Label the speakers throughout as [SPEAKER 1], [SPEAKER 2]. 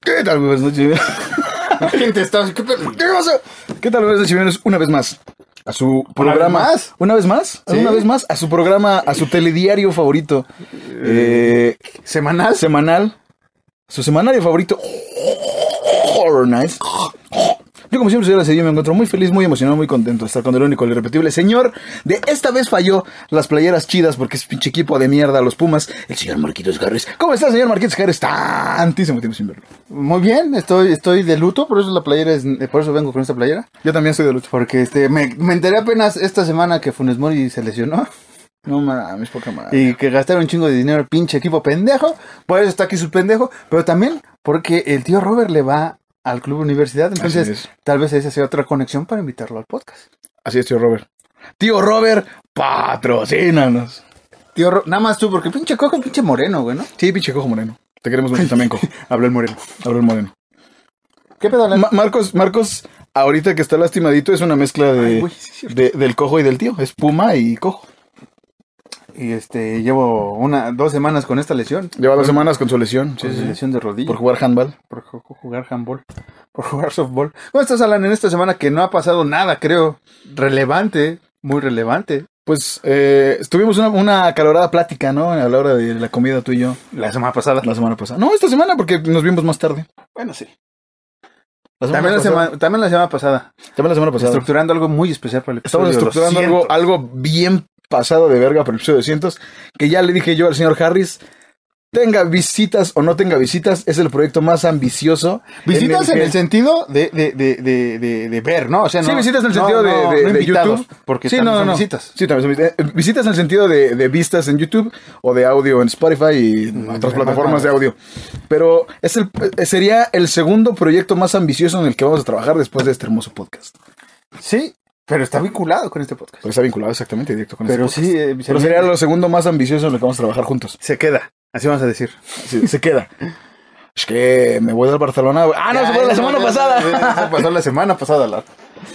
[SPEAKER 1] ¿Qué tal, bebés nochiviernos?
[SPEAKER 2] La gente está. ¿Qué pe-
[SPEAKER 1] ¿Qué pasó? ¿Qué tal, bebés nochiviernos? Una vez más. A su programa.
[SPEAKER 2] vez más?
[SPEAKER 1] ¿Una vez más?
[SPEAKER 2] Sí.
[SPEAKER 1] Una vez más. A su programa, a su telediario favorito. Eh,
[SPEAKER 2] ¿Semanal?
[SPEAKER 1] semanal. Su semanario favorito. Horror Nights. Yo como siempre soy la Cedillo, me encuentro muy feliz, muy emocionado, muy contento de estar con el único, el irrepetible señor. De esta vez falló las playeras chidas porque es pinche equipo de mierda, los Pumas. El señor Marquitos Harris. ¿Cómo está, señor Marquitos Harris? Tantísimo tiempo sin verlo.
[SPEAKER 2] Muy bien, estoy, estoy de luto, por eso la playera es, eh, por eso vengo con esta playera.
[SPEAKER 1] Yo también soy de lucha.
[SPEAKER 2] Porque este, me, me enteré apenas esta semana que Funes Mori se lesionó
[SPEAKER 1] No mames, poca madre.
[SPEAKER 2] y que gastaron un chingo de dinero el pinche equipo pendejo. Por eso está aquí su pendejo, pero también porque el tío Robert le va al club universidad,
[SPEAKER 1] es.
[SPEAKER 2] entonces tal vez esa sea otra conexión para invitarlo al podcast.
[SPEAKER 1] Así es, tío Robert. Tío Robert, patrocínanos.
[SPEAKER 2] Tío Ro- nada más tú, porque pinche cojo es pinche moreno, güey, ¿no?
[SPEAKER 1] Sí, pinche cojo moreno. Te queremos mucho también, cojo.
[SPEAKER 2] Habló el moreno.
[SPEAKER 1] Hablo el moreno.
[SPEAKER 2] ¿Qué pedo? Alan?
[SPEAKER 1] Ma- Marcos, Marcos, ahorita que está lastimadito, es una mezcla de,
[SPEAKER 2] Ay, güey, sí es cierto.
[SPEAKER 1] de- del cojo y del tío. Es puma y cojo.
[SPEAKER 2] y este, llevo una, dos semanas con esta lesión.
[SPEAKER 1] Lleva dos semanas con su lesión. sí,
[SPEAKER 2] Con
[SPEAKER 1] sí, sí.
[SPEAKER 2] lesión de rodilla.
[SPEAKER 1] Por jugar handball.
[SPEAKER 2] por ju- jugar handball, por jugar softball. ¿Cómo estás, Alan, en esta semana que no ha pasado nada, creo, relevante, muy relevante?
[SPEAKER 1] Pues eh, tuvimos una, una calorada plática, ¿no? A la hora de la comida tú y yo
[SPEAKER 2] La semana pasada.
[SPEAKER 1] la semana pasada. No, esta semana porque nos vimos más tarde.
[SPEAKER 2] Bueno, sí.
[SPEAKER 1] La semana
[SPEAKER 2] También la,
[SPEAKER 1] pasada-
[SPEAKER 2] semana, también la semana pasada.
[SPEAKER 1] también la semana pasada.
[SPEAKER 2] Estructurando algo muy especial para el
[SPEAKER 1] Estamos
[SPEAKER 2] episodio
[SPEAKER 1] estructurando
[SPEAKER 2] 200.
[SPEAKER 1] algo, algo bien pasado de verga por el episodio 200, que ya le dije yo al señor Harris, tenga visitas o no tenga visitas, es el proyecto más ambicioso.
[SPEAKER 2] Visitas en el,
[SPEAKER 1] que-
[SPEAKER 2] sentido de, de, de, de, de- de ver, ¿no? O sea, no,
[SPEAKER 1] Sí, visitas en el
[SPEAKER 2] no-
[SPEAKER 1] sentido de,
[SPEAKER 2] no-
[SPEAKER 1] de-
[SPEAKER 2] no
[SPEAKER 1] de
[SPEAKER 2] invitados,
[SPEAKER 1] YouTube.
[SPEAKER 2] Porque
[SPEAKER 1] sí,
[SPEAKER 2] también
[SPEAKER 1] no, no,
[SPEAKER 2] son
[SPEAKER 1] no.
[SPEAKER 2] visitas.
[SPEAKER 1] Sí, también son visitas. Eh, visitas en el sentido de, de vistas en YouTube o de audio en Spotify y
[SPEAKER 2] Mm,
[SPEAKER 1] otras
[SPEAKER 2] de
[SPEAKER 1] plataformas
[SPEAKER 2] más
[SPEAKER 1] de audio. Pero es el, eh, sería el segundo proyecto más ambicioso en el que vamos a trabajar después de este hermoso podcast.
[SPEAKER 2] Sí, pero está vinculado con este podcast.
[SPEAKER 1] Porque está vinculado exactamente directo con
[SPEAKER 2] Pero
[SPEAKER 1] este podcast.
[SPEAKER 2] sí, eh,
[SPEAKER 1] Pero sería lo segundo más ambicioso en el que vamos a trabajar juntos.
[SPEAKER 2] se queda. Así vamos a decir.
[SPEAKER 1] Sí, se queda. Es que me voy del Barcelona. güey. Ah, no, se fue la semana pasada.
[SPEAKER 2] Se pasó la semana pasada. la-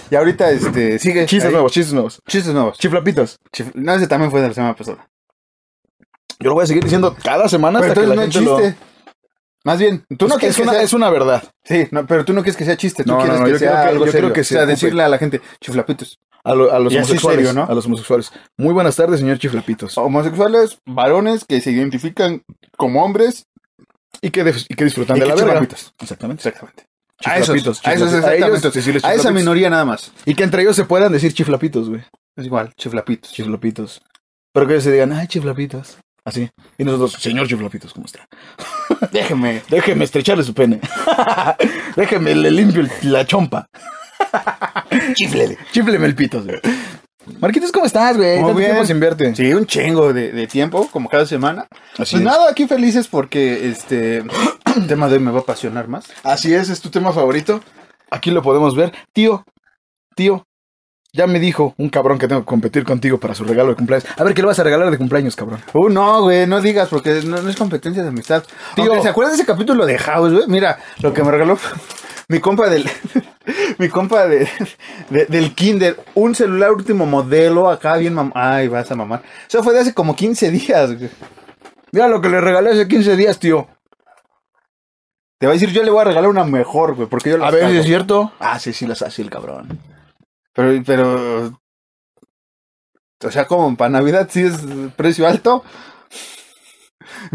[SPEAKER 2] Y ahorita este, sigue.
[SPEAKER 1] Chistes
[SPEAKER 2] ahí.
[SPEAKER 1] nuevos, chistes nuevos.
[SPEAKER 2] Chistes nuevos.
[SPEAKER 1] Chiflapitos.
[SPEAKER 2] Chif- No, ese también fue de la semana pasada.
[SPEAKER 1] Yo lo voy a seguir diciendo cada semana
[SPEAKER 2] Pero
[SPEAKER 1] hasta que
[SPEAKER 2] entonces
[SPEAKER 1] la
[SPEAKER 2] no es
[SPEAKER 1] gente lo...
[SPEAKER 2] chiste. Más bien, tú
[SPEAKER 1] Es
[SPEAKER 2] no
[SPEAKER 1] que
[SPEAKER 2] quieres
[SPEAKER 1] es,
[SPEAKER 2] que
[SPEAKER 1] una,
[SPEAKER 2] sea...
[SPEAKER 1] es una verdad.
[SPEAKER 2] Sí, no, pero tú no quieres que sea chiste. Tú
[SPEAKER 1] No, no,
[SPEAKER 2] quieres
[SPEAKER 1] no,
[SPEAKER 2] que
[SPEAKER 1] yo
[SPEAKER 2] sea
[SPEAKER 1] creo que- yo
[SPEAKER 2] algo
[SPEAKER 1] creo
[SPEAKER 2] serio.
[SPEAKER 1] que
[SPEAKER 2] o
[SPEAKER 1] se
[SPEAKER 2] sea,
[SPEAKER 1] ocupe.
[SPEAKER 2] decirle a la gente, chiflapitos.
[SPEAKER 1] A, lo- a los
[SPEAKER 2] Y así
[SPEAKER 1] homosexuales.
[SPEAKER 2] serio, ¿no?
[SPEAKER 1] A los homosexuales. Muy buenas tardes, señor Chiflapitos.
[SPEAKER 2] Homosexuales, varones que se identifican como hombres.
[SPEAKER 1] Y que, def- y que disfrutan
[SPEAKER 2] Y
[SPEAKER 1] de
[SPEAKER 2] que
[SPEAKER 1] la verga.
[SPEAKER 2] chiflapitos.
[SPEAKER 1] Exactamente.
[SPEAKER 2] Exactamente. A esos,
[SPEAKER 1] Chiflapitos,
[SPEAKER 2] a
[SPEAKER 1] chiflapitos. A
[SPEAKER 2] esos
[SPEAKER 1] ellos,
[SPEAKER 2] exactamente.
[SPEAKER 1] decirles
[SPEAKER 2] A esa
[SPEAKER 1] chiflapitos.
[SPEAKER 2] minoría nada más.
[SPEAKER 1] Y que entre ellos se puedan decir chiflapitos, güey.
[SPEAKER 2] Es igual, chiflapitos.
[SPEAKER 1] Chiflapitos. Pero que ellos se digan, ay, chiflapitos. Así. Y nosotros, señor chiflapitos, ¿cómo está?
[SPEAKER 2] Déjeme.
[SPEAKER 1] Déjeme estrecharle su pene. Déjeme, le limpio el- la chompa. Chiflele. Chifleme el pito, güey. Marquitos, ¿cómo estás, güey?
[SPEAKER 2] Muy
[SPEAKER 1] Tanto
[SPEAKER 2] bien.
[SPEAKER 1] tiempo sin verte.
[SPEAKER 2] Sí, un chingo de, de tiempo, como cada semana.
[SPEAKER 1] Así
[SPEAKER 2] pues
[SPEAKER 1] es.
[SPEAKER 2] nada, aquí felices porque este el tema de hoy me va a apasionar más.
[SPEAKER 1] Así es, es tu tema favorito. Aquí lo podemos ver. Tío, tío, ya me dijo un cabrón que tengo que competir contigo para su regalo de cumpleaños. A ver, ¿qué le vas a regalar de cumpleaños, cabrón?
[SPEAKER 2] Uh, no, güey, no digas porque no, no es competencia de amistad.
[SPEAKER 1] Tío.
[SPEAKER 2] Aunque, ¿se acuerdan de ese capítulo de House, güey? Mira, lo que me regaló mi compa del mi compa de, de- del Kinder, un celular último modelo acá bien mam ay, vas a mamar. Eso fue de hace como 15 días. güey.
[SPEAKER 1] Mira lo que le regalé hace 15 días, tío.
[SPEAKER 2] Te va a decir, "Yo le voy a regalar una mejor, güey, porque yo la
[SPEAKER 1] A ver si
[SPEAKER 2] cago.
[SPEAKER 1] es cierto. Ah, sí, sí, las hace el cabrón.
[SPEAKER 2] Pero, pero. O sea, como para Navidad sí es precio alto.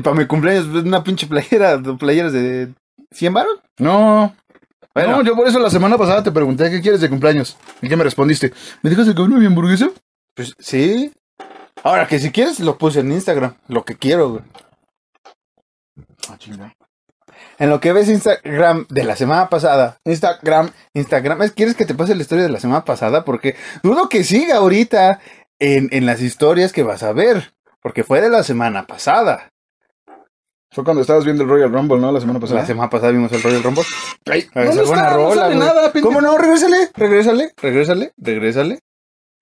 [SPEAKER 2] Para mi cumpleaños, pues, una pinche playera, de- playeras de 100 baros.
[SPEAKER 1] No,
[SPEAKER 2] Bueno,
[SPEAKER 1] No, yo por eso la semana pasada te pregunté qué quieres de cumpleaños. ¿Y qué me respondiste? ¿Me dejas el cabrón de mi hamburguesa?
[SPEAKER 2] pues sí. Ahora que si quieres, lo puse en Instagram. Lo que quiero, güey. Ah, En lo que ves Instagram de la semana pasada. Instagram. Instagram. Es- ¿Quieres que te pase la historia de la semana pasada? Porque dudo que siga ahorita en, en las historias que vas a ver. Porque fue de la semana pasada.
[SPEAKER 1] Fue cuando estabas viendo el Royal Rumble, ¿no? La semana pasada.
[SPEAKER 2] la semana pasada vimos el Royal Rumble.
[SPEAKER 1] Ay,
[SPEAKER 2] Esa
[SPEAKER 1] ¿dónde
[SPEAKER 2] fue una
[SPEAKER 1] está?
[SPEAKER 2] rola,
[SPEAKER 1] no sale
[SPEAKER 2] güey.
[SPEAKER 1] nada, pendejo.
[SPEAKER 2] ¿Cómo no? Regrésale, regrésale, regrésale, regrésale,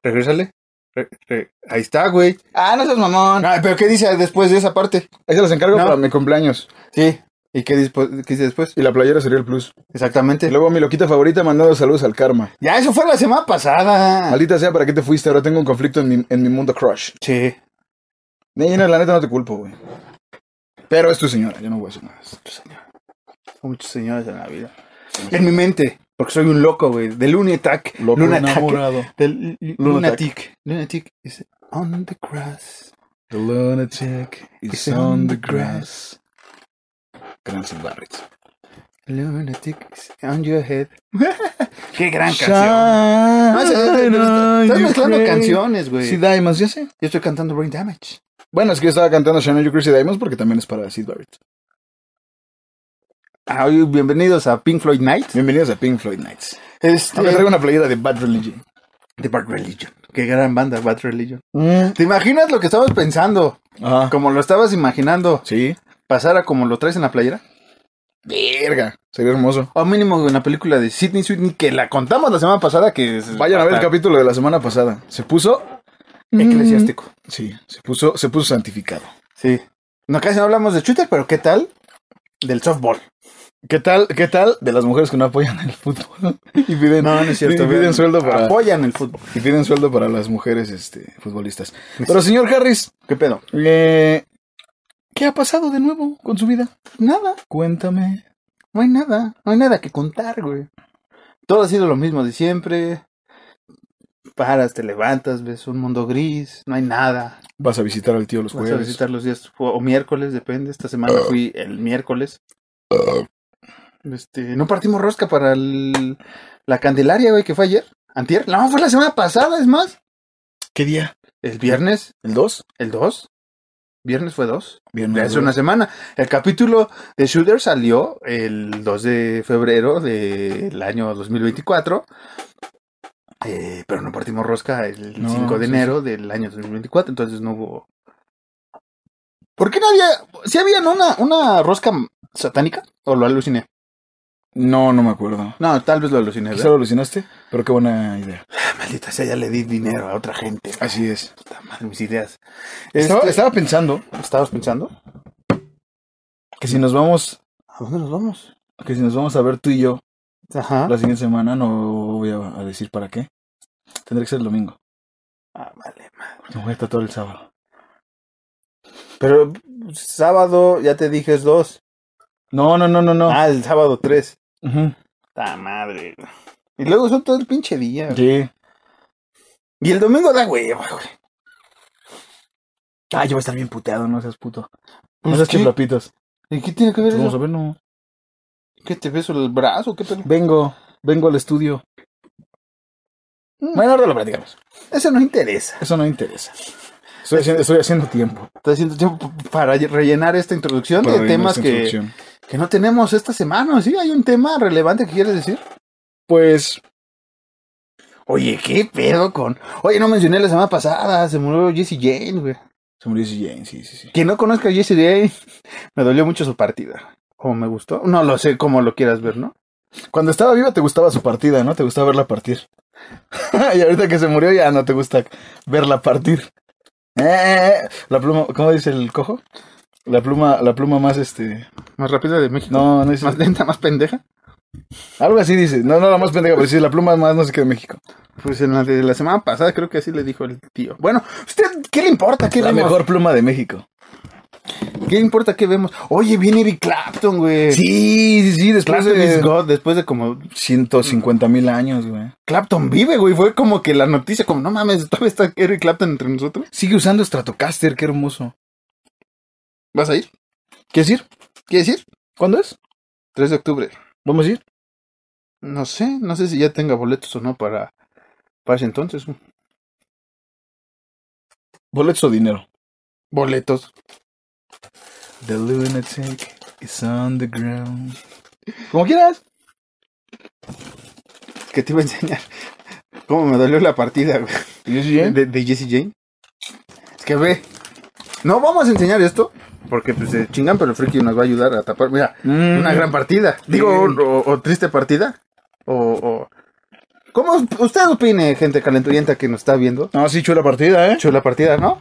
[SPEAKER 2] regrésale. Re- re- Ahí está, güey.
[SPEAKER 1] Ah, no seas mamón.
[SPEAKER 2] Ah, pero ¿qué dice después de esa parte?
[SPEAKER 1] Ahí se las encargo
[SPEAKER 2] No.
[SPEAKER 1] para mi cumpleaños.
[SPEAKER 2] Sí. ¿Y qué, dispo- qué dice después?
[SPEAKER 1] Y la playera sería el plus. Y
[SPEAKER 2] Exactamente.
[SPEAKER 1] luego mi loquita favorita mandando saludos al karma.
[SPEAKER 2] Ya, eso fue la semana pasada.
[SPEAKER 1] Maldita sea, ¿para qué te fuiste? Ahora tengo un conflicto en mi, en mi mundo crush.
[SPEAKER 2] Sí. Ah,
[SPEAKER 1] No, no, la neta no te culpo, güey. Pero es tu señora, yo no voy a decir nada. Es tu señora.
[SPEAKER 2] conozco muchas señoras en la vida. En mi mente, porque soy un loco, güey. De Lunatic.
[SPEAKER 1] Loco
[SPEAKER 2] Lunatic.
[SPEAKER 1] enamorado.
[SPEAKER 2] Del
[SPEAKER 1] Lunatic.
[SPEAKER 2] Lunatic. Lunatic is on the grass.
[SPEAKER 1] The lunatic
[SPEAKER 2] is on the grass.
[SPEAKER 1] Transit Barrett.
[SPEAKER 2] Lunatic is on your head. Qué gran canción. Ah, se- se- se-
[SPEAKER 1] Estás
[SPEAKER 2] Estás mezclando canciones, güey.
[SPEAKER 1] Sí, Diamonds, ya sé.
[SPEAKER 2] Yo estoy cantando Brain Damage.
[SPEAKER 1] Bueno, es que yo estaba cantando Shannon You Crazy Diamonds porque también es para Sid Barrett.
[SPEAKER 2] Ah, y bienvenidos a Pink Floyd Night.
[SPEAKER 1] Bienvenidos a Pink Floyd Nights.
[SPEAKER 2] Este,
[SPEAKER 1] Ah, me traigo una playera de Bad Religion.
[SPEAKER 2] de Bad Religion. Qué gran banda, Bad Religion. ¿Te imaginas lo que estabas pensando?
[SPEAKER 1] Ajá.
[SPEAKER 2] Como lo estabas imaginando.
[SPEAKER 1] Sí.
[SPEAKER 2] ¿Pasara como lo traes en la playera?
[SPEAKER 1] Verga. Sería hermoso.
[SPEAKER 2] O mínimo en la película de Sidney Sweeney que la contamos la semana pasada que es-
[SPEAKER 1] Vayan a ver el
[SPEAKER 2] está
[SPEAKER 1] capítulo de la semana pasada. Se puso.
[SPEAKER 2] eclesiástico.
[SPEAKER 1] Sí, se puso, se puso santificado.
[SPEAKER 2] Sí. No casi no hablamos de Twitter, pero ¿qué tal? Del softball.
[SPEAKER 1] ¿Qué tal, qué tal de las mujeres que no apoyan el fútbol? Y piden, y
[SPEAKER 2] vean,
[SPEAKER 1] piden sueldo para,
[SPEAKER 2] Apoyan el fútbol.
[SPEAKER 1] y piden sueldo para las mujeres este, futbolistas. Pero señor Harris,
[SPEAKER 2] ¿Qué pedo?
[SPEAKER 1] eh, ¿qué ha pasado de nuevo con su vida?
[SPEAKER 2] Nada.
[SPEAKER 1] Cuéntame.
[SPEAKER 2] No hay nada. No hay nada que contar, güey. Todo ha sido lo mismo de siempre. Paras, te levantas, ves un mundo gris. No hay nada.
[SPEAKER 1] Vas a visitar al tío los
[SPEAKER 2] Vas a
[SPEAKER 1] jueves.
[SPEAKER 2] visitar los días o, o miércoles, depende. Esta semana fui el miércoles. Este, no partimos rosca para el- la Candelaria, güey, que fue ayer. Antier. No, fue la semana pasada, es más.
[SPEAKER 1] ¿Qué día?
[SPEAKER 2] El viernes,
[SPEAKER 1] ¿El 2?
[SPEAKER 2] el 2. Viernes fue 2.
[SPEAKER 1] Bien,
[SPEAKER 2] De hace una semana. El capítulo de Shooter salió el 2 de febrero del año 2024. Eh, pero no partimos rosca el
[SPEAKER 1] No,
[SPEAKER 2] 5 de
[SPEAKER 1] sí,
[SPEAKER 2] enero del año 2024, entonces no hubo... ¿Por qué no había... si había una, una rosca satánica? ¿O lo aluciné?
[SPEAKER 1] No, no me acuerdo.
[SPEAKER 2] No, tal vez lo aluciné.
[SPEAKER 1] Quizá
[SPEAKER 2] ¿verdad?
[SPEAKER 1] lo alucinaste, pero qué buena idea.
[SPEAKER 2] Maldita sea, ya le di dinero a otra gente.
[SPEAKER 1] Así es.
[SPEAKER 2] Puta madre, mis ideas.
[SPEAKER 1] Estaba,
[SPEAKER 2] Este,
[SPEAKER 1] estaba pensando
[SPEAKER 2] ¿Estabas pensando?
[SPEAKER 1] que si nos vamos,
[SPEAKER 2] ¿A dónde nos vamos?
[SPEAKER 1] que si nos vamos a ver tú y yo
[SPEAKER 2] Ajá.
[SPEAKER 1] la siguiente semana, no voy a, a decir para qué. Tendrá que ser el domingo.
[SPEAKER 2] Ah, vale, madre.
[SPEAKER 1] Me voy a tatuar el sábado.
[SPEAKER 2] Pero pues, sábado, ya te dije, es dos.
[SPEAKER 1] No, no, no, no, no.
[SPEAKER 2] Ah, el sábado tres.
[SPEAKER 1] Ujú.
[SPEAKER 2] ¡Ta madre! Y luego son todo el pinche día. güey.
[SPEAKER 1] Sí.
[SPEAKER 2] Y el domingo da hueva, güey.
[SPEAKER 1] Ah, yo voy a estar bien puteado, no seas puto. No
[SPEAKER 2] Pues,
[SPEAKER 1] seas
[SPEAKER 2] ¿qué?
[SPEAKER 1] chiflapitos.
[SPEAKER 2] ¿Y qué tiene que ver
[SPEAKER 1] Pues vamos a
[SPEAKER 2] eso?
[SPEAKER 1] ver, no.
[SPEAKER 2] ¿Qué te beso el brazo? ¿Qué pedo?
[SPEAKER 1] Vengo, vengo al estudio.
[SPEAKER 2] Mm.
[SPEAKER 1] Bueno, ahora lo platicamos.
[SPEAKER 2] Eso no interesa.
[SPEAKER 1] Eso no interesa. Estoy haciendo, estoy haciendo tiempo.
[SPEAKER 2] Está haciendo tiempo p- para rellenar esta introducción
[SPEAKER 1] para
[SPEAKER 2] de
[SPEAKER 1] irnos
[SPEAKER 2] temas
[SPEAKER 1] en
[SPEAKER 2] que,
[SPEAKER 1] producción.
[SPEAKER 2] que no tenemos esta semana. ¿o ¿Sí? ¿Hay un tema relevante que quieres decir?
[SPEAKER 1] Pues,
[SPEAKER 2] Oye, ¿qué pedo con...? Oye, no mencioné la semana pasada. Se murió Jesse Jane, güey.
[SPEAKER 1] se murió Jesse Jane, sí, sí, sí.
[SPEAKER 2] Quien no conozca a Jesse Jane, me dolió mucho su partida. ¿O me gustó? No lo sé, como lo quieras ver, ¿no?
[SPEAKER 1] Cuando estaba viva te gustaba su partida, ¿no? Te gustaba verla partir. y ahorita que se murió ya no te gusta verla partir. Eh, la pluma, ¿cómo dice el cojo? La pluma, la pluma más este.
[SPEAKER 2] Más rápida de México.
[SPEAKER 1] No, no dice.
[SPEAKER 2] Más lenta, más pendeja.
[SPEAKER 1] Algo así dice. No, no, la más pendeja, pero sí, la pluma más no sé qué de México.
[SPEAKER 2] Pues en la de la semana pasada creo que así le dijo el tío. Bueno, ¿usted qué le importa qué
[SPEAKER 1] La
[SPEAKER 2] vemos?
[SPEAKER 1] mejor pluma de México.
[SPEAKER 2] ¿Qué le importa qué vemos? Oye, viene Eric Clapton, güey.
[SPEAKER 1] Sí, sí, sí, después
[SPEAKER 2] Clapton is
[SPEAKER 1] de
[SPEAKER 2] God, después de como
[SPEAKER 1] 150 mil años, güey.
[SPEAKER 2] Clapton vive, güey. Fue como que la noticia, como no mames, todavía está Eric Clapton entre nosotros.
[SPEAKER 1] Sigue usando Stratocaster, qué hermoso.
[SPEAKER 2] ¿Vas a ir?
[SPEAKER 1] ¿Quieres ir?
[SPEAKER 2] ¿Quieres ir?
[SPEAKER 1] ¿Cuándo es?
[SPEAKER 2] 3 de octubre.
[SPEAKER 1] ¿Vamos a ir?
[SPEAKER 2] No sé, no sé si ya tenga boletos o no para, para ese entonces. güey.
[SPEAKER 1] Boletos o dinero.
[SPEAKER 2] Boletos.
[SPEAKER 1] The lunatic is on the ground. Como quieras.
[SPEAKER 2] Que te iba a enseñar. Cómo me dolió la partida, güey. de, de Jesse Jane. ¿Eh? Es que ve. No vamos a enseñar esto. Porque pues se chingan, pero el friki nos va a ayudar a tapar. Mira,
[SPEAKER 1] Mm.
[SPEAKER 2] una gran partida. Digo,
[SPEAKER 1] Mm.
[SPEAKER 2] o, o triste partida. O, o- ¿Cómo usted opine, gente calenturienta que nos está viendo?
[SPEAKER 1] No, sí, chula partida, ¿eh?
[SPEAKER 2] Chula partida, ¿no?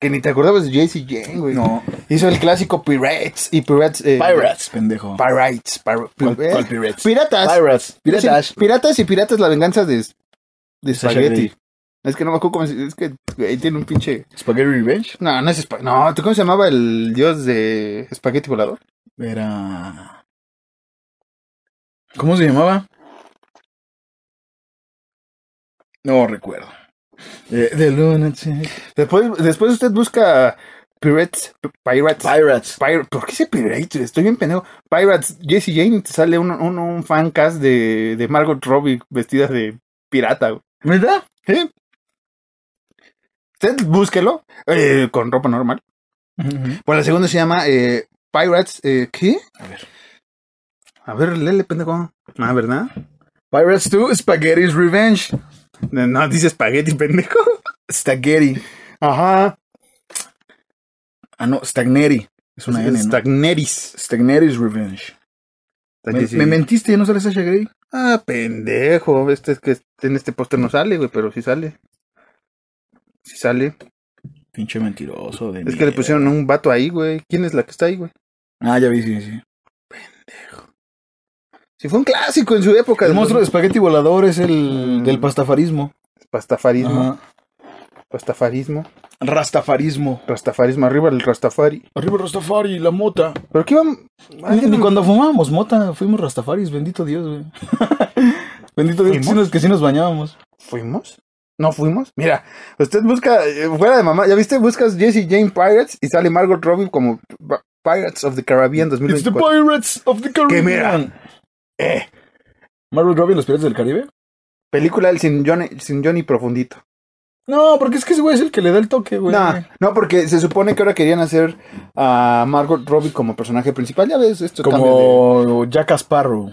[SPEAKER 2] Que ni te acordabas de Jesse Jane, güey.
[SPEAKER 1] No.
[SPEAKER 2] Hizo el clásico Pirates y Pirates. eh,
[SPEAKER 1] Pirates, pendejo.
[SPEAKER 2] Pirates. pir-
[SPEAKER 1] ¿Cuál-
[SPEAKER 2] pir-
[SPEAKER 1] cuál pirates?
[SPEAKER 2] Piratas.
[SPEAKER 1] Pirates.
[SPEAKER 2] Sí, Piratas y Piratas, la venganza de, de
[SPEAKER 1] Sasha
[SPEAKER 2] Spaghetti.
[SPEAKER 1] Grey.
[SPEAKER 2] Es que no me acuerdo cómo se- es que ahí tiene un pinche.
[SPEAKER 1] Spaghetti Revenge.
[SPEAKER 2] No, no es Spaghetti. No, ¿tú cómo se llamaba el dios de Spaghetti volador?
[SPEAKER 1] Era. ¿Cómo se llamaba? No recuerdo. Eh, de Luna Check.
[SPEAKER 2] Después, después usted busca Pirates. Pirates.
[SPEAKER 1] Pirates.
[SPEAKER 2] Pir- ¿Por qué se Pirates? Estoy bien pendejo. Pirates, Jesse Jane, te sale un, un, un fancast de, de Margot Robbie vestida de pirata. güey.
[SPEAKER 1] ¿Verdad?
[SPEAKER 2] ¿Sí? Usted búsquelo eh, con ropa normal. Bueno, la segunda se llama eh, Pirates. eh, ¿Qué?
[SPEAKER 1] A ver.
[SPEAKER 2] A ver, lele, pendejo. Ah, ¿verdad?
[SPEAKER 1] Pirates 2, Spaghetti's Revenge.
[SPEAKER 2] No, no, dice espagueti, pendejo.
[SPEAKER 1] Stagheri.
[SPEAKER 2] Ajá.
[SPEAKER 1] Ah, no, Stagneri. Es una N, ¿no?
[SPEAKER 2] Stagneris.
[SPEAKER 1] Stagneri's Revenge. Me, me mentiste, ya no sale Sasha Grey.
[SPEAKER 2] Ah, pendejo. Este es que en este póster no sale, güey, pero sí sale. Sí sale.
[SPEAKER 1] Pinche mentiroso de
[SPEAKER 2] Es que le
[SPEAKER 1] mierda.
[SPEAKER 2] pusieron un vato ahí, güey. ¿Quién es la que está ahí, güey?
[SPEAKER 1] Ah, ya vi, sí, sí.
[SPEAKER 2] Si fue un clásico en su época.
[SPEAKER 1] El
[SPEAKER 2] del-
[SPEAKER 1] monstruo de espagueti volador es el del pastafarismo.
[SPEAKER 2] Pastafarismo.
[SPEAKER 1] Mm. Ajá.
[SPEAKER 2] Pastafarismo.
[SPEAKER 1] Rastafarismo.
[SPEAKER 2] Rastafarismo. Arriba el Rastafari.
[SPEAKER 1] Arriba Rastafari, la mota. Mm.
[SPEAKER 2] ¿Pero qué iban?
[SPEAKER 1] Ni, ni cuando fumábamos mota, fuimos Rastafaris, bendito Dios, güey. bendito Dios, que sí,
[SPEAKER 2] ¿Fuimos?
[SPEAKER 1] nos, que sí nos bañábamos.
[SPEAKER 2] ¿Fuimos? ¿No fuimos? Mira, usted busca, eh, fuera de mamá, ¿ya viste? Buscas Jesse Jane Pirates y sale Margot Robbie como P- Pirates of the Caribbean 2024.
[SPEAKER 1] Pirates of the Caribbean.
[SPEAKER 2] Eh,
[SPEAKER 1] Marvel Robbie, los Piratas del Caribe.
[SPEAKER 2] película del sin Johnny, sin Johnny Profundito.
[SPEAKER 1] No, porque es que ese güey es el que le da el toque, güey.
[SPEAKER 2] No, no, porque se supone que ahora querían hacer a Margot Robbie como personaje principal. Ya ves, esto cambia de-
[SPEAKER 1] Como Jack Sparrow.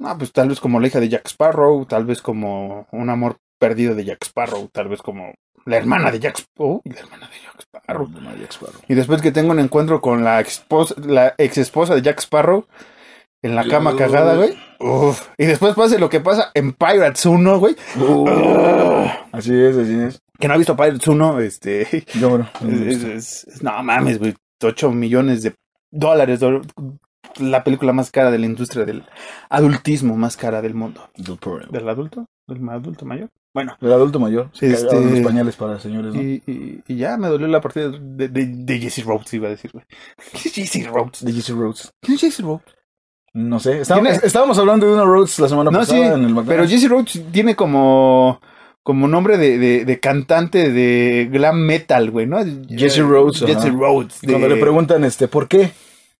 [SPEAKER 2] Ah, pues tal vez como la hija de Jack Sparrow, tal vez como un amor perdido de Jack Sparrow, tal vez como la hermana de Jack Sparrow. la hermana de Jack Sparrow.
[SPEAKER 1] No, Jack Sparrow.
[SPEAKER 2] Y después que tengo un encuentro con la esposa, la ex esposa de Jack Sparrow en la cama
[SPEAKER 1] Uy.
[SPEAKER 2] cagada, güey. Uf. Y después pase lo que pasa en Pirates 1, güey.
[SPEAKER 1] así es, así es.
[SPEAKER 2] Que no ha visto Pirates 1, este.
[SPEAKER 1] Yo, bueno,
[SPEAKER 2] es- es- es- no mames, güey. 8 millones de dólares. do- La película más cara de la industria del adultismo, más cara del mundo. ¿Del adulto? ¿Del adulto mayor? Bueno.
[SPEAKER 1] El adulto mayor. Se
[SPEAKER 2] Este-
[SPEAKER 1] cagaron los pañales para señores, ¿no?
[SPEAKER 2] Y, y- y ya me dolió la partida de, de, de Jesse Rhodes, iba a decir, güey. ¿Quién es Jesse Rhodes?
[SPEAKER 1] De Jesse Rhodes.
[SPEAKER 2] ¿Quién es Jesse Rhodes?
[SPEAKER 1] No sé. Estábamos,
[SPEAKER 2] ¿Quién es?
[SPEAKER 1] estábamos hablando de una Rhodes la semana
[SPEAKER 2] No,
[SPEAKER 1] pasada
[SPEAKER 2] sí,
[SPEAKER 1] en el ah, McDonald's.
[SPEAKER 2] Pero Jesse Rhodes tiene como, como nombre de, de, de cantante de glam metal, güey, ¿no? Eh,
[SPEAKER 1] Jesse Rhodes,
[SPEAKER 2] Jesse
[SPEAKER 1] ajá.
[SPEAKER 2] Rhodes.
[SPEAKER 1] Y Cuando
[SPEAKER 2] de-
[SPEAKER 1] le preguntan, este, ¿por qué?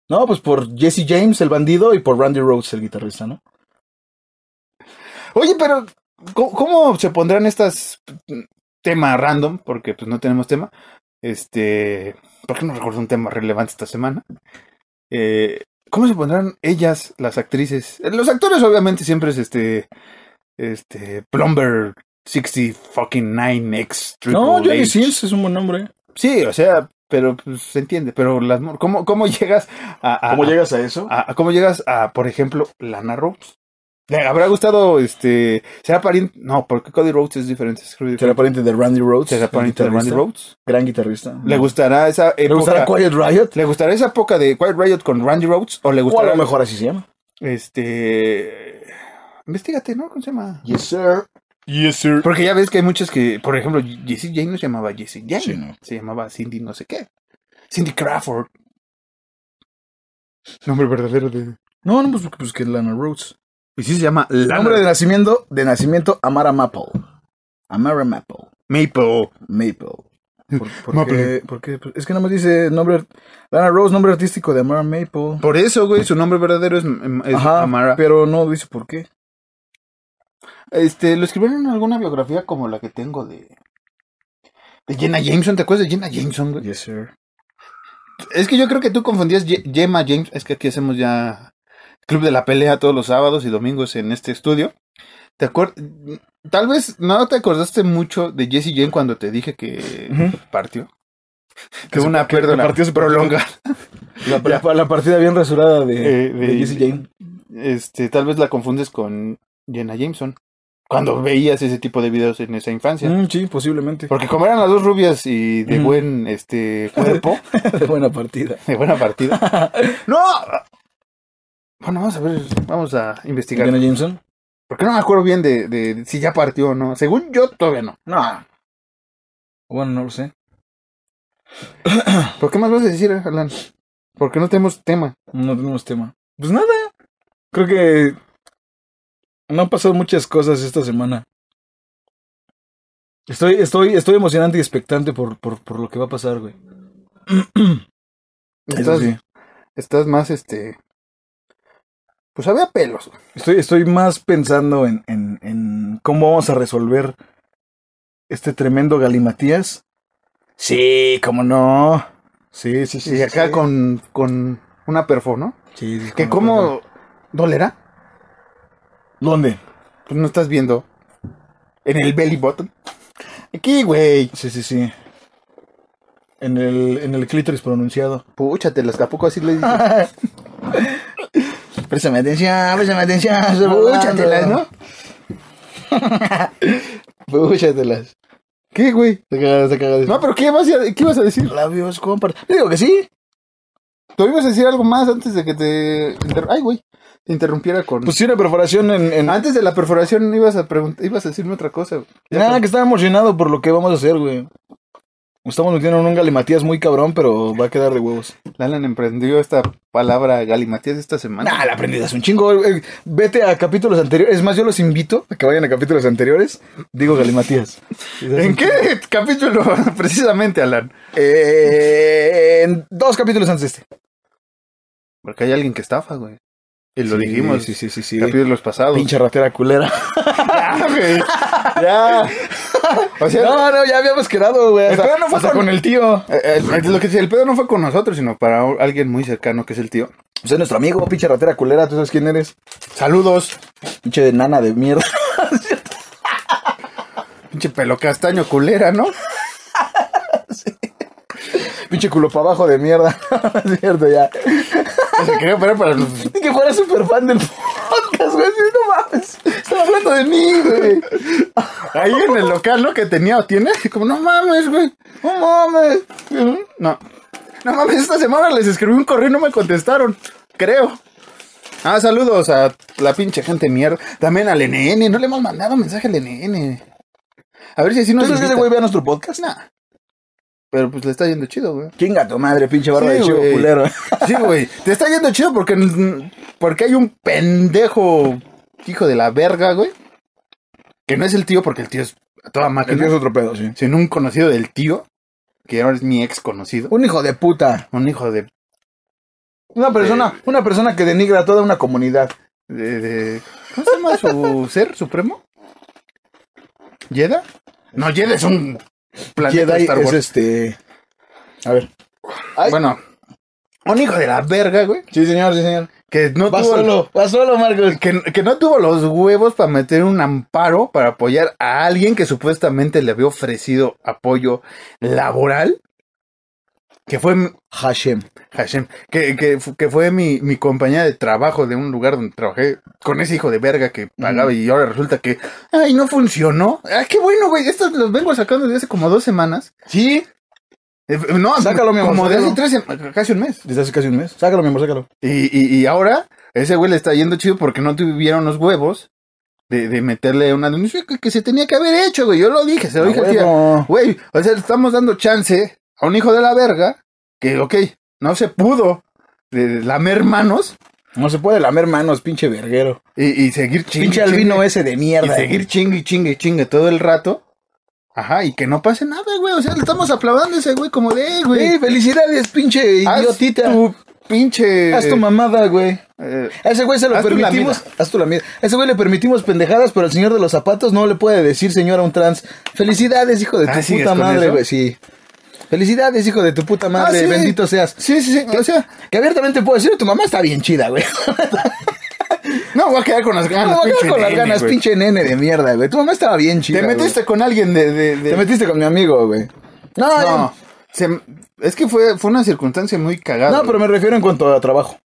[SPEAKER 1] No, pues por Jesse James, el bandido, y por Randy Rhodes, el guitarrista, ¿no?
[SPEAKER 2] Oye, pero, ¿cómo, cómo se pondrán estas tema random? Porque pues no tenemos tema. Este, ¿por qué no recuerdo un tema relevante esta semana? Eh, ¿Cómo se pondrán ellas, las actrices? Eh, Los actores obviamente siempre es este, este, Plumber 60 fucking 9X.
[SPEAKER 1] No,
[SPEAKER 2] Triple
[SPEAKER 1] Johnny
[SPEAKER 2] H.
[SPEAKER 1] Sins es un buen nombre.
[SPEAKER 2] Sí, o sea, pero pues, se entiende. Pero las mor- ¿cómo, cómo llegas a, a-
[SPEAKER 1] llegas a eso?
[SPEAKER 2] a- a- cómo llegas a, por ejemplo, Lana Rhodes? ¿Le habrá gustado este será pariente? No, porque Cody Rhodes es diferente. es muy
[SPEAKER 1] Será
[SPEAKER 2] diferente.
[SPEAKER 1] pariente de Randy Rhodes.
[SPEAKER 2] ¿Será
[SPEAKER 1] el
[SPEAKER 2] pariente de Randy
[SPEAKER 1] guitarrista,
[SPEAKER 2] Rhodes?
[SPEAKER 1] Gran guitarrista.
[SPEAKER 2] ¿Le gustará esa época?
[SPEAKER 1] ¿Le gustará Quiet Riot?
[SPEAKER 2] ¿Le gustará esa época de Quiet Riot con Randy Rhodes o
[SPEAKER 1] O
[SPEAKER 2] le
[SPEAKER 1] a
[SPEAKER 2] gustará
[SPEAKER 1] lo mejor así se llama.
[SPEAKER 2] este Investígate, ¿no? ¿Cómo se llama?
[SPEAKER 1] Yes, sir. Yes, sir.
[SPEAKER 2] Porque ya ves que hay muchas que, por ejemplo, Jessie Jane no se llamaba Jessie Jane,
[SPEAKER 1] Sí, no.
[SPEAKER 2] se llamaba Cindy no sé qué. Cindy Crawford. Nombre verdadero de.
[SPEAKER 1] No, no, pues, pues que Lana Rhodes.
[SPEAKER 2] Y sí se llama Lana
[SPEAKER 1] Nombre de nacimiento, de nacimiento, Amara Maple. Amara Maple.
[SPEAKER 2] Maple.
[SPEAKER 1] Maple. ¿Por, por
[SPEAKER 2] Maple.
[SPEAKER 1] qué? ¿Por qué? Pues Es que nada más dice nombre. Lana Rose, nombre artístico de Amara Maple.
[SPEAKER 2] Por eso, güey, su nombre verdadero es, em, es
[SPEAKER 1] Ajá,
[SPEAKER 2] Amara.
[SPEAKER 1] pero no dice por qué.
[SPEAKER 2] Este, lo escribieron en alguna biografía como la que tengo de. De Jenna Jameson, ¿te acuerdas de Jenna Jameson, güey?
[SPEAKER 1] Yes, sir.
[SPEAKER 2] Es que yo creo que tú confundías Ye- Gemma James. Es que aquí hacemos ya Club de la Pelea todos los sábados y domingos en este estudio. ¿Te acuer- Tal vez no te acordaste mucho de Jessie Jane cuando te dije que
[SPEAKER 1] Ujú.
[SPEAKER 2] partió. Que
[SPEAKER 1] Que se-
[SPEAKER 2] una
[SPEAKER 1] que- que
[SPEAKER 2] pérdida
[SPEAKER 1] partió se
[SPEAKER 2] prolonga.
[SPEAKER 1] La, la- la partida bien rasurada de,
[SPEAKER 2] Eh,
[SPEAKER 1] de
[SPEAKER 2] de-
[SPEAKER 1] Jesse Jane.
[SPEAKER 2] Este, tal vez la confundes con Jenna Jameson. Cuando veías ese tipo de videos en esa infancia.
[SPEAKER 1] Mm, sí, posiblemente.
[SPEAKER 2] Porque como eran las dos rubias y de
[SPEAKER 1] Ujú.
[SPEAKER 2] buen este cuerpo,
[SPEAKER 1] De buena partida.
[SPEAKER 2] de buena partida. ¡No! Bueno, vamos a ver, vamos a investigar.
[SPEAKER 1] Jenna Jameson.
[SPEAKER 2] Porque no me acuerdo bien de, de- de si ya partió o no. Según yo, todavía no.
[SPEAKER 1] No. Bueno, no lo sé.
[SPEAKER 2] ¿Por qué más vas a decir, Alan? Porque no tenemos tema.
[SPEAKER 1] No tenemos tema. Pues nada. Creo que No han pasado muchas cosas esta semana. Estoy, estoy, estoy emocionante y expectante por, por, por lo que va a pasar, güey. Eso
[SPEAKER 2] Estás,
[SPEAKER 1] sí.
[SPEAKER 2] estás más, este... Pues había pelos. güey.
[SPEAKER 1] Estoy, estoy más pensando en, en, en cómo vamos a resolver este tremendo galimatías. Sí, cómo no. Sí, sí, sí.
[SPEAKER 2] Y
[SPEAKER 1] sí,
[SPEAKER 2] acá
[SPEAKER 1] sí.
[SPEAKER 2] con, con una perfo, ¿no?
[SPEAKER 1] Sí, sí,
[SPEAKER 2] Que
[SPEAKER 1] cómo no,
[SPEAKER 2] como... ¿Dolera?
[SPEAKER 1] ¿Dónde?
[SPEAKER 2] Pues no estás viendo. En el belly button. Aquí, güey.
[SPEAKER 1] Sí, sí, sí. En el, en el clítoris pronunciado.
[SPEAKER 2] Púchatelas, ¿a poco así le
[SPEAKER 1] Ah,
[SPEAKER 2] dices?
[SPEAKER 1] Préstame atención, préstame atención. estoy
[SPEAKER 2] Púchatelas,
[SPEAKER 1] volando.
[SPEAKER 2] ¿no? Púchatelas. ¿Qué, güey?
[SPEAKER 1] Te cagas, te cagas.
[SPEAKER 2] No, pero ¿qué, vas a- ¿qué ibas a decir?
[SPEAKER 1] labios compartidos. Digo que sí.
[SPEAKER 2] Tú ibas a decir algo más antes de que te... inter- Ay, güey. Te interrumpiera con...
[SPEAKER 1] Pues sí, una perforación en... en-
[SPEAKER 2] Antes de la perforación ibas a preguntar, ibas a decirme otra cosa. güey. Ya,
[SPEAKER 1] Nada,
[SPEAKER 2] pero-
[SPEAKER 1] que estaba emocionado por lo que vamos a hacer, güey. Estamos metiendo en un galimatías muy cabrón, pero va a quedar de huevos.
[SPEAKER 2] Alan emprendió esta palabra galimatías esta semana.
[SPEAKER 1] Nah, la aprendida es un chingo. eh, Vete a capítulos anteriores. Es más, yo los invito a que vayan a capítulos anteriores. Digo galimatías.
[SPEAKER 2] ¿En qué capítulo precisamente, Alan?
[SPEAKER 1] Eh, en dos capítulos antes de este.
[SPEAKER 2] Porque hay alguien que estafa, güey. Y lo
[SPEAKER 1] Sí,
[SPEAKER 2] dijimos.
[SPEAKER 1] Sí, sí, sí, sí.
[SPEAKER 2] Capítulos pasados.
[SPEAKER 1] Pinche ratera culera.
[SPEAKER 2] Ya, güey. Ya. O sea,
[SPEAKER 1] No, no, ya habíamos quedado, güey.
[SPEAKER 2] El
[SPEAKER 1] Hasta,
[SPEAKER 2] pedo no fue
[SPEAKER 1] hasta
[SPEAKER 2] con-
[SPEAKER 1] con el tío.
[SPEAKER 2] eh, eh, lo que decía, el pedo no fue con nosotros, sino para un- alguien muy cercano que es el tío.
[SPEAKER 1] Usted es nuestro amigo, pinche ratera culera. ¿Tú sabes quién eres?
[SPEAKER 2] Saludos.
[SPEAKER 1] Pinche de nana de mierda.
[SPEAKER 2] Pinche pelo castaño culera, ¿no?
[SPEAKER 1] Pinche culo para abajo de mierda. es cierto, ya.
[SPEAKER 2] Se quería parar para los
[SPEAKER 1] Y que fuera súper fan del podcast, güey. Sí, No mames.
[SPEAKER 2] Estaba hablando de mí, güey. Ahí en el local, ¿no? Que tenía o tiene. Como, no mames, güey. No mames. No. No mames, esta semana les escribí un correo y no me contestaron. Creo. Ah, saludos a la pinche gente mierda. También al NN. No le hemos mandado mensaje al NN. A ver si así nos
[SPEAKER 1] ¿Entonces ese
[SPEAKER 2] invita.
[SPEAKER 1] güey ve a nuestro podcast?
[SPEAKER 2] Nah. Pero pues le está yendo chido, güey.
[SPEAKER 1] Chinga tu madre, pinche barba
[SPEAKER 2] Sí,
[SPEAKER 1] de chivo
[SPEAKER 2] güey.
[SPEAKER 1] culero.
[SPEAKER 2] Sí, güey. Te está yendo chido porque, porque hay un pendejo hijo de la verga, güey. Que no es el tío porque el tío es a toda máquina.
[SPEAKER 1] es otro pedo, sí.
[SPEAKER 2] Sino un conocido del tío, que ahora es mi ex conocido.
[SPEAKER 1] Un hijo de puta.
[SPEAKER 2] Un hijo de...
[SPEAKER 1] Una persona, una persona que denigra a toda una comunidad.
[SPEAKER 2] de- de- ¿Cómo se llama su ser supremo? ¿Yeda? No, Yeda es un planeta de
[SPEAKER 1] Jedi
[SPEAKER 2] Star Wars.
[SPEAKER 1] es este. A ver. Ay.
[SPEAKER 2] Bueno, un hijo de la verga, güey.
[SPEAKER 1] Sí, señor, sí, señor.
[SPEAKER 2] Que no
[SPEAKER 1] Va
[SPEAKER 2] tuvo...
[SPEAKER 1] solo, va solo, Marcos.
[SPEAKER 2] que, que no tuvo los huevos para meter un amparo para apoyar a alguien que supuestamente le había ofrecido apoyo laboral, que fue mi-
[SPEAKER 1] Hashem.
[SPEAKER 2] Hashem, que, que fu- que fue mi, mi compañía de trabajo de un lugar donde trabajé con ese hijo de verga que pagaba y ahora resulta que, ay, no funcionó. Ay, qué bueno, güey, estos los vengo sacando desde hace como dos semanas.
[SPEAKER 1] Sí.
[SPEAKER 2] Eh, No,
[SPEAKER 1] Sácalo, mi amor,
[SPEAKER 2] como de hace
[SPEAKER 1] sácalo.
[SPEAKER 2] tres, sem- casi un mes.
[SPEAKER 1] Desde hace casi un mes. Sácalo, mi amor, sácalo.
[SPEAKER 2] Y, y, y ahora, ese güey le está yendo chido porque no tuvieron los huevos de, de meterle una denuncia que, que se tenía que haber hecho, güey. Yo lo dije, se lo dije al tío.
[SPEAKER 1] Ah, huevo.
[SPEAKER 2] Güey, o sea, le estamos dando chance a un hijo de la verga que, ok, no se pudo de, de lamer manos
[SPEAKER 1] No se puede lamer manos, pinche verguero.
[SPEAKER 2] y, y seguir chingue.
[SPEAKER 1] pinche albino
[SPEAKER 2] chingue,
[SPEAKER 1] ese de
[SPEAKER 2] Y
[SPEAKER 1] mierda.
[SPEAKER 2] seguir chingue, chingue, chingue todo el rato. Ajá, y que no pase nada, güey. O sea, le estamos aplaudiendo a ese güey como de, "Eh, güey.
[SPEAKER 1] Sí, felicidades, pinche
[SPEAKER 2] haz
[SPEAKER 1] idiotita.
[SPEAKER 2] tu pinche.
[SPEAKER 1] Haz tu mamada, güey.
[SPEAKER 2] eh,
[SPEAKER 1] A ese güey se lo
[SPEAKER 2] Haz tú la
[SPEAKER 1] permitimos. Haz tú la mierda. A ese güey le permitimos pendejadas, pero al señor de los zapatos no le puede decir señor a un trans. Felicidades, hijo de tu
[SPEAKER 2] Ah, ¿sigues
[SPEAKER 1] puta
[SPEAKER 2] con
[SPEAKER 1] madre,
[SPEAKER 2] eso? Ah,
[SPEAKER 1] güey. Sí. Felicidades, hijo de tu puta madre.
[SPEAKER 2] sí.
[SPEAKER 1] Bendito seas. Ah,
[SPEAKER 2] sí, sí, sí. O sea,
[SPEAKER 1] Que abiertamente puedo decir, tu mamá está bien chida, güey.
[SPEAKER 2] No, voy a quedar con las ganas.
[SPEAKER 1] No, voy a
[SPEAKER 2] Ah, pinche
[SPEAKER 1] quedar con las
[SPEAKER 2] nene,
[SPEAKER 1] ganas,
[SPEAKER 2] güey.
[SPEAKER 1] pinche nene de mierda, güey. Tu mamá estaba bien chida.
[SPEAKER 2] Te
[SPEAKER 1] güey.
[SPEAKER 2] metiste con alguien de. de- de-
[SPEAKER 1] Te metiste con mi amigo, güey. No,
[SPEAKER 2] No.
[SPEAKER 1] no,
[SPEAKER 2] se- es que fue, fue una circunstancia muy cagada.
[SPEAKER 1] no, pero
[SPEAKER 2] güey.
[SPEAKER 1] me refiero en cuanto a trabajo.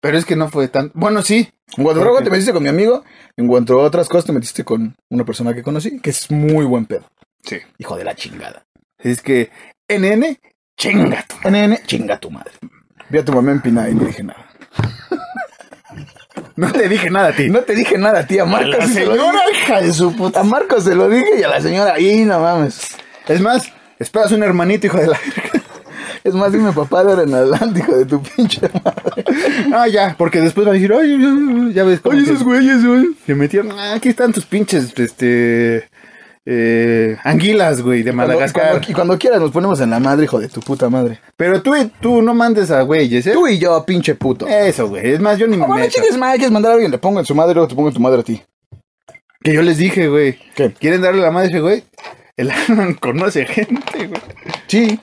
[SPEAKER 2] Pero es que no fue tan. Bueno, sí.
[SPEAKER 1] En cuanto a
[SPEAKER 2] ¿Por
[SPEAKER 1] trabajo
[SPEAKER 2] qué?
[SPEAKER 1] te metiste con mi amigo, en cuanto a otras cosas te metiste con una persona que conocí, que es muy buen pedo.
[SPEAKER 2] Sí.
[SPEAKER 1] Hijo de la chingada.
[SPEAKER 2] Es que. NN, chinga tu madre.
[SPEAKER 1] NN, chinga tu madre. Vi a tu mamá empinada y no dije nada.
[SPEAKER 2] No te dije nada a ti.
[SPEAKER 1] No te dije nada, tía Marcos.
[SPEAKER 2] la
[SPEAKER 1] se lo
[SPEAKER 2] señora,
[SPEAKER 1] dije.
[SPEAKER 2] hija de su puta.
[SPEAKER 1] A Marcos se lo dije y a la señora, y no mames.
[SPEAKER 2] Es más, esperas un hermanito, hijo de la.
[SPEAKER 1] Es más, dime papá de ahora en adelante, hijo de tu pinche madre.
[SPEAKER 2] Ah, ya, porque después va a decir, oye, ya, ya ves. como
[SPEAKER 1] Oye,
[SPEAKER 2] que
[SPEAKER 1] esos güeyes, güey.
[SPEAKER 2] Se metieron, ah, aquí están tus pinches, este. eh, anguilas, güey, de
[SPEAKER 1] Cuando-
[SPEAKER 2] Madagascar.
[SPEAKER 1] cuando- y cuando quieras nos ponemos en la madre, hijo de tu puta madre.
[SPEAKER 2] Pero tú, y- tú no mandes a güeyes, ¿eh?
[SPEAKER 1] Tú y yo, pinche puto.
[SPEAKER 2] Eso, güey. Es más, yo ni me
[SPEAKER 1] Ah, bueno,
[SPEAKER 2] meto.
[SPEAKER 1] chingues, madre, quieres mandar a alguien, le pongo en su madre y luego te pongo en tu madre a ti.
[SPEAKER 2] Que yo les dije, güey.
[SPEAKER 1] ¿Qué?
[SPEAKER 2] ¿Quieren darle la madre a ese güey? El Alan conoce gente, güey.
[SPEAKER 1] Sí.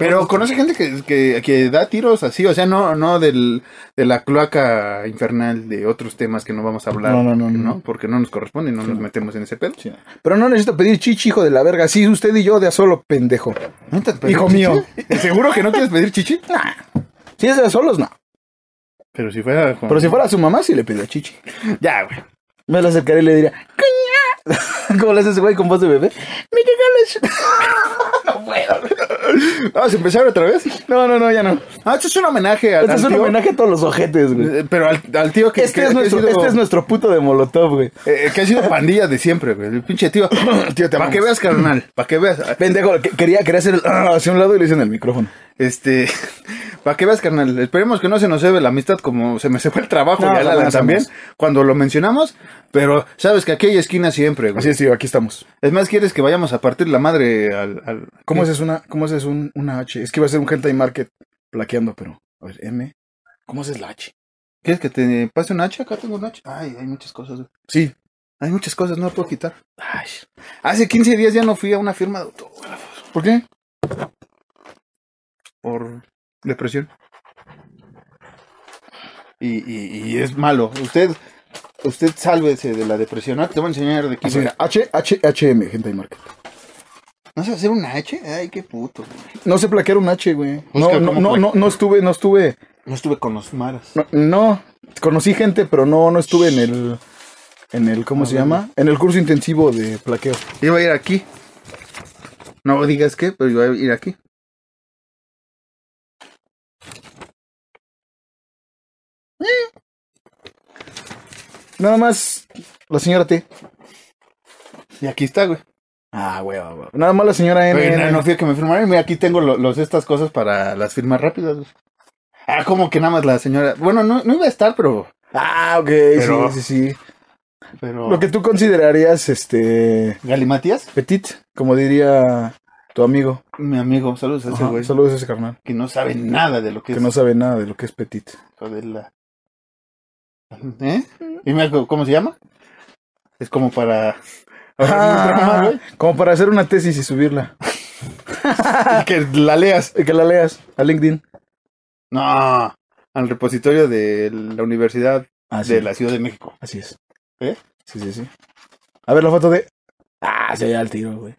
[SPEAKER 2] Pero conoce gente que, que, que da tiros así, o sea, no, no del, de la cloaca infernal de otros temas que no vamos a hablar.
[SPEAKER 1] No, no, no,
[SPEAKER 2] porque
[SPEAKER 1] no.
[SPEAKER 2] Porque no nos corresponde y no nos metemos en ese pedo.
[SPEAKER 1] Sí. Pero no necesito pedir chichi, hijo de la verga. Sí, usted y yo de a solo, pendejo.
[SPEAKER 2] ¿Hijo mío? ¿Seguro que no quieres pedir chichi?
[SPEAKER 1] Si es de a solos, no.
[SPEAKER 2] Pero si fuera con-
[SPEAKER 1] Pero si fuera su mamá, sí le pediría chichi.
[SPEAKER 2] Ya, güey.
[SPEAKER 1] Me la acercaré y le diría, "Cuñá". ¿Cómo le hace ese güey con voz de bebé? ¡Me regalas! no puedo.
[SPEAKER 2] ¿Vamos a empezar otra vez?
[SPEAKER 1] No, no, no, ya no.
[SPEAKER 2] Ah, esto es un homenaje al,
[SPEAKER 1] Este
[SPEAKER 2] al
[SPEAKER 1] es un
[SPEAKER 2] tío.
[SPEAKER 1] homenaje a todos los ojetes, güey.
[SPEAKER 2] Eh, Pero al, al tío que, que-
[SPEAKER 1] Este es,
[SPEAKER 2] que
[SPEAKER 1] nuestro,
[SPEAKER 2] ha sido,
[SPEAKER 1] este es nuestro puto de Molotov, güey.
[SPEAKER 2] eh, que ha sido pandilla de siempre, güey. El pinche tío.
[SPEAKER 1] Tío, te
[SPEAKER 2] Para
[SPEAKER 1] amamos.
[SPEAKER 2] que veas, carnal. Para que veas.
[SPEAKER 1] Pendejo, que- quería, quería hacer el "Ah", hacia un lado y le hice en el micrófono.
[SPEAKER 2] Este, para que veas, carnal, esperemos que no se nos lleve la amistad como se me se fue el trabajo
[SPEAKER 1] No,
[SPEAKER 2] y al
[SPEAKER 1] jamás,
[SPEAKER 2] Alan
[SPEAKER 1] jamás.
[SPEAKER 2] también, cuando lo mencionamos, pero sabes que aquí hay esquina siempre, güey.
[SPEAKER 1] Así es, tío, aquí estamos.
[SPEAKER 2] Es más, quieres que vayamos a partir la madre al... al-
[SPEAKER 1] ¿Cómo es una, cómo haces un, una H? Es que iba a ser un hentai market plaqueando, pero. A ver, M. ¿Cómo haces la H?
[SPEAKER 2] ¿Quieres que te pase un hacha? Acá tengo un hacha. Ay, hay muchas cosas, güey.
[SPEAKER 1] Sí. Ah,
[SPEAKER 2] Hay muchas cosas, no la puedo quitar.
[SPEAKER 1] Ay.
[SPEAKER 2] Hace 15 días ya no fui a una firma de autógrafos
[SPEAKER 1] ¿Por qué?
[SPEAKER 2] por depresión. Y, y- y es malo. Usted, usted sálvese de la depresión. Ah, te voy a enseñar de qué
[SPEAKER 1] Así
[SPEAKER 2] va.
[SPEAKER 1] Pues mira, H, H, HM, hentai market.
[SPEAKER 2] ¿No sé hacer una H? Ay, qué puto. güey.
[SPEAKER 1] No sé plaquear un H, güey. No,
[SPEAKER 2] Busca
[SPEAKER 1] no,
[SPEAKER 2] cómo
[SPEAKER 1] no,
[SPEAKER 2] plaque-
[SPEAKER 1] no, no estuve, no estuve.
[SPEAKER 2] No estuve con los maras.
[SPEAKER 1] No, no. conocí gente, pero no, no estuve en el. En el, ¿cómo se llama? En el curso intensivo de plaqueo.
[SPEAKER 2] Iba a ir aquí. No digas qué, pero iba a ir aquí.
[SPEAKER 1] Nada más la señora T.
[SPEAKER 2] Y aquí está, güey.
[SPEAKER 1] Ah, güey, güey, güey. Nada más la señora N.
[SPEAKER 2] Pero no,
[SPEAKER 1] N.
[SPEAKER 2] no fui a que me firmaran. Mira, aquí tengo lo- los, estas cosas para las firmas rápidas. güey. Ah, como que nada más la señora. Bueno, no, no iba a estar, pero.
[SPEAKER 1] Ah, ok,
[SPEAKER 2] Pero-
[SPEAKER 1] sí, sí, sí.
[SPEAKER 2] pero...
[SPEAKER 1] Lo que tú considerarías, este.
[SPEAKER 2] Galimatías,
[SPEAKER 1] Petit, como diría tu amigo.
[SPEAKER 2] mi amigo, saludos a ese
[SPEAKER 1] Ajá,
[SPEAKER 2] güey.
[SPEAKER 1] Saludos a ese carnal.
[SPEAKER 2] Que no sabe nada de lo que,
[SPEAKER 1] Que
[SPEAKER 2] es.
[SPEAKER 1] no sabe nada de lo que es Petit.
[SPEAKER 2] hijo de la- ¿Eh? Y mira, ¿cómo se llama? Es como para.
[SPEAKER 1] Ah,
[SPEAKER 2] Drama, güey.
[SPEAKER 1] como para hacer una tesis y subirla.
[SPEAKER 2] Y que la leas.
[SPEAKER 1] Y Que la leas a LinkedIn.
[SPEAKER 2] No, al repositorio de la Universidad
[SPEAKER 1] Así,
[SPEAKER 2] de la Ciudad de México.
[SPEAKER 1] Ah, así es.
[SPEAKER 2] ¿Eh?
[SPEAKER 1] Sí, sí, sí. A ver la foto de. Ah, se ya el tiro, güey.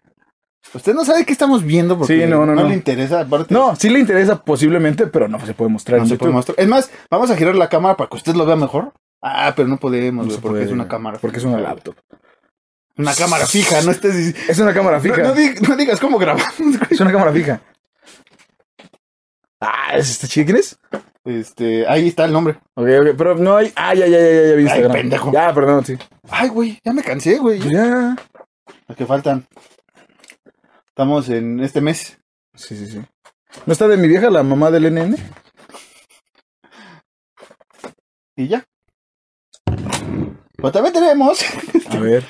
[SPEAKER 2] Usted no sabe qué estamos viendo porque
[SPEAKER 1] Sí, no, no, no.
[SPEAKER 2] le interesa. Aparte,
[SPEAKER 1] No, sí le interesa posiblemente, pero no se puede mostrar.
[SPEAKER 2] no
[SPEAKER 1] en
[SPEAKER 2] se puede
[SPEAKER 1] YouTube.
[SPEAKER 2] mostrar. Es más, vamos a girar la cámara para que usted lo vea mejor. Ah, pero no
[SPEAKER 1] No
[SPEAKER 2] podemos, güey,
[SPEAKER 1] se
[SPEAKER 2] porque
[SPEAKER 1] puede,
[SPEAKER 2] es una
[SPEAKER 1] güey,
[SPEAKER 2] cámara.
[SPEAKER 1] Porque es una
[SPEAKER 2] fija.
[SPEAKER 1] laptop.
[SPEAKER 2] Una cámara fija, no estés dic-
[SPEAKER 1] Es una cámara
[SPEAKER 2] No,
[SPEAKER 1] fija.
[SPEAKER 2] no dig- no digas cómo grabamos,
[SPEAKER 1] Es una cámara fija. Ah, ¿es este chido? ¿Quién es?
[SPEAKER 2] güey. Este, ahí está el nombre.
[SPEAKER 1] Ok, ok, pero no hay. Ah, ya, ya, ya, ya, ya vi
[SPEAKER 2] Ay,
[SPEAKER 1] Instagram.
[SPEAKER 2] pendejo.
[SPEAKER 1] Ya, perdón, sí.
[SPEAKER 2] Ay, güey, ya me cansé, güey.
[SPEAKER 1] Pues ya.
[SPEAKER 2] Los que faltan. Estamos en este mes.
[SPEAKER 1] Sí, sí, sí. ¿No está de mi vieja la mamá del NN?
[SPEAKER 2] Y ya. Pero también tenemos.
[SPEAKER 1] A ver.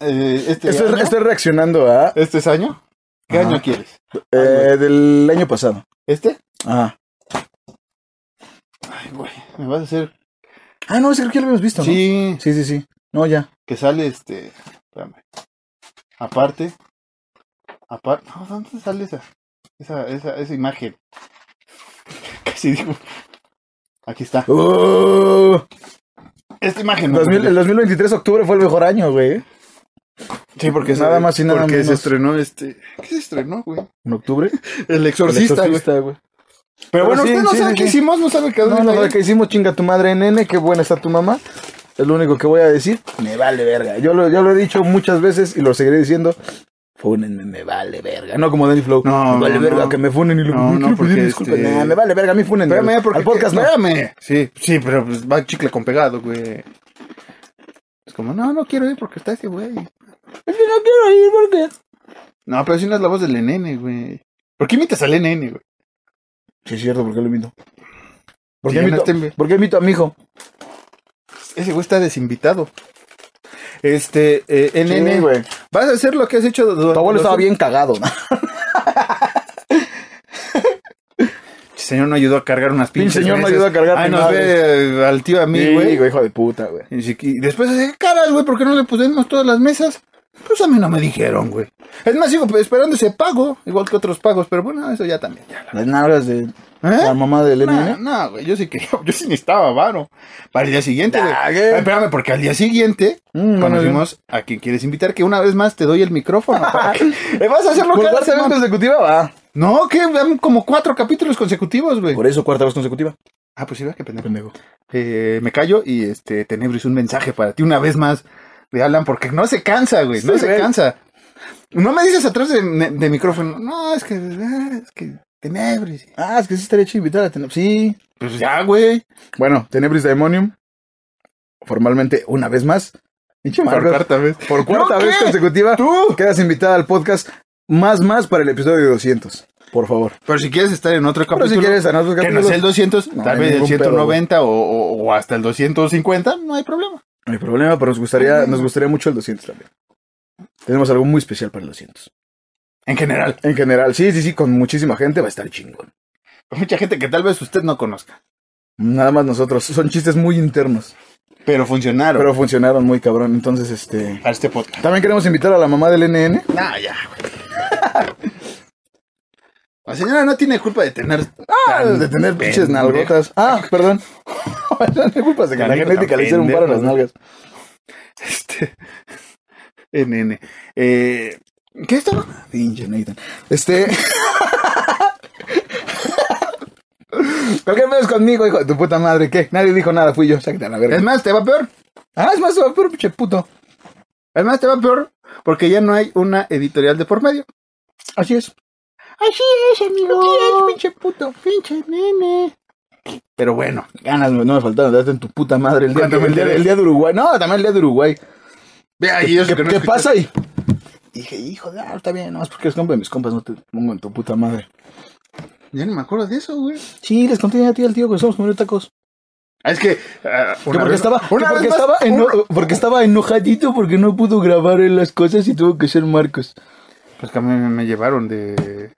[SPEAKER 2] eh, este
[SPEAKER 1] Estoy,
[SPEAKER 2] año.
[SPEAKER 1] estoy reaccionando a.
[SPEAKER 2] ¿Este es año? ¿Qué
[SPEAKER 1] Ajá.
[SPEAKER 2] año quieres?
[SPEAKER 1] eh, del año pasado.
[SPEAKER 2] ¿Este?
[SPEAKER 1] Ah.
[SPEAKER 2] Ay, güey, me vas a hacer.
[SPEAKER 1] Ah, no, ese creo que ya lo habíamos visto, ¿no?
[SPEAKER 2] Sí,
[SPEAKER 1] Sí, sí, sí. No, ya.
[SPEAKER 2] que sale este. Espérame. Aparte. Aparte. No, ¿dónde sale esa? Esa, esa, esa imagen. Casi digo. Aquí está.
[SPEAKER 1] Uh,
[SPEAKER 2] Esta imagen. ¿no?
[SPEAKER 1] 2000 el 2023 octubre fue el mejor año, güey.
[SPEAKER 2] Sí, porque se-
[SPEAKER 1] Nada más y nada
[SPEAKER 2] porque se
[SPEAKER 1] menos.
[SPEAKER 2] estrenó este. ¿Qué se estrenó, güey?
[SPEAKER 1] ¿En octubre?
[SPEAKER 2] El exorcista,
[SPEAKER 1] El
[SPEAKER 2] güey.
[SPEAKER 1] exorcista, güey.
[SPEAKER 2] Pero bueno,
[SPEAKER 1] Pero sí,
[SPEAKER 2] usted no
[SPEAKER 1] sí,
[SPEAKER 2] sabe
[SPEAKER 1] sí,
[SPEAKER 2] qué
[SPEAKER 1] sí.
[SPEAKER 2] hicimos, no sabe qué
[SPEAKER 1] No,
[SPEAKER 2] dónde
[SPEAKER 1] la verdad
[SPEAKER 2] está
[SPEAKER 1] que hicimos chinga tu madre, nene. Qué buena está tu mamá. Es lo único que voy a decir. Me vale verga. Yo lo, yo lo he dicho muchas veces y lo seguiré diciendo. Fúnenme, me vale verga. No como Danny Flow.
[SPEAKER 2] No,
[SPEAKER 1] me vale
[SPEAKER 2] no,
[SPEAKER 1] verga
[SPEAKER 2] no.
[SPEAKER 1] que me funen y lo
[SPEAKER 2] No,
[SPEAKER 1] no,
[SPEAKER 2] no, porque,
[SPEAKER 1] disculpen.
[SPEAKER 2] este-
[SPEAKER 1] Nah, me vale verga, a mí funen.
[SPEAKER 2] Espérame,
[SPEAKER 1] al,
[SPEAKER 2] porque
[SPEAKER 1] al podcast no.
[SPEAKER 2] espérame. Sí, sí, pero pues va chicle con pegado, güey. Es como, no, no quiero ir porque está ese güey.
[SPEAKER 1] Es que no quiero ir porque...
[SPEAKER 2] No, pero si no es la voz del nene, güey. ¿Por qué imitas al NN, güey?
[SPEAKER 1] Sí, es cierto, ¿por qué lo invito? ¿Por
[SPEAKER 2] Si
[SPEAKER 1] qué, invito,
[SPEAKER 2] ganaste en-
[SPEAKER 1] por qué invito a mi hijo?
[SPEAKER 2] Ese güey está desinvitado. Este, eh, NN,
[SPEAKER 1] Sí, güey.
[SPEAKER 2] vas a hacer lo que has hecho durante...
[SPEAKER 1] Tu abuelo
[SPEAKER 2] los-
[SPEAKER 1] estaba bien cagado.
[SPEAKER 2] Señor no ayudó a cargar unas
[SPEAKER 1] Pinche
[SPEAKER 2] pinches
[SPEAKER 1] señor no
[SPEAKER 2] mesas.
[SPEAKER 1] ayudó a cargar
[SPEAKER 2] Ay, nos
[SPEAKER 1] penales.
[SPEAKER 2] ve eh, al tío a mí,
[SPEAKER 1] Sí,
[SPEAKER 2] güey.
[SPEAKER 1] hijo de puta, güey.
[SPEAKER 2] Y si- y después hace caras, güey, ¿por qué no le pusimos todas las mesas? Pues a mí no me dijeron, güey. Es más, sigo esperando ese pago, igual que otros pagos, pero bueno, eso ya también. Ya.
[SPEAKER 1] Las nalgas de la
[SPEAKER 2] ¿Eh?
[SPEAKER 1] mamá del
[SPEAKER 2] No,
[SPEAKER 1] NN.
[SPEAKER 2] no, güey, yo sí quería, yo sí necesitaba varo. Para el día siguiente, güey.
[SPEAKER 1] Nah, ¿qué?
[SPEAKER 2] Ay, Espérame, porque al día siguiente
[SPEAKER 1] Mm, bueno,
[SPEAKER 2] conocimos a quien quieres invitar, que una vez más te doy el micrófono. para que- Eh, ¿Vas a hacerlo
[SPEAKER 1] ¿Por
[SPEAKER 2] cada
[SPEAKER 1] cuarta vez
[SPEAKER 2] semana?
[SPEAKER 1] consecutiva va?
[SPEAKER 2] No, que dan como cuatro capítulos consecutivos, güey.
[SPEAKER 1] Por eso, cuarta vez consecutiva.
[SPEAKER 2] Ah, pues sí, va, qué pendejo.
[SPEAKER 1] Pendejo.
[SPEAKER 2] Eh, me callo y este Tenebris un mensaje para ti una vez más de Alan porque no se cansa, güey, no
[SPEAKER 1] Sí,
[SPEAKER 2] se
[SPEAKER 1] güey.
[SPEAKER 2] cansa. No me dices atrás de, de micrófono, no, es que ah, es que Tenebris.
[SPEAKER 1] Ah, es que sí estaría chido invitar a Tenebris. Sí.
[SPEAKER 2] Pues ya, güey.
[SPEAKER 1] Bueno, Tenebris Daemonium. Formalmente, una vez más. Pinche Marcos,
[SPEAKER 2] vez.
[SPEAKER 1] Por cuarta
[SPEAKER 2] ¿No
[SPEAKER 1] vez
[SPEAKER 2] qué?
[SPEAKER 1] consecutiva.
[SPEAKER 2] Tú.
[SPEAKER 1] Quedas invitada al podcast más más para el episodio 200. Por favor.
[SPEAKER 2] Pero si quieres estar en otro
[SPEAKER 1] Pero
[SPEAKER 2] capítulo,
[SPEAKER 1] si quieres, a nosotros
[SPEAKER 2] que no sea el 200,
[SPEAKER 1] No,
[SPEAKER 2] tal
[SPEAKER 1] no hay
[SPEAKER 2] vez el
[SPEAKER 1] ningún pedo,
[SPEAKER 2] 190 o, o- o hasta el 250, no hay problema.
[SPEAKER 1] No hay problema, pero nos gustaría, nos gustaría mucho el 200 también. Tenemos algo muy especial para el 200.
[SPEAKER 2] En general,
[SPEAKER 1] En general, sí, sí, sí, con muchísima gente va a estar chingón.
[SPEAKER 2] mucha gente que tal vez usted no conozca,
[SPEAKER 1] Nada más nosotros. Son chistes muy internos,
[SPEAKER 2] pero funcionaron
[SPEAKER 1] pero funcionaron muy cabrón. Entonces, este.
[SPEAKER 2] para este podcast.
[SPEAKER 1] También queremos invitar a la mamá del NN.
[SPEAKER 2] Nah, ya, güey. La señora no tiene culpa de tener.
[SPEAKER 1] Ah, de tener pinches
[SPEAKER 2] pendejo.
[SPEAKER 1] nalgotas. Ah, perdón. no hay culpa de que la
[SPEAKER 2] Tan
[SPEAKER 1] genética le hicieron un paro a las
[SPEAKER 2] pendejo.
[SPEAKER 1] nalgas.
[SPEAKER 2] Este. NN. Eh, ¿Qué estaba?
[SPEAKER 1] Pinche Nathan. Este. Cualquier vez conmigo, hijo de tu puta madre, ¿qué? Nadie dijo nada, fui yo, sáquete a la verga.
[SPEAKER 2] Es más, te va peor.
[SPEAKER 1] Ah, es más, se va, pero pinche puto.
[SPEAKER 2] Es más, te va peor porque ya no hay una editorial de por medio.
[SPEAKER 1] Así es.
[SPEAKER 2] Así es, amigo.
[SPEAKER 1] pinche puto.
[SPEAKER 2] pinche nene. Pero bueno,
[SPEAKER 1] Ganas no me faltaron, date en tu puta madre el día,
[SPEAKER 2] ¿Cuánto me
[SPEAKER 1] el, día,
[SPEAKER 2] debes?
[SPEAKER 1] el día de Uruguay. No, también el día de Uruguay.
[SPEAKER 2] ve ahí
[SPEAKER 1] ¿Qué,
[SPEAKER 2] eso que no
[SPEAKER 1] qué
[SPEAKER 2] escuché.
[SPEAKER 1] pasa ahí? Y dije, hijo de, ah, está bien, no, es porque eres compa de mis compas, no te pongo en tu puta madre.
[SPEAKER 2] Ya no me acuerdo de eso, güey.
[SPEAKER 1] Sí, les conté a ti al tío que estamos comiendo tacos.
[SPEAKER 2] Ah, es que. ah,
[SPEAKER 1] Que
[SPEAKER 2] una
[SPEAKER 1] porque,
[SPEAKER 2] vez-
[SPEAKER 1] estaba, que
[SPEAKER 2] una
[SPEAKER 1] porque,
[SPEAKER 2] vez más,
[SPEAKER 1] estaba eno-
[SPEAKER 2] una-
[SPEAKER 1] porque estaba enojadito porque no pudo grabar en las cosas y tuvo que ser Marcos.
[SPEAKER 2] Pues que a mí me llevaron de.
[SPEAKER 1] De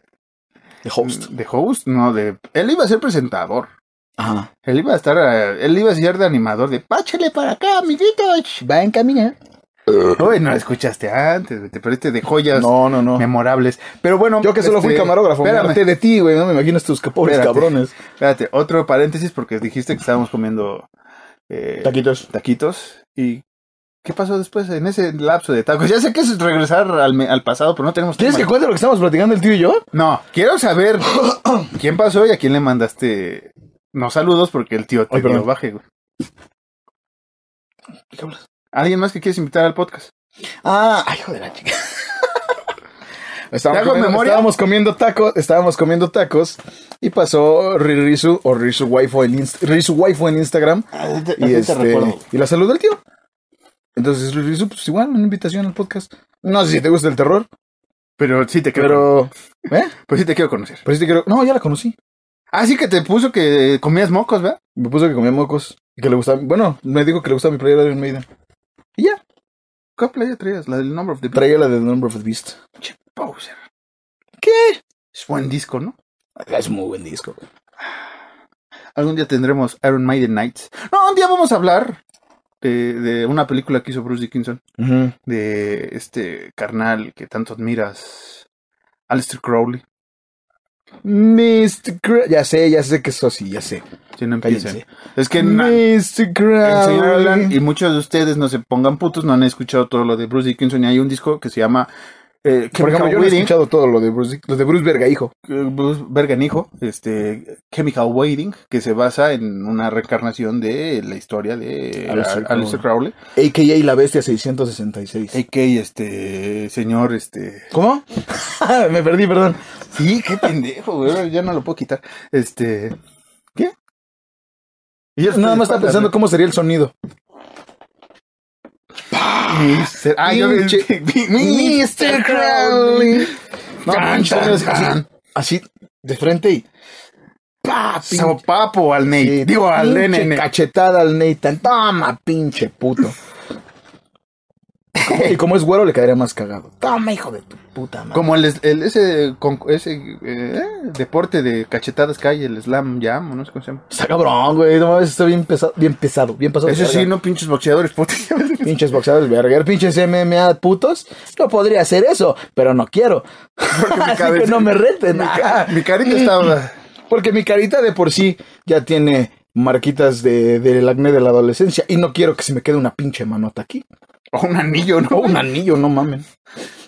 [SPEAKER 2] Mm, De host, no, de. Él iba a ser presentador.
[SPEAKER 1] Mm, Ajá.
[SPEAKER 2] Él iba a estar. eh, Él iba a ser de animador de. ¡Páchale para acá, amiguitos!
[SPEAKER 1] Va en camino.
[SPEAKER 2] Uy, no lo escuchaste antes, güey, te perdiste de joyas
[SPEAKER 1] No, no, no.
[SPEAKER 2] memorables. Pero bueno.
[SPEAKER 1] Yo que solo fui
[SPEAKER 2] este,
[SPEAKER 1] camarógrafo. Me
[SPEAKER 2] Espérame,
[SPEAKER 1] harté de ti, güey. No me imaginas tus ca- pobres
[SPEAKER 2] Espérate.
[SPEAKER 1] cabrones.
[SPEAKER 2] espérate, otro paréntesis porque dijiste que estábamos comiendo. eh,
[SPEAKER 1] Taquitos.
[SPEAKER 2] taquitos. ¿Y qué pasó después en ese lapso de tacos? Ya sé que es regresar al, me- al pasado, pero no tenemos
[SPEAKER 1] ¿Quieres que
[SPEAKER 2] tema.
[SPEAKER 1] cuente lo que estamos platicando el tío y yo?
[SPEAKER 2] No, quiero saber quién pasó y a quién le mandaste. No saludos porque el tío te
[SPEAKER 1] Ay, perdón.
[SPEAKER 2] dio baje, güey. ¿Alguien más que quieres invitar al podcast?
[SPEAKER 1] Ah, ay, hijo de la chica. Estábamos
[SPEAKER 2] ¿Te hago
[SPEAKER 1] comiendo,
[SPEAKER 2] memoria?
[SPEAKER 1] estábamos comiendo tacos, estábamos comiendo tacos y pasó Ririsu o Risu Waifu en, Inst- Risu Waifu en Instagram y, este, y la saludó el tío. Entonces Ririsu, pues igual, una invitación al podcast. No sé si te gusta el terror,
[SPEAKER 2] Pero sí te quiero.
[SPEAKER 1] pero... ¿Eh?
[SPEAKER 2] Pues sí te quiero conocer.
[SPEAKER 1] Pero sí te quiero... No, ya la conocí.
[SPEAKER 2] Ah, sí que te puso que comías mocos, ¿verdad?
[SPEAKER 1] Me puso que comía mocos y que le gustaba... Bueno, me dijo que le gustaba mi playera de Iron Maiden. Y ya,
[SPEAKER 2] ¿Qué playa traías? La del Number of the
[SPEAKER 1] traía la de The Number of the Beast.
[SPEAKER 2] Bowser.
[SPEAKER 1] ¿Qué?
[SPEAKER 2] Es buen disco, ¿no?
[SPEAKER 1] Es muy buen disco. güey.
[SPEAKER 2] Algún día tendremos Iron Maiden Nights. No, un día vamos a hablar de, de una película que hizo Bruce Dickinson. De este carnal que tanto admiras, Alistair Crowley.
[SPEAKER 1] Mr. Krabs. Ya sé, ya sé que eso sí, ya sé.
[SPEAKER 2] Si no empiecen.
[SPEAKER 1] Cállense.
[SPEAKER 2] Es que na-
[SPEAKER 1] Mr.
[SPEAKER 2] el
[SPEAKER 1] Krabs.
[SPEAKER 2] señor Alan y muchos de ustedes no se pongan putos, no han escuchado todo lo de Bruce Dickinson. Y hay un disco que se llama. eh,
[SPEAKER 1] Por ejemplo,
[SPEAKER 2] Chemical
[SPEAKER 1] yo no he
[SPEAKER 2] Wedding. eh,
[SPEAKER 1] escuchado todo lo de Bruce, lo de Bruce Verga, hijo.
[SPEAKER 2] Bruce Bergen hijo, este Chemical Waiting, que se basa en una reencarnación de la historia de
[SPEAKER 1] Aleister
[SPEAKER 2] Al- Aleister Crowley,
[SPEAKER 1] AKA La Bestia 666.
[SPEAKER 2] a.k.a. este señor, este...
[SPEAKER 1] ¿Cómo? Me perdí, perdón.
[SPEAKER 2] Sí, qué pendejo, güey, ya no lo puedo quitar. Este... ¿Qué? Y yo
[SPEAKER 1] Nada más estaba pensando cómo sería el sonido.
[SPEAKER 2] Ah, yo... Ah,
[SPEAKER 1] Pinche- Mr. Crowley. No,
[SPEAKER 2] Tan,
[SPEAKER 1] pinche
[SPEAKER 2] tan,
[SPEAKER 1] sonido así-
[SPEAKER 2] tan.
[SPEAKER 1] así de frente y. ¡Pah! Pin-
[SPEAKER 2] Sopapo al Nate.
[SPEAKER 1] sí,
[SPEAKER 2] Digo, al E.
[SPEAKER 1] pinche
[SPEAKER 2] nene.
[SPEAKER 1] Cachetada al Nathan. Toma, pinche puto. Y como es güero, le caería más cagado. Toma, hijo de tu puta madre.
[SPEAKER 2] Como el, es- el- ese, con- ese eh, deporte de cachetadas calle, el slam jam, o no sé cómo se llama.
[SPEAKER 1] Está cabrón, güey. No mames, está bien pesado, bien pesado, bien pasado. de
[SPEAKER 2] Eso sí,
[SPEAKER 1] verga.
[SPEAKER 2] no pinches boxeadores, puta.
[SPEAKER 1] Pinches boxeadores, verga. Pinches MMA putos. No podría hacer eso, pero no quiero.
[SPEAKER 2] mi
[SPEAKER 1] Así que
[SPEAKER 2] cabeza-
[SPEAKER 1] no me reten.
[SPEAKER 2] mi, ca- mi carita estaba...
[SPEAKER 1] Porque mi carita de por sí ya tiene marquitas de, del acné de la adolescencia y no quiero que se me quede una pinche manota aquí.
[SPEAKER 2] O un anillo, ¿no?
[SPEAKER 1] O un anillo, no mamen.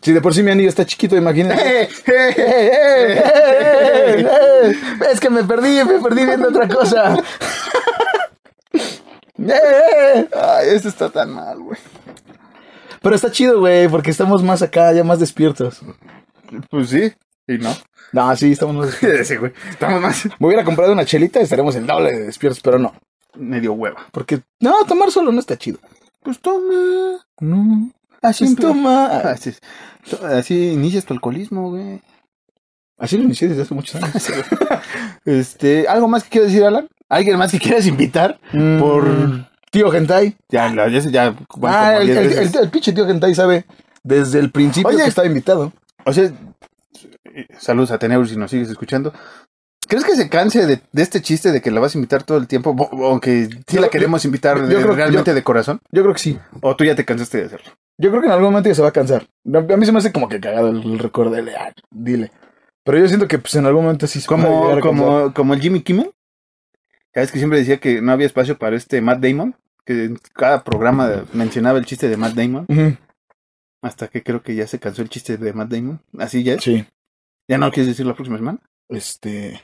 [SPEAKER 1] Si de por sí mi anillo está chiquito, imagínate.
[SPEAKER 2] Eh, eh,
[SPEAKER 1] ¡Eh,
[SPEAKER 2] eh.
[SPEAKER 1] eh, eh, eh! Es que me perdí, me perdí viendo otra cosa. ¡Eh, eh!
[SPEAKER 2] Ay, esto está tan mal, güey.
[SPEAKER 1] Pero está chido, güey, porque estamos más acá, ya más despiertos.
[SPEAKER 2] Pues sí, y no.
[SPEAKER 1] No, sí, estamos más despiertos.
[SPEAKER 2] Sí, güey. Estamos más
[SPEAKER 1] Me hubiera comprado una chelita, estaremos el doble de despiertos, pero no.
[SPEAKER 2] medio hueva.
[SPEAKER 1] Porque, no, tomar solo no está chido.
[SPEAKER 2] Pues toma.
[SPEAKER 1] No.
[SPEAKER 2] Así
[SPEAKER 1] Pues
[SPEAKER 2] empe-
[SPEAKER 1] toma.
[SPEAKER 2] Así, es. To- así inicias tu alcoholismo, güey.
[SPEAKER 1] Así lo inicié desde hace muchos años.
[SPEAKER 2] Este, ¿algo más que quieras decir, Alan? ¿Alguien más que quieras invitar?
[SPEAKER 1] Por tío Gentai.
[SPEAKER 2] Ya, la- ya, se- ya. van
[SPEAKER 1] Ah,
[SPEAKER 2] como
[SPEAKER 1] el,
[SPEAKER 2] diez
[SPEAKER 1] el-
[SPEAKER 2] veces.
[SPEAKER 1] el- el pinche tío Gentai sabe desde el principio
[SPEAKER 2] Oye.
[SPEAKER 1] que estaba invitado.
[SPEAKER 2] O sea, eh, saludos a Teneur si nos sigues escuchando. ¿Crees que se canse de, de este chiste de que la vas a invitar todo el tiempo? Bo- Aunque sí
[SPEAKER 1] Yo-
[SPEAKER 2] la
[SPEAKER 1] yo-
[SPEAKER 2] queremos invitar
[SPEAKER 1] yo
[SPEAKER 2] de-
[SPEAKER 1] creo que
[SPEAKER 2] realmente de corazón.
[SPEAKER 1] Yo creo que sí.
[SPEAKER 2] ¿O tú ya te cansaste de hacerlo?
[SPEAKER 1] Yo creo que en algún momento ya se va a cansar. A a mí se me hace como que cagado el recordarle, ah, dile. Pero yo siento que pues en algún momento sí se puede llegar
[SPEAKER 2] Como,
[SPEAKER 1] a cansar.
[SPEAKER 2] como, como el Jimmy Kimmel. ¿Sabes que siempre decía que no había espacio para este Matt Damon? Que en cada programa mencionaba el chiste de Matt Damon.
[SPEAKER 1] Ujú,
[SPEAKER 2] Hasta que creo que ya se cansó el chiste de Matt Damon. Así ya es.
[SPEAKER 1] Sí.
[SPEAKER 2] ¿Ya no quieres decir la próxima semana?
[SPEAKER 1] Este.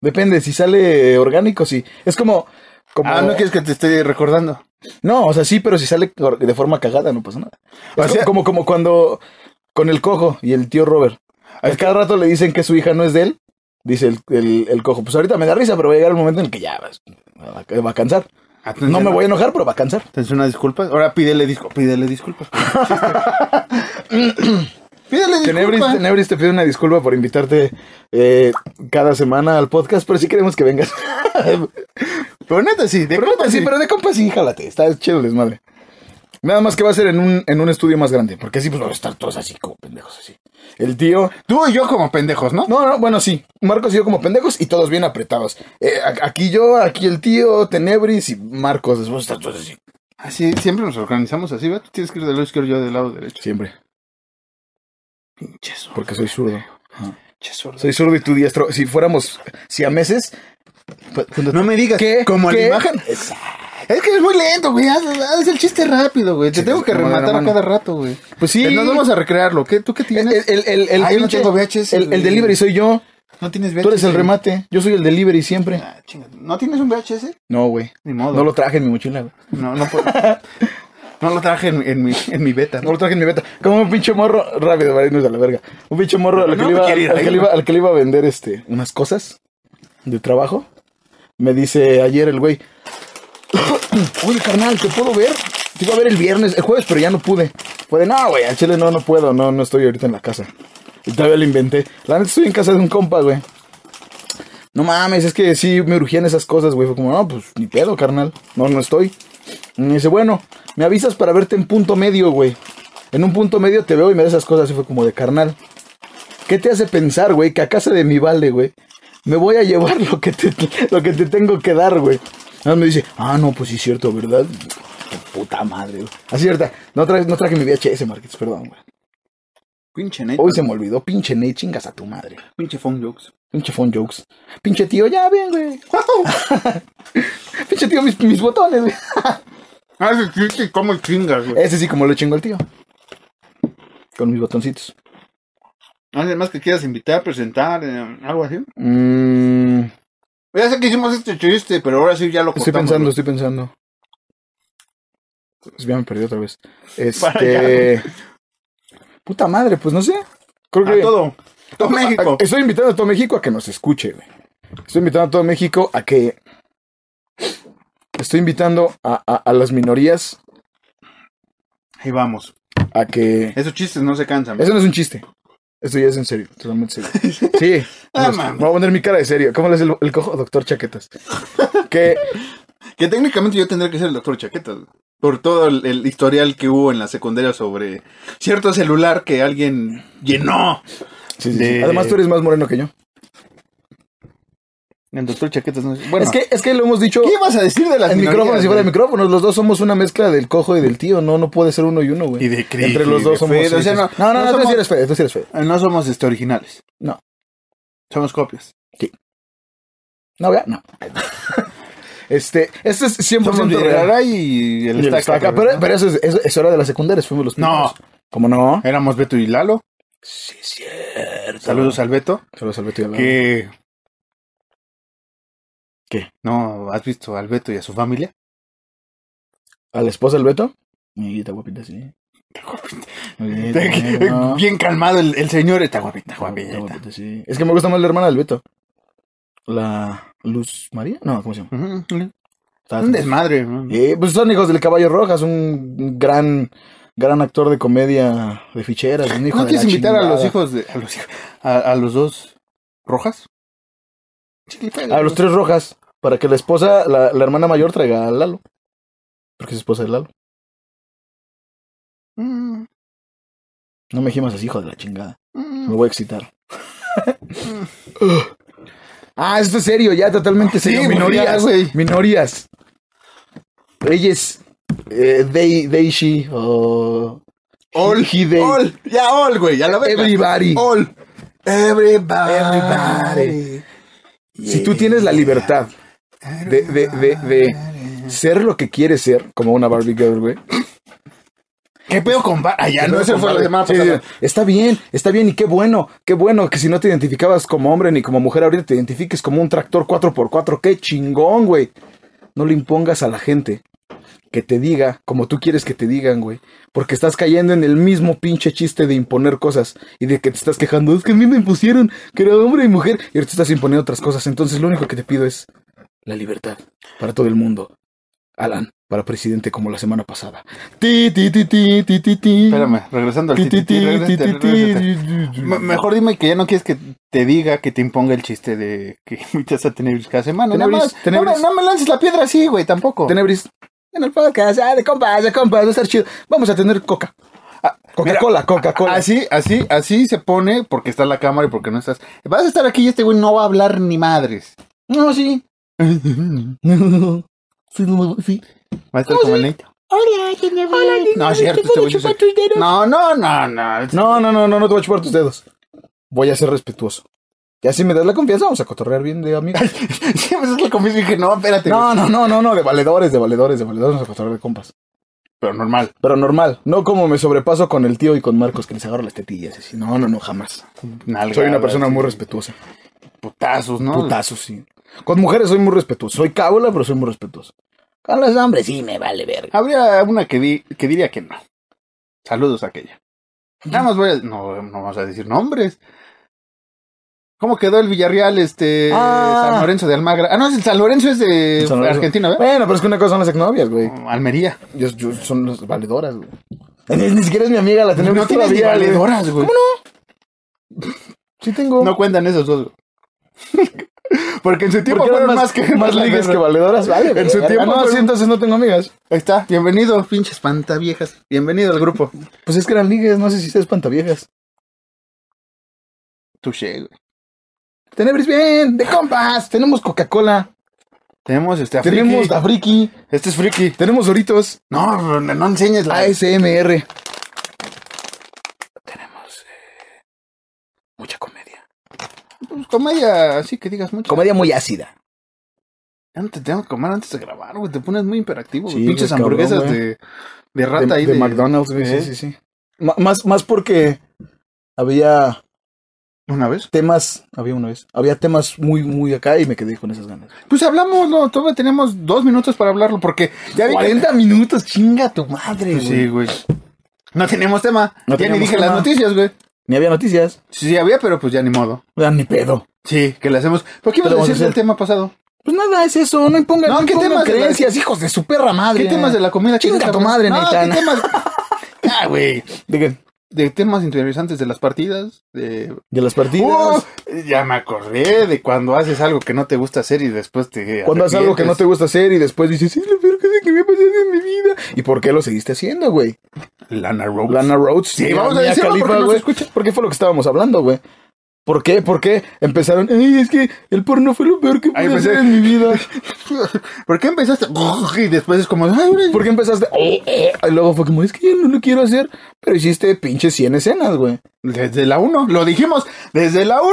[SPEAKER 1] Depende, si sale orgánico, sí. Es como. como
[SPEAKER 2] Ah, no quieres que te esté recordando.
[SPEAKER 1] No, o sea, sí, pero si sale cor- de forma cagada, no pasa nada.
[SPEAKER 2] O
[SPEAKER 1] Es
[SPEAKER 2] sea-
[SPEAKER 1] como, como cuando con el cojo y el tío Robert. A cada rato le dicen que su hija no es de él. Dice el, el- el cojo. Pues ahorita me da risa, pero va a llegar el momento en el que ya vas- va, a- va a cansar.
[SPEAKER 2] Atención,
[SPEAKER 1] No me voy a enojar, pero va a cansar.
[SPEAKER 2] Atención una disculpa. Ahora pídele, disco, pídele disculpas. por el chiste. pídele
[SPEAKER 1] Tenebris,
[SPEAKER 2] disculpas.
[SPEAKER 1] Tenebris, te pido una disculpa por invitarte eh, cada semana al podcast, pero sí queremos que vengas.
[SPEAKER 2] Pero neta, sí. De
[SPEAKER 1] pero
[SPEAKER 2] compas,
[SPEAKER 1] neta, sí,
[SPEAKER 2] sí.
[SPEAKER 1] pero de compas sí, jálate. Está chido el desmadre. Nada más que va a ser en un, en un estudio más grande, porque así pues vamos a estar todos así como pendejos así. El tío,
[SPEAKER 2] Tú y yo como pendejos, ¿no?
[SPEAKER 1] No, no, bueno, sí. Marcos y yo como pendejos y todos bien apretados. Eh, a- aquí yo, aquí el tío, Tenebris y Marcos. Después están todos así.
[SPEAKER 2] Así, Ah, siempre nos organizamos así, ¿verdad? Tú tienes que ir del lado izquierdo, yo del lado derecho.
[SPEAKER 1] Siempre,
[SPEAKER 2] Pinche zurdo,
[SPEAKER 1] porque soy zurdo.
[SPEAKER 2] pinche zurdo.
[SPEAKER 1] Soy zurdo y tú diestro. Si fuéramos, si a meses...
[SPEAKER 2] No me digas.
[SPEAKER 1] ¿Qué?
[SPEAKER 2] Como
[SPEAKER 1] ¿Qué?
[SPEAKER 2] la imagen. Es, es que es muy lento, güey. Haz, haz el chiste rápido, güey. Te
[SPEAKER 1] Sí, pues,
[SPEAKER 2] tengo que
[SPEAKER 1] como de la
[SPEAKER 2] rematar a
[SPEAKER 1] mano.
[SPEAKER 2] cada rato, güey. Eh,
[SPEAKER 1] Pues sí. Eh,
[SPEAKER 2] Nos vamos a recrearlo. ¿Qué, ¿Tú qué
[SPEAKER 1] El,
[SPEAKER 2] tienes?
[SPEAKER 1] el- el- el-
[SPEAKER 2] Ah, yo no
[SPEAKER 1] pinche-
[SPEAKER 2] tengo VHS,
[SPEAKER 1] el- el
[SPEAKER 2] güey.
[SPEAKER 1] delivery soy yo.
[SPEAKER 2] no tienes VHS.
[SPEAKER 1] eh, Tú eres el remate. Yo soy el delivery siempre.
[SPEAKER 2] Ah, chinga, ¿No tienes un VHS?
[SPEAKER 1] No, güey.
[SPEAKER 2] Ni modo.
[SPEAKER 1] No lo traje en mi mochila, güey.
[SPEAKER 2] No, no puedo. no lo traje en, en mi, en mi beta.
[SPEAKER 1] No lo traje en mi beta. Como un pinche morro, rápido, para irnos a la verga. Un pinche morro al que,
[SPEAKER 2] No
[SPEAKER 1] le,
[SPEAKER 2] me
[SPEAKER 1] iba,
[SPEAKER 2] quiero ir
[SPEAKER 1] al
[SPEAKER 2] ahí,
[SPEAKER 1] que le
[SPEAKER 2] ¿no?
[SPEAKER 1] iba- al que le iba a vender este, unas cosas de trabajo. Me dice ayer el güey. Oye, carnal, ¿te puedo ver? Te iba a ver el viernes, el jueves, pero ya no pude. Fue de, no, güey, al chile no, no puedo, no, no estoy ahorita en la casa. Y todavía lo inventé. La neta estoy en casa de un compa, güey. No mames, es que sí me urgían esas cosas, güey. Fue como, no, pues ni pedo, carnal. No, no estoy. Y me dice, bueno, me avisas para verte en punto medio, güey. En un punto medio te veo y me das esas cosas. Y fue como de carnal. ¿Qué te hace pensar, güey, que a casa de mi vale, güey, me voy a llevar lo que te, lo que te tengo que dar, güey? Nada más me dice, ah, no, pues sí, es cierto, ¿verdad? Qué puta madre, güey. Así, ¿verdad? No, traje, no traje mi VHS, Marquez, perdón, güey.
[SPEAKER 2] Pinche net.
[SPEAKER 1] Hoy se me olvidó, pinche Ney, chingas a tu madre.
[SPEAKER 2] Pinche phone jokes.
[SPEAKER 1] Pinche phone jokes. Pinche tío, ya ven, güey. pinche tío, mis, mis botones, güey.
[SPEAKER 2] Ah, ese chiste, como chingas, güey.
[SPEAKER 1] Ese sí, como lo chingo el tío. Con mis botoncitos.
[SPEAKER 2] ¿Alguien más que quieras invitar, presentar, eh, algo así?
[SPEAKER 1] Mmm.
[SPEAKER 2] Ya sé que hicimos este chiste, pero ahora sí ya lo
[SPEAKER 1] Estoy
[SPEAKER 2] cortamos,
[SPEAKER 1] pensando,
[SPEAKER 2] güey.
[SPEAKER 1] estoy pensando. Pues ya me perdí otra vez.
[SPEAKER 2] Para allá.
[SPEAKER 1] Este. Puta madre, pues no sé. Creo que.
[SPEAKER 2] A todo. Todo México.
[SPEAKER 1] a- estoy invitando a todo México a que nos escuche, güey. Estoy invitando a todo México a que. Estoy invitando a, a- a las minorías
[SPEAKER 2] Ahí vamos.
[SPEAKER 1] a que.
[SPEAKER 2] Esos chistes no se cansan.
[SPEAKER 1] Eso no es un chiste. Esto ya es en serio, totalmente serio. Sí.
[SPEAKER 2] Ah,
[SPEAKER 1] los-
[SPEAKER 2] mames.
[SPEAKER 1] voy a poner mi cara de serio. ¿Cómo le es el, el cojo? Doctor Chaquetas. Que
[SPEAKER 2] Que técnicamente yo tendría que ser el doctor Chaquetas. güey. Por todo el, el historial que hubo en la secundaria sobre cierto celular que alguien llenó.
[SPEAKER 1] Sí, sí, sí.
[SPEAKER 2] De-
[SPEAKER 1] Además, tú eres más moreno que yo.
[SPEAKER 2] El doctor Chaquetas no Bueno,
[SPEAKER 1] Es, que, es que lo hemos dicho
[SPEAKER 2] ¿qué ibas a decir de las
[SPEAKER 1] en micrófonos
[SPEAKER 2] minorías,
[SPEAKER 1] y fuera de
[SPEAKER 2] güey?
[SPEAKER 1] micrófonos. Los dos somos una mezcla del cojo y del tío. No, no puede ser uno y uno, güey.
[SPEAKER 2] Y de Criqui,
[SPEAKER 1] Entre los
[SPEAKER 2] y
[SPEAKER 1] dos
[SPEAKER 2] de
[SPEAKER 1] somos.
[SPEAKER 2] Fede, o sea,
[SPEAKER 1] no,
[SPEAKER 2] no,
[SPEAKER 1] no, no,
[SPEAKER 2] no
[SPEAKER 1] tú sí
[SPEAKER 2] somos-
[SPEAKER 1] eres feo, tú sí eres feo.
[SPEAKER 2] Eh, No somos este, originales.
[SPEAKER 1] No.
[SPEAKER 2] Somos copias.
[SPEAKER 1] No, vea, no. Este, este es 100%
[SPEAKER 2] Somos
[SPEAKER 1] real.
[SPEAKER 2] Videgaray y el
[SPEAKER 1] Y el
[SPEAKER 2] Estaca,
[SPEAKER 1] Estaca,
[SPEAKER 2] pero-
[SPEAKER 1] Pero, pero eso, es, eso, eso era de las secundarias, fuimos los
[SPEAKER 2] No, Eh,
[SPEAKER 1] primeros. ¿Cómo no?
[SPEAKER 2] éramos Beto y Lalo.
[SPEAKER 1] Sí, cierto.
[SPEAKER 2] Saludos al Beto.
[SPEAKER 1] Saludos al Beto y al Lalo.
[SPEAKER 2] Que...
[SPEAKER 1] ¿Qué?
[SPEAKER 2] No, ¿has visto al Beto y a su familia?
[SPEAKER 1] ¿A la esposa del Beto? Amiguita guapita, sí. Amiguita, no.
[SPEAKER 2] Bien calmado el, el señor. Está guapita,
[SPEAKER 1] Está
[SPEAKER 2] guapita.
[SPEAKER 1] guapita, sí. Es que me gusta más la hermana del Beto. La Luz María? No, ¿cómo se llama?
[SPEAKER 2] Ujú.
[SPEAKER 1] Está-
[SPEAKER 2] Un desmadre. ¿no?
[SPEAKER 1] Eh, pues son hijos del Caballo Rojas, un gran, gran actor de comedia de ficheras. Un hijo
[SPEAKER 2] ¿No
[SPEAKER 1] de
[SPEAKER 2] quieres
[SPEAKER 1] la
[SPEAKER 2] invitar a
[SPEAKER 1] chingada.
[SPEAKER 2] los hijos de... A los, hijos- a, a los dos rojas? Chicle, pega,
[SPEAKER 1] A los tres Rojas, para que la esposa, la, la hermana mayor traiga a Lalo. Porque es esposa de Lalo.
[SPEAKER 2] Mm,
[SPEAKER 1] No me gimas así, hijo de la chingada.
[SPEAKER 2] mm.
[SPEAKER 1] Me voy a excitar. ah, esto es serio, ya totalmente
[SPEAKER 2] Sí,
[SPEAKER 1] serio.
[SPEAKER 2] güey, ya,
[SPEAKER 1] minorías,
[SPEAKER 2] güey.
[SPEAKER 1] Minorías. Ellas, eh, they, they, she, o
[SPEAKER 2] All,
[SPEAKER 1] he, they.
[SPEAKER 2] all, ya all, güey, ya la verga.
[SPEAKER 1] Everybody.
[SPEAKER 2] All. Everybody.
[SPEAKER 1] Everybody. Si tú tienes la libertad de, de, de, de ser lo que quieres ser, como una Barbie Girl, güey.
[SPEAKER 2] ¿Qué pedo con Bar? Allá, no,
[SPEAKER 1] Pero
[SPEAKER 2] ese
[SPEAKER 1] con
[SPEAKER 2] fue la
[SPEAKER 1] Barbie-
[SPEAKER 2] semana
[SPEAKER 1] sí,
[SPEAKER 2] pasada.
[SPEAKER 1] sí, Está bien, está bien, y qué bueno, qué bueno que si no te identificabas como hombre ni como mujer, ahorita te identifiques como un tractor 4x4, qué chingón, güey. No le impongas a la gente que te diga como tú quieres que te digan, güey. Porque estás cayendo en el mismo pinche chiste de imponer cosas y de que te estás quejando. Es que a mí me impusieron que era hombre y mujer y ahorita estás imponiendo otras cosas. Entonces lo único que te pido es la libertad para todo el mundo. Alan, para presidente como la semana pasada. Ti, ti, ti, ti, ti, ti, ti.
[SPEAKER 2] Espérame, regresando al
[SPEAKER 1] Ti, ti,
[SPEAKER 2] ti, ti,
[SPEAKER 1] ti, ti,
[SPEAKER 2] regrésate,
[SPEAKER 1] ti, ti,
[SPEAKER 2] regrésate.
[SPEAKER 1] ti.
[SPEAKER 2] Me- Mejor dime que ya no quieres que te diga que te imponga el chiste de que invitas a Tenebris cada semana. Nada
[SPEAKER 1] Tenebris,
[SPEAKER 2] más,
[SPEAKER 1] Tenebris.
[SPEAKER 2] No, me- no me lances la piedra así, güey, tampoco.
[SPEAKER 1] Tenebris. En el podcast, ah, de compas, de compas, va a estar chido. Vamos a tener coca.
[SPEAKER 2] Ah,
[SPEAKER 1] Coca-Cola, Coca-Cola.
[SPEAKER 2] Así, así, así se pone porque está la cámara y porque no estás. Vas a estar aquí y este güey no va a hablar ni madres.
[SPEAKER 1] No, sí. Sí, no, sí.
[SPEAKER 2] Va a estar como el Nate.
[SPEAKER 3] Hola, Tenebris. Hola,
[SPEAKER 2] No, es cierto, este güey no
[SPEAKER 3] chupar
[SPEAKER 2] se-
[SPEAKER 3] tus dedos.
[SPEAKER 2] No, no, no, no.
[SPEAKER 1] No, no, no, no, no te voy a chupar tus dedos. Voy a ser respetuoso. Y así me das la confianza, vamos a cotorrear bien de amigos.
[SPEAKER 2] Siempre pues es la comida y dije, no, espérate. güey.
[SPEAKER 1] No, no, no, no, no, de valedores, de valedores, de valedores, vamos a cotorrear de compas.
[SPEAKER 2] Pero normal.
[SPEAKER 1] Pero normal, no como me sobrepaso con el tío y con Marcos que les agarro las tetillas. así. No, no, no, jamás. Soy una persona muy
[SPEAKER 2] respetuosa.
[SPEAKER 1] respetuosa.
[SPEAKER 2] Putazos, ¿no?
[SPEAKER 1] Putazos, sí. Con mujeres soy muy respetuoso. Soy cábula, pero soy muy respetuoso. Con los hombres, sí, me vale verga.
[SPEAKER 2] Habría una que, di- que diría que no. Saludos a aquella. Nada más voy a... No, no vamos a decir nombres. ¿Cómo quedó el Villarreal, este...
[SPEAKER 1] Ah.
[SPEAKER 2] San Lorenzo de Almagra? Ah, no, es el San Lorenzo es de
[SPEAKER 1] San Lorenzo.
[SPEAKER 2] Argentina, ¿verdad?
[SPEAKER 1] Bueno, pero es que una cosa son las exnovias, güey.
[SPEAKER 2] Almería.
[SPEAKER 1] Yo, yo- son las valedoras, güey. Ni siquiera es mi amiga, la tenemos
[SPEAKER 2] No tienes ni
[SPEAKER 1] todavía, güey.
[SPEAKER 2] valedoras, güey.
[SPEAKER 1] Sí tengo.
[SPEAKER 2] No cuentan esos dos. güey. Porque en su tiempo
[SPEAKER 1] Porque eran
[SPEAKER 2] fueron más, que...
[SPEAKER 1] más
[SPEAKER 2] la
[SPEAKER 1] ligas
[SPEAKER 2] guerra.
[SPEAKER 1] que valedoras, vale.
[SPEAKER 2] En su
[SPEAKER 1] verga.
[SPEAKER 2] tiempo
[SPEAKER 1] Ah, No,
[SPEAKER 2] fueron-
[SPEAKER 1] sí, entonces no tengo amigas.
[SPEAKER 2] Ahí está. Bienvenido, pinches pantaviejas. Bienvenido al grupo.
[SPEAKER 1] Pues es que eran ligas, no sé si seas pantaviejas.
[SPEAKER 2] Touché, güey.
[SPEAKER 1] Tenebris bien, de compas. Tenemos Coca-Cola.
[SPEAKER 2] Tenemos este... a
[SPEAKER 1] Tenemos
[SPEAKER 2] Friki.
[SPEAKER 1] Dafriki.
[SPEAKER 2] Este es Friki.
[SPEAKER 1] Tenemos Doritos.
[SPEAKER 2] No, no, no enseñes
[SPEAKER 1] Ah,
[SPEAKER 2] la...
[SPEAKER 1] ASMR. Tenemos eh, mucha comedia.
[SPEAKER 2] Pues comedia, así que digas mucho.
[SPEAKER 1] Comedia muy ácida.
[SPEAKER 2] Ya no te tengo que comer antes de grabar, güey. Te pones muy imperativo, güey.
[SPEAKER 1] Sí,
[SPEAKER 2] Pinches
[SPEAKER 1] güey, cabrón,
[SPEAKER 2] hamburguesas
[SPEAKER 1] güey.
[SPEAKER 2] de, de rata
[SPEAKER 1] de,
[SPEAKER 2] ahí.
[SPEAKER 1] de McDonald's, güey,
[SPEAKER 2] ¿Eh?
[SPEAKER 1] sí, sí, sí. Ma- más, más porque había
[SPEAKER 2] ¿Una vez?
[SPEAKER 1] temas, había una vez, había temas muy, muy acá y me quedé con esas ganas.
[SPEAKER 2] Pues hablamos, no, todavía tenemos dos minutos para hablarlo porque ya vi que...
[SPEAKER 1] 40 minutos, chinga tu madre, güey.
[SPEAKER 2] Pues Sí, güey. No tenemos tema.
[SPEAKER 1] No
[SPEAKER 2] ya
[SPEAKER 1] tenemos
[SPEAKER 2] ni dije
[SPEAKER 1] tema.
[SPEAKER 2] las noticias, güey.
[SPEAKER 1] Ni había noticias,
[SPEAKER 2] Sí, sí había, pero pues ya ni modo.
[SPEAKER 1] o sea, ni pedo.
[SPEAKER 2] Sí, que le hacemos. ¿Por qué
[SPEAKER 1] Pero
[SPEAKER 2] ibas a
[SPEAKER 1] vamos a
[SPEAKER 2] decir del
[SPEAKER 1] hacer-
[SPEAKER 2] tema pasado?
[SPEAKER 1] Pues nada, es eso, no impongan,
[SPEAKER 2] No,
[SPEAKER 1] no,
[SPEAKER 2] ¿qué
[SPEAKER 1] impongan
[SPEAKER 2] temas de la-
[SPEAKER 1] creencias, hijos de su perra madre.
[SPEAKER 2] ¿Qué temas de la comida?
[SPEAKER 1] Chinga
[SPEAKER 2] que te
[SPEAKER 1] tu
[SPEAKER 2] acabas-
[SPEAKER 1] madre,
[SPEAKER 2] no, ¿qué
[SPEAKER 1] Naitana.
[SPEAKER 2] temas? Ah, güey.
[SPEAKER 1] ¿De qué?
[SPEAKER 2] de temas interesantes de las partidas, de...
[SPEAKER 1] De las partidas.
[SPEAKER 2] ¡Oh! ya me acordé de cuando haces algo que no te gusta hacer y después te...
[SPEAKER 1] Cuando haces algo que no te gusta hacer y después dices, sí, lo peor cosa que me ha pasado en mi vida. ¿Y por qué lo seguiste haciendo, güey?
[SPEAKER 2] arrepientes. Lana Rhodes.
[SPEAKER 1] Lana Rhodes.
[SPEAKER 2] Sí,
[SPEAKER 1] Mia-
[SPEAKER 2] vamos a
[SPEAKER 1] Mia
[SPEAKER 2] decirlo
[SPEAKER 1] Khalifa,
[SPEAKER 2] porque no se
[SPEAKER 1] güey.
[SPEAKER 2] escucha.
[SPEAKER 1] Porque fue lo que estábamos hablando, güey. ¿Por qué? ¿Por qué? Empezaron, ay, es que el porno fue lo peor que
[SPEAKER 2] Ahí
[SPEAKER 1] pude hacer
[SPEAKER 2] empecé.
[SPEAKER 1] en mi vida.
[SPEAKER 2] ¿Por qué empezaste? Y después es como... "Ay, güey".
[SPEAKER 1] ¿Por qué empezaste? "Eh, eh", Y luego fue como, es que yo no lo quiero hacer, pero hiciste pinches 100 escenas, güey.
[SPEAKER 2] Desde la 1, lo dijimos, desde la 1.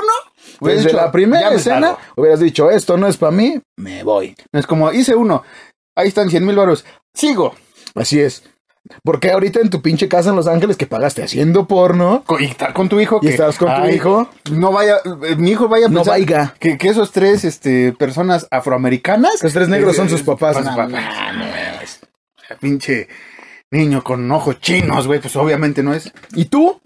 [SPEAKER 1] Desde la primera escena hubieras dicho, esto no es para mí, me voy.
[SPEAKER 2] Es como, hice uno, ahí están 100 mil varos, sigo.
[SPEAKER 1] Así es. Porque ahorita en tu pinche casa en Los Ángeles que pagaste haciendo porno,
[SPEAKER 2] Co- Y estás con tu hijo.
[SPEAKER 1] Y estás con tu hijo.
[SPEAKER 2] No vaya, eh, mi hijo vaya a
[SPEAKER 1] No
[SPEAKER 2] pensar
[SPEAKER 1] vaya.
[SPEAKER 2] Que, que esos tres este, personas afroamericanas.
[SPEAKER 1] los tres negros son
[SPEAKER 2] eh,
[SPEAKER 1] sus papás.
[SPEAKER 2] son sus
[SPEAKER 1] No,
[SPEAKER 2] papás. Pinche niño con ojos chinos, güey, pues obviamente no es.
[SPEAKER 1] ¿Y tú?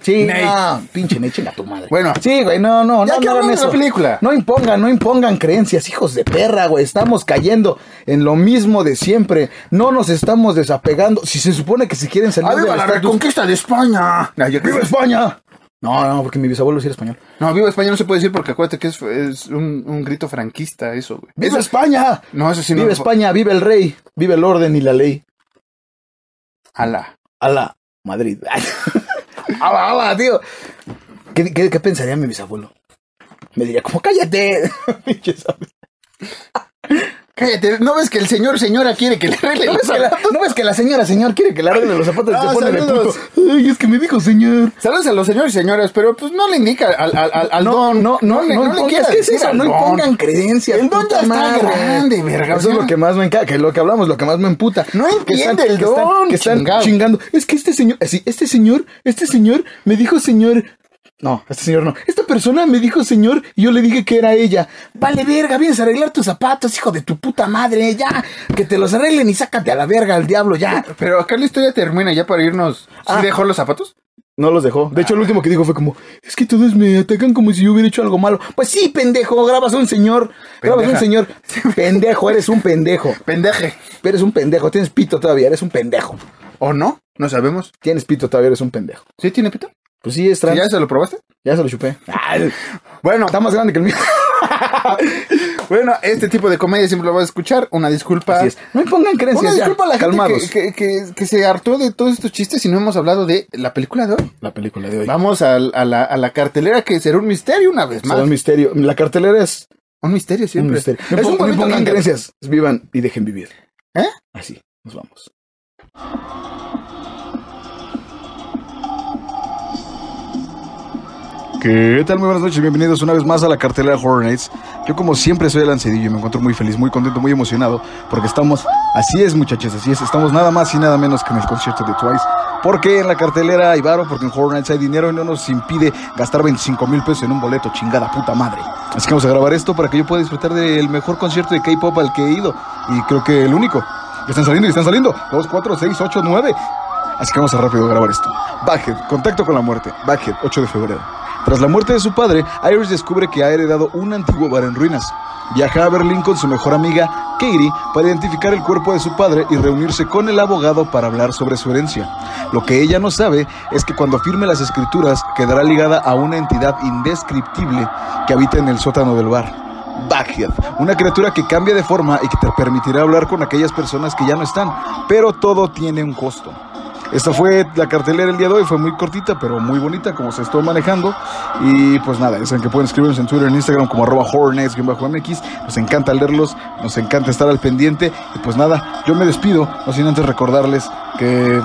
[SPEAKER 1] Sí,
[SPEAKER 2] Ney.
[SPEAKER 1] no, pinche Ney, chinga tu madre.
[SPEAKER 2] Bueno.
[SPEAKER 1] sí, güey, no, no,
[SPEAKER 2] Ya
[SPEAKER 1] no,
[SPEAKER 2] que
[SPEAKER 1] no hagan
[SPEAKER 2] hablamos de
[SPEAKER 1] eso.
[SPEAKER 2] la película.
[SPEAKER 1] No impongan, no impongan creencias, hijos de perra, güey. Estamos cayendo en lo mismo de siempre. No nos estamos desapegando. Si se supone que si quieren salir
[SPEAKER 2] ¡Ah, viva
[SPEAKER 1] del
[SPEAKER 2] la
[SPEAKER 1] estatus-
[SPEAKER 2] reconquista de España! No, yo-
[SPEAKER 1] ¡Viva España! No, no, porque mi bisabuelo sí era español.
[SPEAKER 2] No, viva España no se puede decir porque acuérdate que es, es un, un grito franquista eso, güey.
[SPEAKER 1] ¡Viva España!
[SPEAKER 2] No, eso sí no.
[SPEAKER 1] Vive España, vive el rey, vive el orden y la ley.
[SPEAKER 2] Ala.
[SPEAKER 1] Ala, Madrid. ala, ala, tío. ¿Qué, qué, qué pensaría mi bisabuelo? Me diría, como cállate. Pinche sabe.
[SPEAKER 2] Cállate, ¿no ves que el señor, señora quiere que le arregle
[SPEAKER 1] ¿No
[SPEAKER 2] los
[SPEAKER 1] ves, que la,
[SPEAKER 2] zapatos?
[SPEAKER 1] no ves que la señora, señor, quiere que le arregle los zapatos y
[SPEAKER 2] Ah,
[SPEAKER 1] se pone de
[SPEAKER 2] saludos.
[SPEAKER 1] puto? Ay, es que me dijo señor.
[SPEAKER 2] Saludos a los señores y señoras, pero pues no le indica al, al, al, al don.
[SPEAKER 1] No, no,
[SPEAKER 2] le-
[SPEAKER 1] no,
[SPEAKER 2] le
[SPEAKER 1] impongan-
[SPEAKER 2] quiera
[SPEAKER 1] es que es
[SPEAKER 2] decir
[SPEAKER 1] eso,
[SPEAKER 2] al
[SPEAKER 1] no
[SPEAKER 2] don.
[SPEAKER 1] impongan creencias.
[SPEAKER 2] El don
[SPEAKER 1] puta
[SPEAKER 2] ya está grande, verga,
[SPEAKER 1] Eso
[SPEAKER 2] o
[SPEAKER 1] es
[SPEAKER 2] sea.
[SPEAKER 1] lo que más me encanta, que es lo que hablamos, lo que más me emputa.
[SPEAKER 2] No
[SPEAKER 1] Que
[SPEAKER 2] entiende el
[SPEAKER 1] que están-
[SPEAKER 2] don,
[SPEAKER 1] que están
[SPEAKER 2] chingado.
[SPEAKER 1] chingando. Es que este señor, así, este señor, este señor me dijo señor. No, este señor no. Esta persona me dijo señor y yo le dije que era ella. Vale, verga, vienes a arreglar tus zapatos, hijo de tu puta madre, ya. Que te los arreglen y sácate a la verga al diablo, ya.
[SPEAKER 2] Pero acá la historia termina ya para irnos. ¿Sí
[SPEAKER 1] Ah.
[SPEAKER 2] dejó los zapatos?
[SPEAKER 1] No los dejó. De hecho, el último que dijo fue como, es que todos me atacan como si yo hubiera hecho algo malo. Pues sí, pendejo, grabas a un señor, grabas a un
[SPEAKER 2] Pendeja.
[SPEAKER 1] señor. Pendejo, eres un pendejo.
[SPEAKER 2] Pendeje.
[SPEAKER 1] Eres un pendejo, tienes pito todavía, eres un pendejo.
[SPEAKER 2] ¿O no? No sabemos.
[SPEAKER 1] Tienes pito todavía, eres un pendejo.
[SPEAKER 2] ¿Sí tiene pito?
[SPEAKER 1] Pues sí, es trans.
[SPEAKER 2] ¿Ya Ah.
[SPEAKER 1] Ya,
[SPEAKER 2] se lo probaste?
[SPEAKER 1] se lo chupé. Ay,
[SPEAKER 2] Bueno,
[SPEAKER 1] está más grande que el mío.
[SPEAKER 2] bueno, este tipo de comedia siempre lo vas a escuchar. Una disculpa.
[SPEAKER 1] Así es. No me pongan creencias.
[SPEAKER 2] Una
[SPEAKER 1] ya,
[SPEAKER 2] disculpa a la
[SPEAKER 1] calmados.
[SPEAKER 2] gente que, que- que- que se hartó de todos estos chistes y no hemos hablado de la película de hoy.
[SPEAKER 1] La película de hoy.
[SPEAKER 2] Vamos al- a, la, a la cartelera que será un misterio una vez
[SPEAKER 1] Será
[SPEAKER 2] más.
[SPEAKER 1] un misterio. La cartelera es
[SPEAKER 2] Un misterio siempre.
[SPEAKER 1] un misterio.
[SPEAKER 2] Es un
[SPEAKER 1] No
[SPEAKER 2] bonito
[SPEAKER 1] pongan
[SPEAKER 2] mundo.
[SPEAKER 1] creencias. Vivan y dejen vivir.
[SPEAKER 2] ¿Eh?
[SPEAKER 1] Así, nos vamos. ¿Qué tal? Muy buenas noches, bienvenidos una vez más a la cartelera Horror Nights. Yo como siempre soy el Ancedillo y me encuentro muy feliz, muy contento, muy emocionado porque estamos, así es muchachos, así es, estamos nada más y nada menos que en el concierto de Twice. Porque en la cartelera hay varo, porque en Horror Nights hay dinero y no nos impide gastar 25 mil pesos en un boleto, chingada puta madre. Así que vamos a grabar esto para que yo pueda disfrutar del mejor concierto de K-Pop al que he ido y creo que el único. Ya están saliendo, ya están saliendo. 2, 4, 6, 8, 9. Así que vamos a rápido grabar esto. Backhead, contacto con la muerte. Backhead, 8 de febrero. Tras la muerte de su padre, Iris descubre que ha heredado un antiguo bar en ruinas. Viaja a Berlín con su mejor amiga, Katie, para identificar el cuerpo de su padre y reunirse con el abogado para hablar sobre su herencia. Lo que ella no sabe es que cuando firme las escrituras quedará ligada a una entidad indescriptible que habita en el sótano del bar. Backhead, una criatura que cambia de forma y que te permitirá hablar con aquellas personas que ya no están, pero todo tiene un costo. Esta fue la cartelera el día de hoy, fue muy cortita, pero muy bonita, como se estuvo manejando. Y pues nada, ya saben que pueden escribirnos en Twitter, en Instagram, como arroba horrornights-mx. Nos encanta leerlos, nos encanta estar al pendiente. Y pues nada, yo me despido, no sin antes recordarles que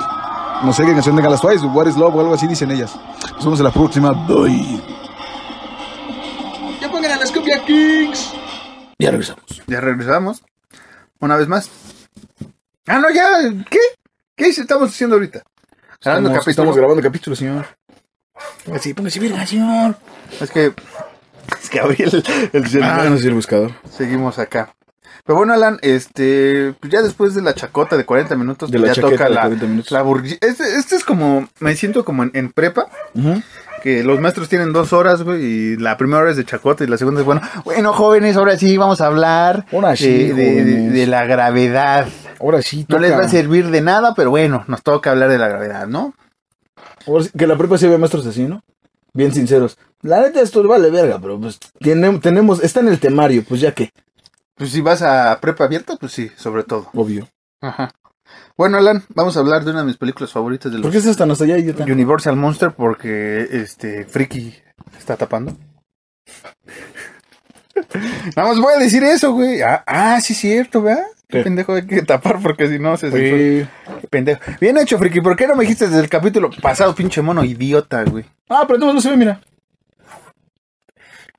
[SPEAKER 1] no sé qué canción tengan las Twice, What is Love o algo así dicen ellas. Nos vemos en la próxima. Bye. Ya pongan a las Copia Kings. Ya regresamos.
[SPEAKER 2] Ya regresamos. Una vez más. Ah, no, ya. ¿Qué? ¿Qué estamos haciendo ahorita? Grabando capítulo.
[SPEAKER 1] grabando capítulo, señor. Así, póngase verga, señor.
[SPEAKER 2] Es que. Es que abrí el, el celular.
[SPEAKER 1] Ah, no soy el buscador.
[SPEAKER 2] Seguimos acá. Pero bueno, Alan, este. pues ya después de la chacota de 40 minutos, pues
[SPEAKER 1] De la
[SPEAKER 2] ya
[SPEAKER 1] chaqueta
[SPEAKER 2] toca
[SPEAKER 1] de
[SPEAKER 2] la.
[SPEAKER 1] 40 minutos.
[SPEAKER 2] la burgi- este, este es como. Me siento como en, en prepa. Que los maestros tienen dos horas, güey, y la primera hora es de chacota y la segunda es, bueno, bueno, jóvenes, ahora sí vamos a hablar eh,
[SPEAKER 1] Ahora sí,
[SPEAKER 2] de, de- de-
[SPEAKER 1] jóvenes.
[SPEAKER 2] de la gravedad.
[SPEAKER 1] Ahora sí,
[SPEAKER 2] No les va a
[SPEAKER 1] hacer
[SPEAKER 2] servir de nada, pero bueno, nos toca hablar de la gravedad, ¿no?
[SPEAKER 4] Ahora sí, Que la prepa sí había maestros así, ¿no? Bien sinceros. La neta, esto vale verga, pero pues tiene- tenemos, está en el temario, pues ya que,
[SPEAKER 2] Pues si vas a prepa abierta, pues sí, sobre todo.
[SPEAKER 4] obvio.
[SPEAKER 2] Ajá. Bueno, Alan, vamos a hablar de una de mis películas favoritas de
[SPEAKER 4] ¿Por
[SPEAKER 2] los
[SPEAKER 4] qué estás tan hasta allá, idiota?
[SPEAKER 2] Universal Monster porque este Friki está tapando. Nada más voy a decir eso, güey. Ah, ah, sí, es cierto, ¿verdad? Qué
[SPEAKER 4] ¿Qué?
[SPEAKER 2] pendejo hay que tapar porque si no se censura.
[SPEAKER 4] Sí.
[SPEAKER 2] Qué pendejo. Bien hecho, Friki. ¿Por qué no me dijiste desde el capítulo pasado, pinche mono idiota, güey?
[SPEAKER 4] Ah, pero tú no se ve, mira.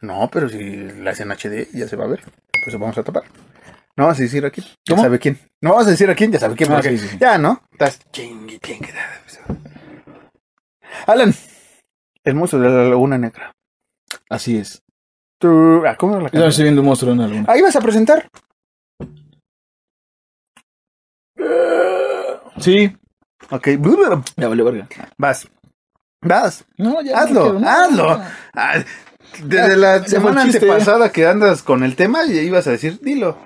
[SPEAKER 2] No, pero si la hacen HD ya se va a ver. Pues vamos a tapar. No vas a decir a quién. Ya
[SPEAKER 4] ¿Cómo?
[SPEAKER 2] sabe quién. No vas a decir a quién, ya sabe quién.
[SPEAKER 4] Ah,
[SPEAKER 2] porque
[SPEAKER 4] sí, sí, sí.
[SPEAKER 2] Ya, ¿no? Estás chingui, chingui. Alan, el monstruo de la laguna negra.
[SPEAKER 4] Así es.
[SPEAKER 2] Tú- ah, ¿Cómo era la
[SPEAKER 4] Yo también
[SPEAKER 2] canción?
[SPEAKER 4] estoy viendo un monstruo en alguna.
[SPEAKER 2] Ahí vas a presentar.
[SPEAKER 4] Sí.
[SPEAKER 2] Ok.
[SPEAKER 4] Ya valió verga.
[SPEAKER 2] Vas. Vas.
[SPEAKER 4] No, ya.
[SPEAKER 2] Hazlo,
[SPEAKER 4] no quiero, no.
[SPEAKER 2] hazlo. Ah, Desde
[SPEAKER 4] Ya,
[SPEAKER 2] la
[SPEAKER 4] ya
[SPEAKER 2] semana
[SPEAKER 4] fue el chiste. ¿eh?
[SPEAKER 2] antepasada que andas con el tema, y ibas a decir, dilo.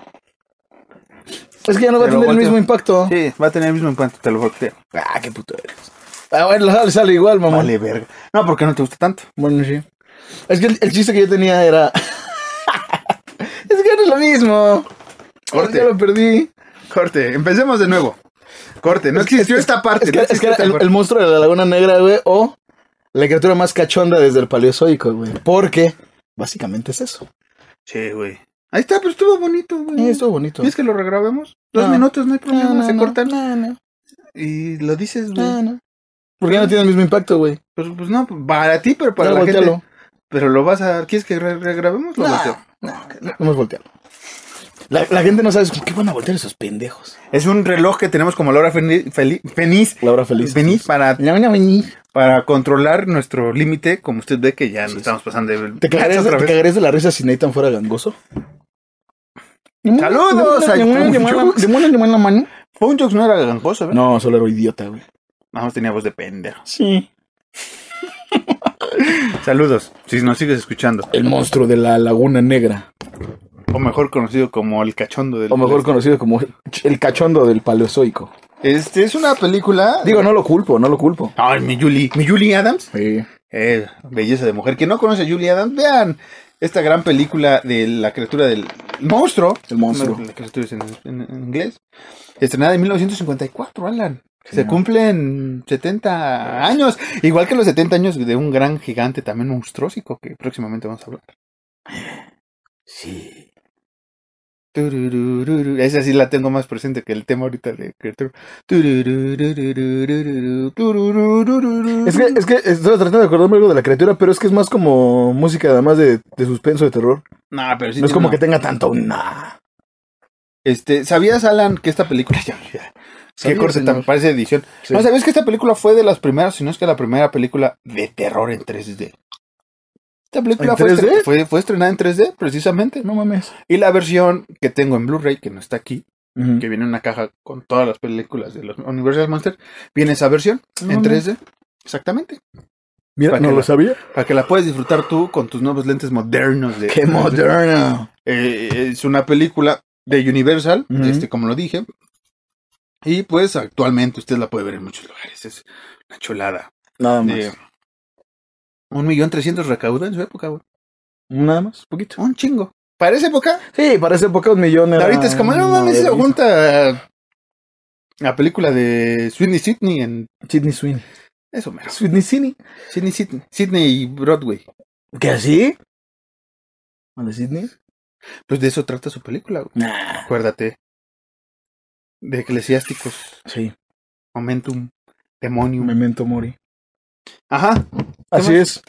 [SPEAKER 4] Es que ya no va a
[SPEAKER 2] Pero
[SPEAKER 4] tener el
[SPEAKER 2] volteo.
[SPEAKER 4] mismo impacto.
[SPEAKER 2] Sí, va a tener el mismo impacto, te lo volteo.
[SPEAKER 4] Ah, qué puto eres. Ah, bueno, sale, sale igual, mamá.
[SPEAKER 2] Vale, verga. No, porque no te gusta tanto.
[SPEAKER 4] Bueno, sí. Es que el, el chiste que yo tenía era. es que no es lo mismo.
[SPEAKER 2] Corte.
[SPEAKER 4] Ya lo perdí.
[SPEAKER 2] Corte, empecemos de nuevo. Corte, no existió esta parte.
[SPEAKER 4] Es que,
[SPEAKER 2] no
[SPEAKER 4] es que
[SPEAKER 2] existió
[SPEAKER 4] era
[SPEAKER 2] esta
[SPEAKER 4] el,
[SPEAKER 2] parte.
[SPEAKER 4] el monstruo de la Laguna Negra, güey, o la criatura más cachonda desde el Paleozoico, güey. Porque básicamente es eso.
[SPEAKER 2] Sí, güey. Ahí está, pero estuvo bonito, güey.
[SPEAKER 4] Eh, estuvo bonito.
[SPEAKER 2] ¿Quieres que lo regrabemos? Dos
[SPEAKER 4] No.
[SPEAKER 2] minutos, no hay problema,
[SPEAKER 4] No, no,
[SPEAKER 2] se
[SPEAKER 4] no,
[SPEAKER 2] cortan.
[SPEAKER 4] no, no,
[SPEAKER 2] Y lo dices, güey.
[SPEAKER 4] no, no. Porque ya no tiene el mismo impacto, güey.
[SPEAKER 2] Pues, pues no, para ti, pero para
[SPEAKER 4] Ya,
[SPEAKER 2] la
[SPEAKER 4] voltealo.
[SPEAKER 2] gente. Pero lo vas a... ¿Quieres que re- regrabemos? Lo
[SPEAKER 4] No,
[SPEAKER 2] volteo.
[SPEAKER 4] no, no, no hemos volteado. La, la gente no sabe es como, qué van a voltear esos pendejos.
[SPEAKER 2] Es un reloj que tenemos como la hora feni- feli- feliz.
[SPEAKER 4] La hora feliz.
[SPEAKER 2] Feliz para,
[SPEAKER 4] Ya, ya, ya.
[SPEAKER 2] para controlar nuestro límite, como usted ve que ya nos estamos pasando de...
[SPEAKER 4] ¿Te cagarías,
[SPEAKER 2] otra
[SPEAKER 4] te
[SPEAKER 2] vez.
[SPEAKER 4] cagarías de la risa si Nathan fuera gangoso?
[SPEAKER 2] Saludos a Punchux.
[SPEAKER 4] mano?
[SPEAKER 2] Ponchox no era gangoso, ¿verdad?
[SPEAKER 4] No, solo era idiota, güey.
[SPEAKER 2] Nada más tenía voz de pendejo.
[SPEAKER 4] Sí.
[SPEAKER 2] Saludos, si nos sigues escuchando.
[SPEAKER 4] El monstruo de la laguna negra.
[SPEAKER 2] O mejor conocido como El Cachondo del
[SPEAKER 4] O mejor conocido como el cachondo del paleozoico.
[SPEAKER 2] Este es una película.
[SPEAKER 4] Digo, no lo culpo, no lo culpo.
[SPEAKER 2] Ay, mi Julie. Mi Julie Adams.
[SPEAKER 4] Sí.
[SPEAKER 2] Eh, belleza de mujer. Quien no conoce a Julie Adams, vean esta gran película de la criatura del monstruo.
[SPEAKER 4] El monstruo.
[SPEAKER 2] La criatura es en, en- en inglés. Estrenada en 1954, Alan. Se
[SPEAKER 4] Señor.
[SPEAKER 2] cumplen 70 años. Igual que los 70 años de un gran gigante también monstruosico que próximamente vamos a hablar.
[SPEAKER 4] Sí.
[SPEAKER 2] Tururururu. Esa sí la tengo más presente que el tema ahorita de criatura. Tururururururu. Turururururu.
[SPEAKER 4] Es que, es que estoy tratando de acordarme algo de la criatura, pero es que es más como música además de, de suspenso, de terror.
[SPEAKER 2] No, pero sí
[SPEAKER 4] no es
[SPEAKER 2] tiene
[SPEAKER 4] como
[SPEAKER 2] una-
[SPEAKER 4] que tenga tanto una...
[SPEAKER 2] Este, ¿sabías, Alan, que esta película. Ya, ya. Qué
[SPEAKER 4] Sabía,
[SPEAKER 2] corte
[SPEAKER 4] señor.
[SPEAKER 2] tan parece edición.
[SPEAKER 4] Sí.
[SPEAKER 2] No, ¿sabías que esta película fue de las primeras, si no es que la primera película de terror en 3D? Esta película
[SPEAKER 4] ¿En
[SPEAKER 2] fue,
[SPEAKER 4] 3D?
[SPEAKER 2] estre- fue, fue estrenada en 3D, precisamente.
[SPEAKER 4] No mames.
[SPEAKER 2] Y la versión que tengo en Blu-ray, que no está aquí,
[SPEAKER 4] Ujú.
[SPEAKER 2] que viene en una caja con todas las películas de los Universal Monster, viene esa versión
[SPEAKER 4] No
[SPEAKER 2] en
[SPEAKER 4] mames.
[SPEAKER 2] 3D. Exactamente.
[SPEAKER 4] Mira,
[SPEAKER 2] ¿Para
[SPEAKER 4] no
[SPEAKER 2] qué
[SPEAKER 4] lo
[SPEAKER 2] la-
[SPEAKER 4] sabía.
[SPEAKER 2] Para que la puedas disfrutar tú con tus nuevos lentes modernos de.
[SPEAKER 4] ¡Qué moderno!
[SPEAKER 2] Eh, es una película de Universal,
[SPEAKER 4] Ujú.
[SPEAKER 2] este, como lo dije. Y pues actualmente usted la puede ver en muchos lugares. Es una chulada.
[SPEAKER 4] Nada más.
[SPEAKER 2] De un millón trescientos recaudó en su época, güey.
[SPEAKER 4] Nada más, poquito.
[SPEAKER 2] Un chingo. Para esa época,
[SPEAKER 4] Sí, para esa época un millón era...
[SPEAKER 2] ahorita es como, no mames, se
[SPEAKER 4] una vergüenza.
[SPEAKER 2] junta la película de Sydney Sydney en
[SPEAKER 4] Sidney Sweeney.
[SPEAKER 2] eso menos.
[SPEAKER 4] Sidney Sweeney.
[SPEAKER 2] Sydney Sydney, Sydney y Broadway.
[SPEAKER 4] ¿Qué así? ¿A de Sidney?
[SPEAKER 2] Pues de eso trata su película, güey.
[SPEAKER 4] Nah.
[SPEAKER 2] Acuérdate. De Eclesiásticos,
[SPEAKER 4] Sí,
[SPEAKER 2] Momentum, Demonium.
[SPEAKER 4] Memento Mori.
[SPEAKER 2] Ajá.
[SPEAKER 4] Así
[SPEAKER 2] más?
[SPEAKER 4] es.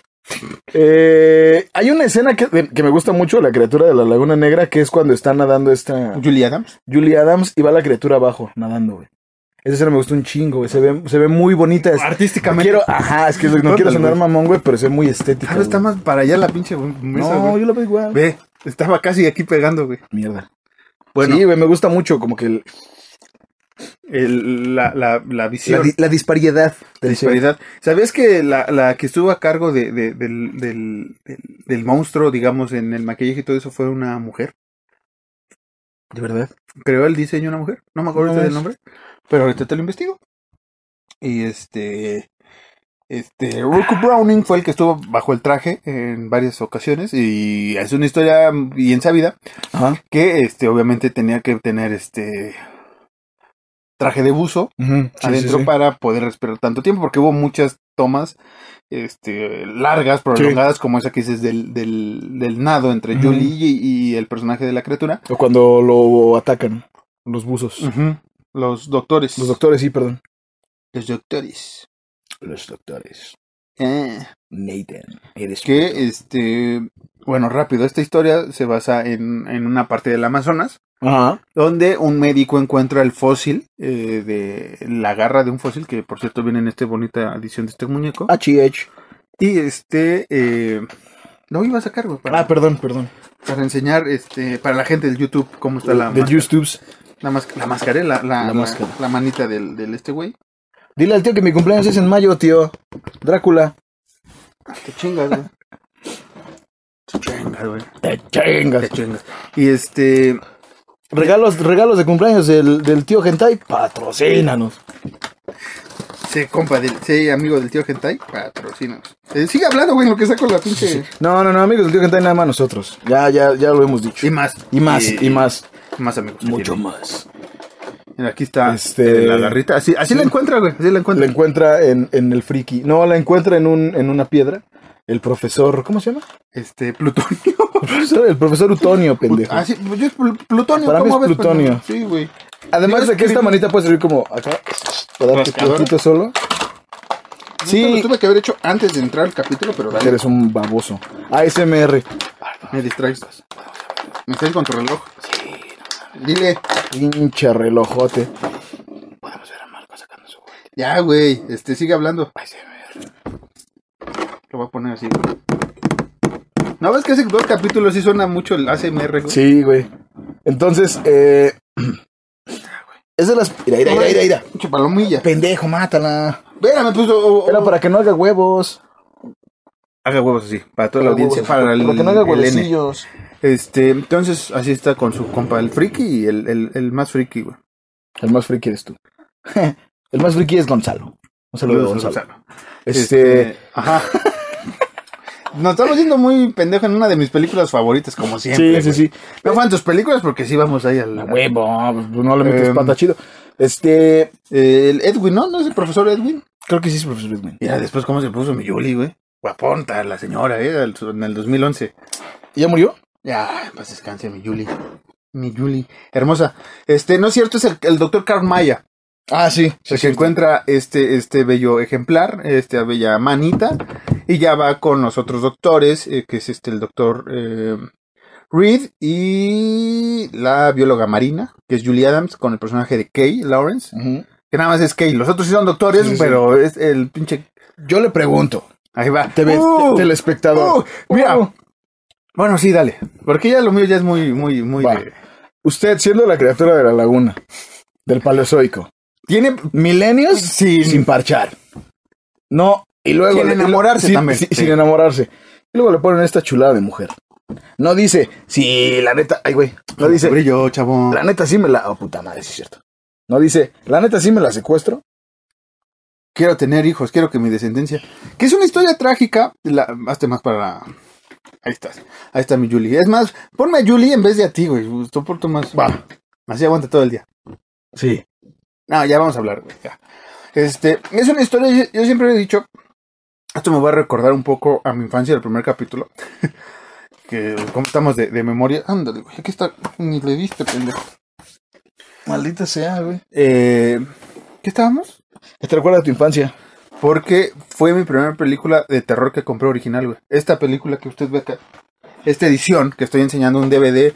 [SPEAKER 4] Eh, hay una escena que, de- que me gusta mucho, la criatura de la Laguna Negra, que es cuando está nadando esta
[SPEAKER 2] Julie Adams.
[SPEAKER 4] Julie Adams y va la criatura abajo, nadando, güey. Esa escena me gustó un chingo, güey. Se ve, se ve muy bonita.
[SPEAKER 2] Pues,
[SPEAKER 4] Es-
[SPEAKER 2] Artísticamente.
[SPEAKER 4] quiero, ajá, es que no quiero sonar
[SPEAKER 2] güey.
[SPEAKER 4] mamón, güey, Ah, pero se ve muy estética.
[SPEAKER 2] Ahora está
[SPEAKER 4] güey.
[SPEAKER 2] más para allá la pinche mesa,
[SPEAKER 4] No,
[SPEAKER 2] güey.
[SPEAKER 4] yo la veo igual.
[SPEAKER 2] Ve, estaba casi aquí pegando, güey.
[SPEAKER 4] Mierda.
[SPEAKER 2] Bueno,
[SPEAKER 4] Sí, güey, me gusta mucho como que el-
[SPEAKER 2] el- la, la, la visión,
[SPEAKER 4] la, di- la disparidad
[SPEAKER 2] la
[SPEAKER 4] del
[SPEAKER 2] disparidad. ¿Sabías que la, la que estuvo a cargo de, de- del, del, del- del monstruo, digamos, en el maquillaje y todo eso fue una mujer?
[SPEAKER 4] De verdad.
[SPEAKER 2] Creó el diseño una mujer. No me acuerdo
[SPEAKER 4] No
[SPEAKER 2] ahorita del
[SPEAKER 4] ves.
[SPEAKER 2] nombre, pero ahorita te lo investigo. Y este... Este, Roku Browning fue el que estuvo bajo el traje en varias ocasiones y es una historia bien sabida
[SPEAKER 4] Ajá.
[SPEAKER 2] que este obviamente tenía que tener este traje de buzo
[SPEAKER 4] Ujú, sí,
[SPEAKER 2] adentro
[SPEAKER 4] sí, sí.
[SPEAKER 2] para poder respirar tanto tiempo porque hubo muchas tomas este largas prolongadas como esa que dices del, del, del nado entre
[SPEAKER 4] Ujú.
[SPEAKER 2] Julie y, y el personaje de la criatura
[SPEAKER 4] O cuando lo atacan los buzos.
[SPEAKER 2] los doctores
[SPEAKER 4] Los doctores, sí, perdón.
[SPEAKER 2] Los doctores
[SPEAKER 4] Los doctores.
[SPEAKER 2] Eh.
[SPEAKER 4] Nathan, eres puto.
[SPEAKER 2] que este bueno rápido esta historia se basa en, en una parte del Amazonas
[SPEAKER 4] Ajá.
[SPEAKER 2] donde un médico encuentra el fósil eh, de la garra de un fósil que por cierto viene en esta bonita edición de este muñeco
[SPEAKER 4] Ah. HH.
[SPEAKER 2] y este eh, lo iba a sacar güey, para,
[SPEAKER 4] Ah, perdón, perdón.
[SPEAKER 2] para enseñar este para la gente del YouTube cómo está la
[SPEAKER 4] De
[SPEAKER 2] máscara,
[SPEAKER 4] YouTube's.
[SPEAKER 2] la, máscara- la máscara, eh, la, la-
[SPEAKER 4] Eh, La
[SPEAKER 2] la-
[SPEAKER 4] máscara.
[SPEAKER 2] la manita del, del este güey
[SPEAKER 4] Dile al tío que mi cumpleaños es en mayo, tío. Drácula.
[SPEAKER 2] te chingas güey te chingas güey
[SPEAKER 4] Te chingas.
[SPEAKER 2] te chingas y este
[SPEAKER 4] Regalos, regalos de cumpleaños del, del tío Gentai, patrocínanos.
[SPEAKER 2] Sí, compa, del, sí, amigo del tío Gentai, patrocínanos. Eh, sigue hablando, güey, en lo que saco la pinche.
[SPEAKER 4] No, no, no, amigos, el tío Gentai nada más nosotros. Ya, ya, ya lo hemos dicho.
[SPEAKER 2] Y más. Eh,
[SPEAKER 4] Y más, y más.
[SPEAKER 2] Más amigos.
[SPEAKER 4] Mucho más.
[SPEAKER 2] Mira, aquí está
[SPEAKER 4] Este-
[SPEAKER 2] eh, la garrita. Así, así la encuentra, güey. Así la
[SPEAKER 4] La
[SPEAKER 2] encuentra.
[SPEAKER 4] encuentra en, en el friki. No, la encuentra en, un, en una piedra. El profesor, ¿cómo se llama?
[SPEAKER 2] Este, Plutonio.
[SPEAKER 4] El profesor, el profesor Utonio, pendejo.
[SPEAKER 2] Ah, sí, pues yo es pl- Plutonio.
[SPEAKER 4] Para mí
[SPEAKER 2] ¿cómo
[SPEAKER 4] es
[SPEAKER 2] ves,
[SPEAKER 4] plutonio.
[SPEAKER 2] pendejo? Sí, güey.
[SPEAKER 4] Además
[SPEAKER 2] Digo,
[SPEAKER 4] de que esta
[SPEAKER 2] escribí-
[SPEAKER 4] manita puede servir como acá, para darte tu
[SPEAKER 2] Rascadora.
[SPEAKER 4] ojito solo.
[SPEAKER 2] Esto
[SPEAKER 4] Sí,
[SPEAKER 2] Lo tuve que haber hecho antes de entrar al capítulo, pero dale.
[SPEAKER 4] eres un baboso. ASMR.
[SPEAKER 2] Me
[SPEAKER 4] Pues,
[SPEAKER 2] distraigas. ¿Me estáis con tu reloj? Sí. Dile.
[SPEAKER 4] Pinche relojote.
[SPEAKER 2] Ya, güey. Este, sigue hablando. Lo voy a poner así, güey. ¿No ves que hace dos capítulos sí suena mucho el ACMR, güey?
[SPEAKER 4] Sí, güey. Entonces, eh. Es de las. Mira, mira, mira, mira, mira.
[SPEAKER 2] Pinche palomilla.
[SPEAKER 4] Pendejo, mátala.
[SPEAKER 2] Espérame, pues.
[SPEAKER 4] Era para que no haga huevos.
[SPEAKER 2] Haga huevos así, para toda la audiencia,
[SPEAKER 4] Huevos,
[SPEAKER 2] para el,
[SPEAKER 4] que no haga
[SPEAKER 2] el N.
[SPEAKER 4] huevecillos.
[SPEAKER 2] Este, entonces, así está con su compa, el friki y el, el, el más friki, güey.
[SPEAKER 4] El más friki eres tú. El más friki es Gonzalo. Un saludo a
[SPEAKER 2] Saludos,
[SPEAKER 4] Gonzalo.
[SPEAKER 2] Gonzalo.
[SPEAKER 4] Este,
[SPEAKER 2] Ajá. Nos estamos yendo muy pendejo en una de mis películas favoritas, como siempre.
[SPEAKER 4] Sí, sí,
[SPEAKER 2] güey.
[SPEAKER 4] sí.
[SPEAKER 2] No fueron tus películas porque sí vamos ahí al...
[SPEAKER 4] La huevo, pues no le metes
[SPEAKER 2] Em,
[SPEAKER 4] pata chido. Este.
[SPEAKER 2] Eh, el Edwin, ¿no? ¿No es el profesor Edwin?
[SPEAKER 4] Creo que sí es profesor Edwin.
[SPEAKER 2] Mira, después cómo se puso mi Yuli, güey. Guaponta, la señora, ¿eh? Al- En el 2011.
[SPEAKER 4] ¿Ya murió?
[SPEAKER 2] Ya, pues descanse, mi Yuli. Mi Yuli. Hermosa. Este, no es cierto, es el, el doctor Karl Maya.
[SPEAKER 4] Ah, sí.
[SPEAKER 2] el que encuentra este, este bello ejemplar, esta bella manita. Y ya va con los otros doctores, eh, que es este el doctor eh, Reed y la bióloga marina, que es Julie Adams, con el personaje de Kay Lawrence.
[SPEAKER 4] Ujú.
[SPEAKER 2] Que nada más es Kay. Los otros sí son doctores,
[SPEAKER 4] Sí, sí, sí.
[SPEAKER 2] pero es el pinche.
[SPEAKER 4] Yo le pregunto.
[SPEAKER 2] Ahí va.
[SPEAKER 4] Te ves,
[SPEAKER 2] ¡Uh!
[SPEAKER 4] telespectador.
[SPEAKER 2] ¡Uh! mira.
[SPEAKER 4] Uh.
[SPEAKER 2] Bueno, sí, dale. Porque ya lo mío ya es muy, muy, muy.
[SPEAKER 4] Va.
[SPEAKER 2] de-
[SPEAKER 4] eh, Usted, siendo la criatura de la laguna, del paleozoico,
[SPEAKER 2] Tiene
[SPEAKER 4] milenios
[SPEAKER 2] Sí.
[SPEAKER 4] sin parchar. No, y luego.
[SPEAKER 2] Sin
[SPEAKER 4] le-
[SPEAKER 2] enamorarse
[SPEAKER 4] sí,
[SPEAKER 2] también.
[SPEAKER 4] sí,
[SPEAKER 2] Sí.
[SPEAKER 4] Sin enamorarse. Y luego le ponen esta chulada de mujer. No dice, sí, la neta. Ay, güey. No dice,
[SPEAKER 2] brillo, chabón.
[SPEAKER 4] La neta sí me la. Oh, puta madre, sí es cierto. No dice, la neta sí me la secuestro.
[SPEAKER 2] Quiero tener hijos, quiero que mi descendencia. Que es una historia trágica. La... Hazte más para. la- Ahí estás. Ahí está mi Julie. Es más, ponme a Julie en vez de a ti, güey. Tú por tu más.
[SPEAKER 4] Va.
[SPEAKER 2] Así aguanta todo el día.
[SPEAKER 4] Sí.
[SPEAKER 2] No, ya vamos a hablar, güey. ya. Este, es una historia, yo, yo siempre he dicho. Esto me va a recordar un poco a mi infancia del primer capítulo. que como estamos de, de memoria. Ándale, güey. Aquí está. Ni le diste, pendejo.
[SPEAKER 4] Maldita sea, güey.
[SPEAKER 2] Eh, ¿Qué estábamos?
[SPEAKER 4] ¿Te recuerda tu infancia?
[SPEAKER 2] Porque fue mi primera película de terror que compré original, güey. Esta película que usted ve acá, esta edición que estoy enseñando, un DVD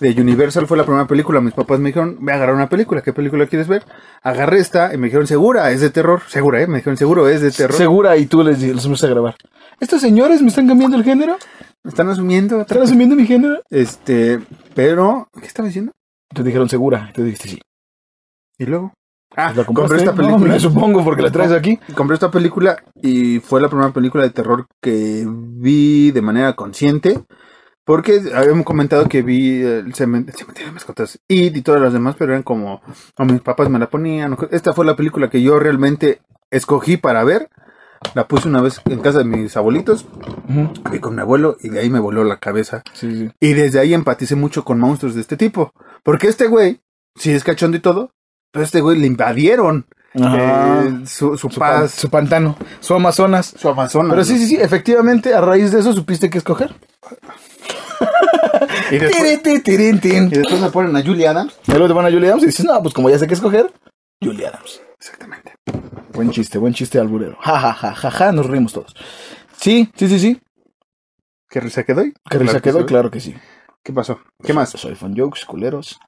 [SPEAKER 2] de Universal, fue la primera película. Mis papás me dijeron, voy a agarrar una película, ¿qué película quieres ver? Agarré esta y me dijeron, segura, es de terror. Segura, ¿eh? Me dijeron, seguro, es de terror.
[SPEAKER 4] Segura y tú les di- los empiezas a grabar. ¿Estos señores me están cambiando el género?
[SPEAKER 2] ¿Me están asumiendo? otra
[SPEAKER 4] ¿Están
[SPEAKER 2] cosa?
[SPEAKER 4] asumiendo mi género?
[SPEAKER 2] Este, pero, ¿qué estaba diciendo?
[SPEAKER 4] Te dijeron segura. y Te dijiste sí.
[SPEAKER 2] Y luego... Ah,
[SPEAKER 4] ¿La
[SPEAKER 2] compré esta
[SPEAKER 4] No,
[SPEAKER 2] película.
[SPEAKER 4] me la supongo porque la traes aquí.
[SPEAKER 2] Compré esta película y fue la primera película de terror que vi de manera consciente. Porque habíamos comentado que vi el cemen- el cementerio de mascotas It y todas las demás, pero eran como, "Oh, o mis papás me la ponían. o co- Esta fue la película que yo realmente escogí para ver La puse una vez en casa de mis abuelitos, vi con mi abuelo y de ahí me voló la cabeza.
[SPEAKER 4] Sí, sí.
[SPEAKER 2] Y desde ahí empaticé mucho con monstruos de este tipo. Porque este güey, si es cachondo y todo, pero este güey le invadieron
[SPEAKER 4] Ajá.
[SPEAKER 2] eh, su, su
[SPEAKER 4] Su, pan-
[SPEAKER 2] paz,
[SPEAKER 4] su pantano, su Amazonas.
[SPEAKER 2] su Amazonas.
[SPEAKER 4] Pero sí, sí, sí, efectivamente, a raíz de eso supiste qué escoger.
[SPEAKER 2] Y después,
[SPEAKER 4] Tiri, ti, tirin, tin.
[SPEAKER 2] y después me ponen a Julie Adams.
[SPEAKER 4] Y luego te van a Julie Adams y dices, no, pues como ya sé qué escoger, Julie Adams.
[SPEAKER 2] Exactamente.
[SPEAKER 4] Buen chiste, buen chiste alburero. Ja, ja, ja, ja, ja, nos rimos todos. Sí, sí, sí, sí.
[SPEAKER 2] ¿Qué risa que doy?
[SPEAKER 4] Que risa
[SPEAKER 2] Claro
[SPEAKER 4] quedó,
[SPEAKER 2] sí.
[SPEAKER 4] claro que sí.
[SPEAKER 2] ¿Qué pasó? ¿Qué más?
[SPEAKER 4] Soy fan jokes, culeros.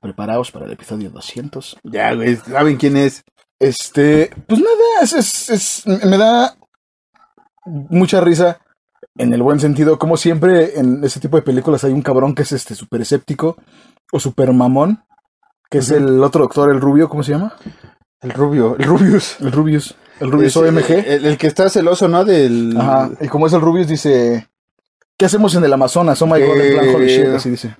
[SPEAKER 4] Preparaos para el episodio 200.
[SPEAKER 2] Ya, güey, ¿saben quién es?
[SPEAKER 4] Este, pues nada, es, es- es- me da mucha risa en el buen sentido. Como siempre en ese tipo de películas hay un cabrón que es este super escéptico o super mamón, que es
[SPEAKER 2] Ujú.
[SPEAKER 4] el otro doctor, el rubio, ¿cómo se llama?
[SPEAKER 2] El rubio, el Rubius.
[SPEAKER 4] El Rubius. El Rubius
[SPEAKER 2] Ese,
[SPEAKER 4] OMG.
[SPEAKER 2] El, el que está celoso, ¿no? Del...
[SPEAKER 4] Ajá. Y como es el Rubius, dice. ¿Qué hacemos en el Amazonas? Oh my god, en plan, holy shit,
[SPEAKER 2] Eh,
[SPEAKER 4] así dice.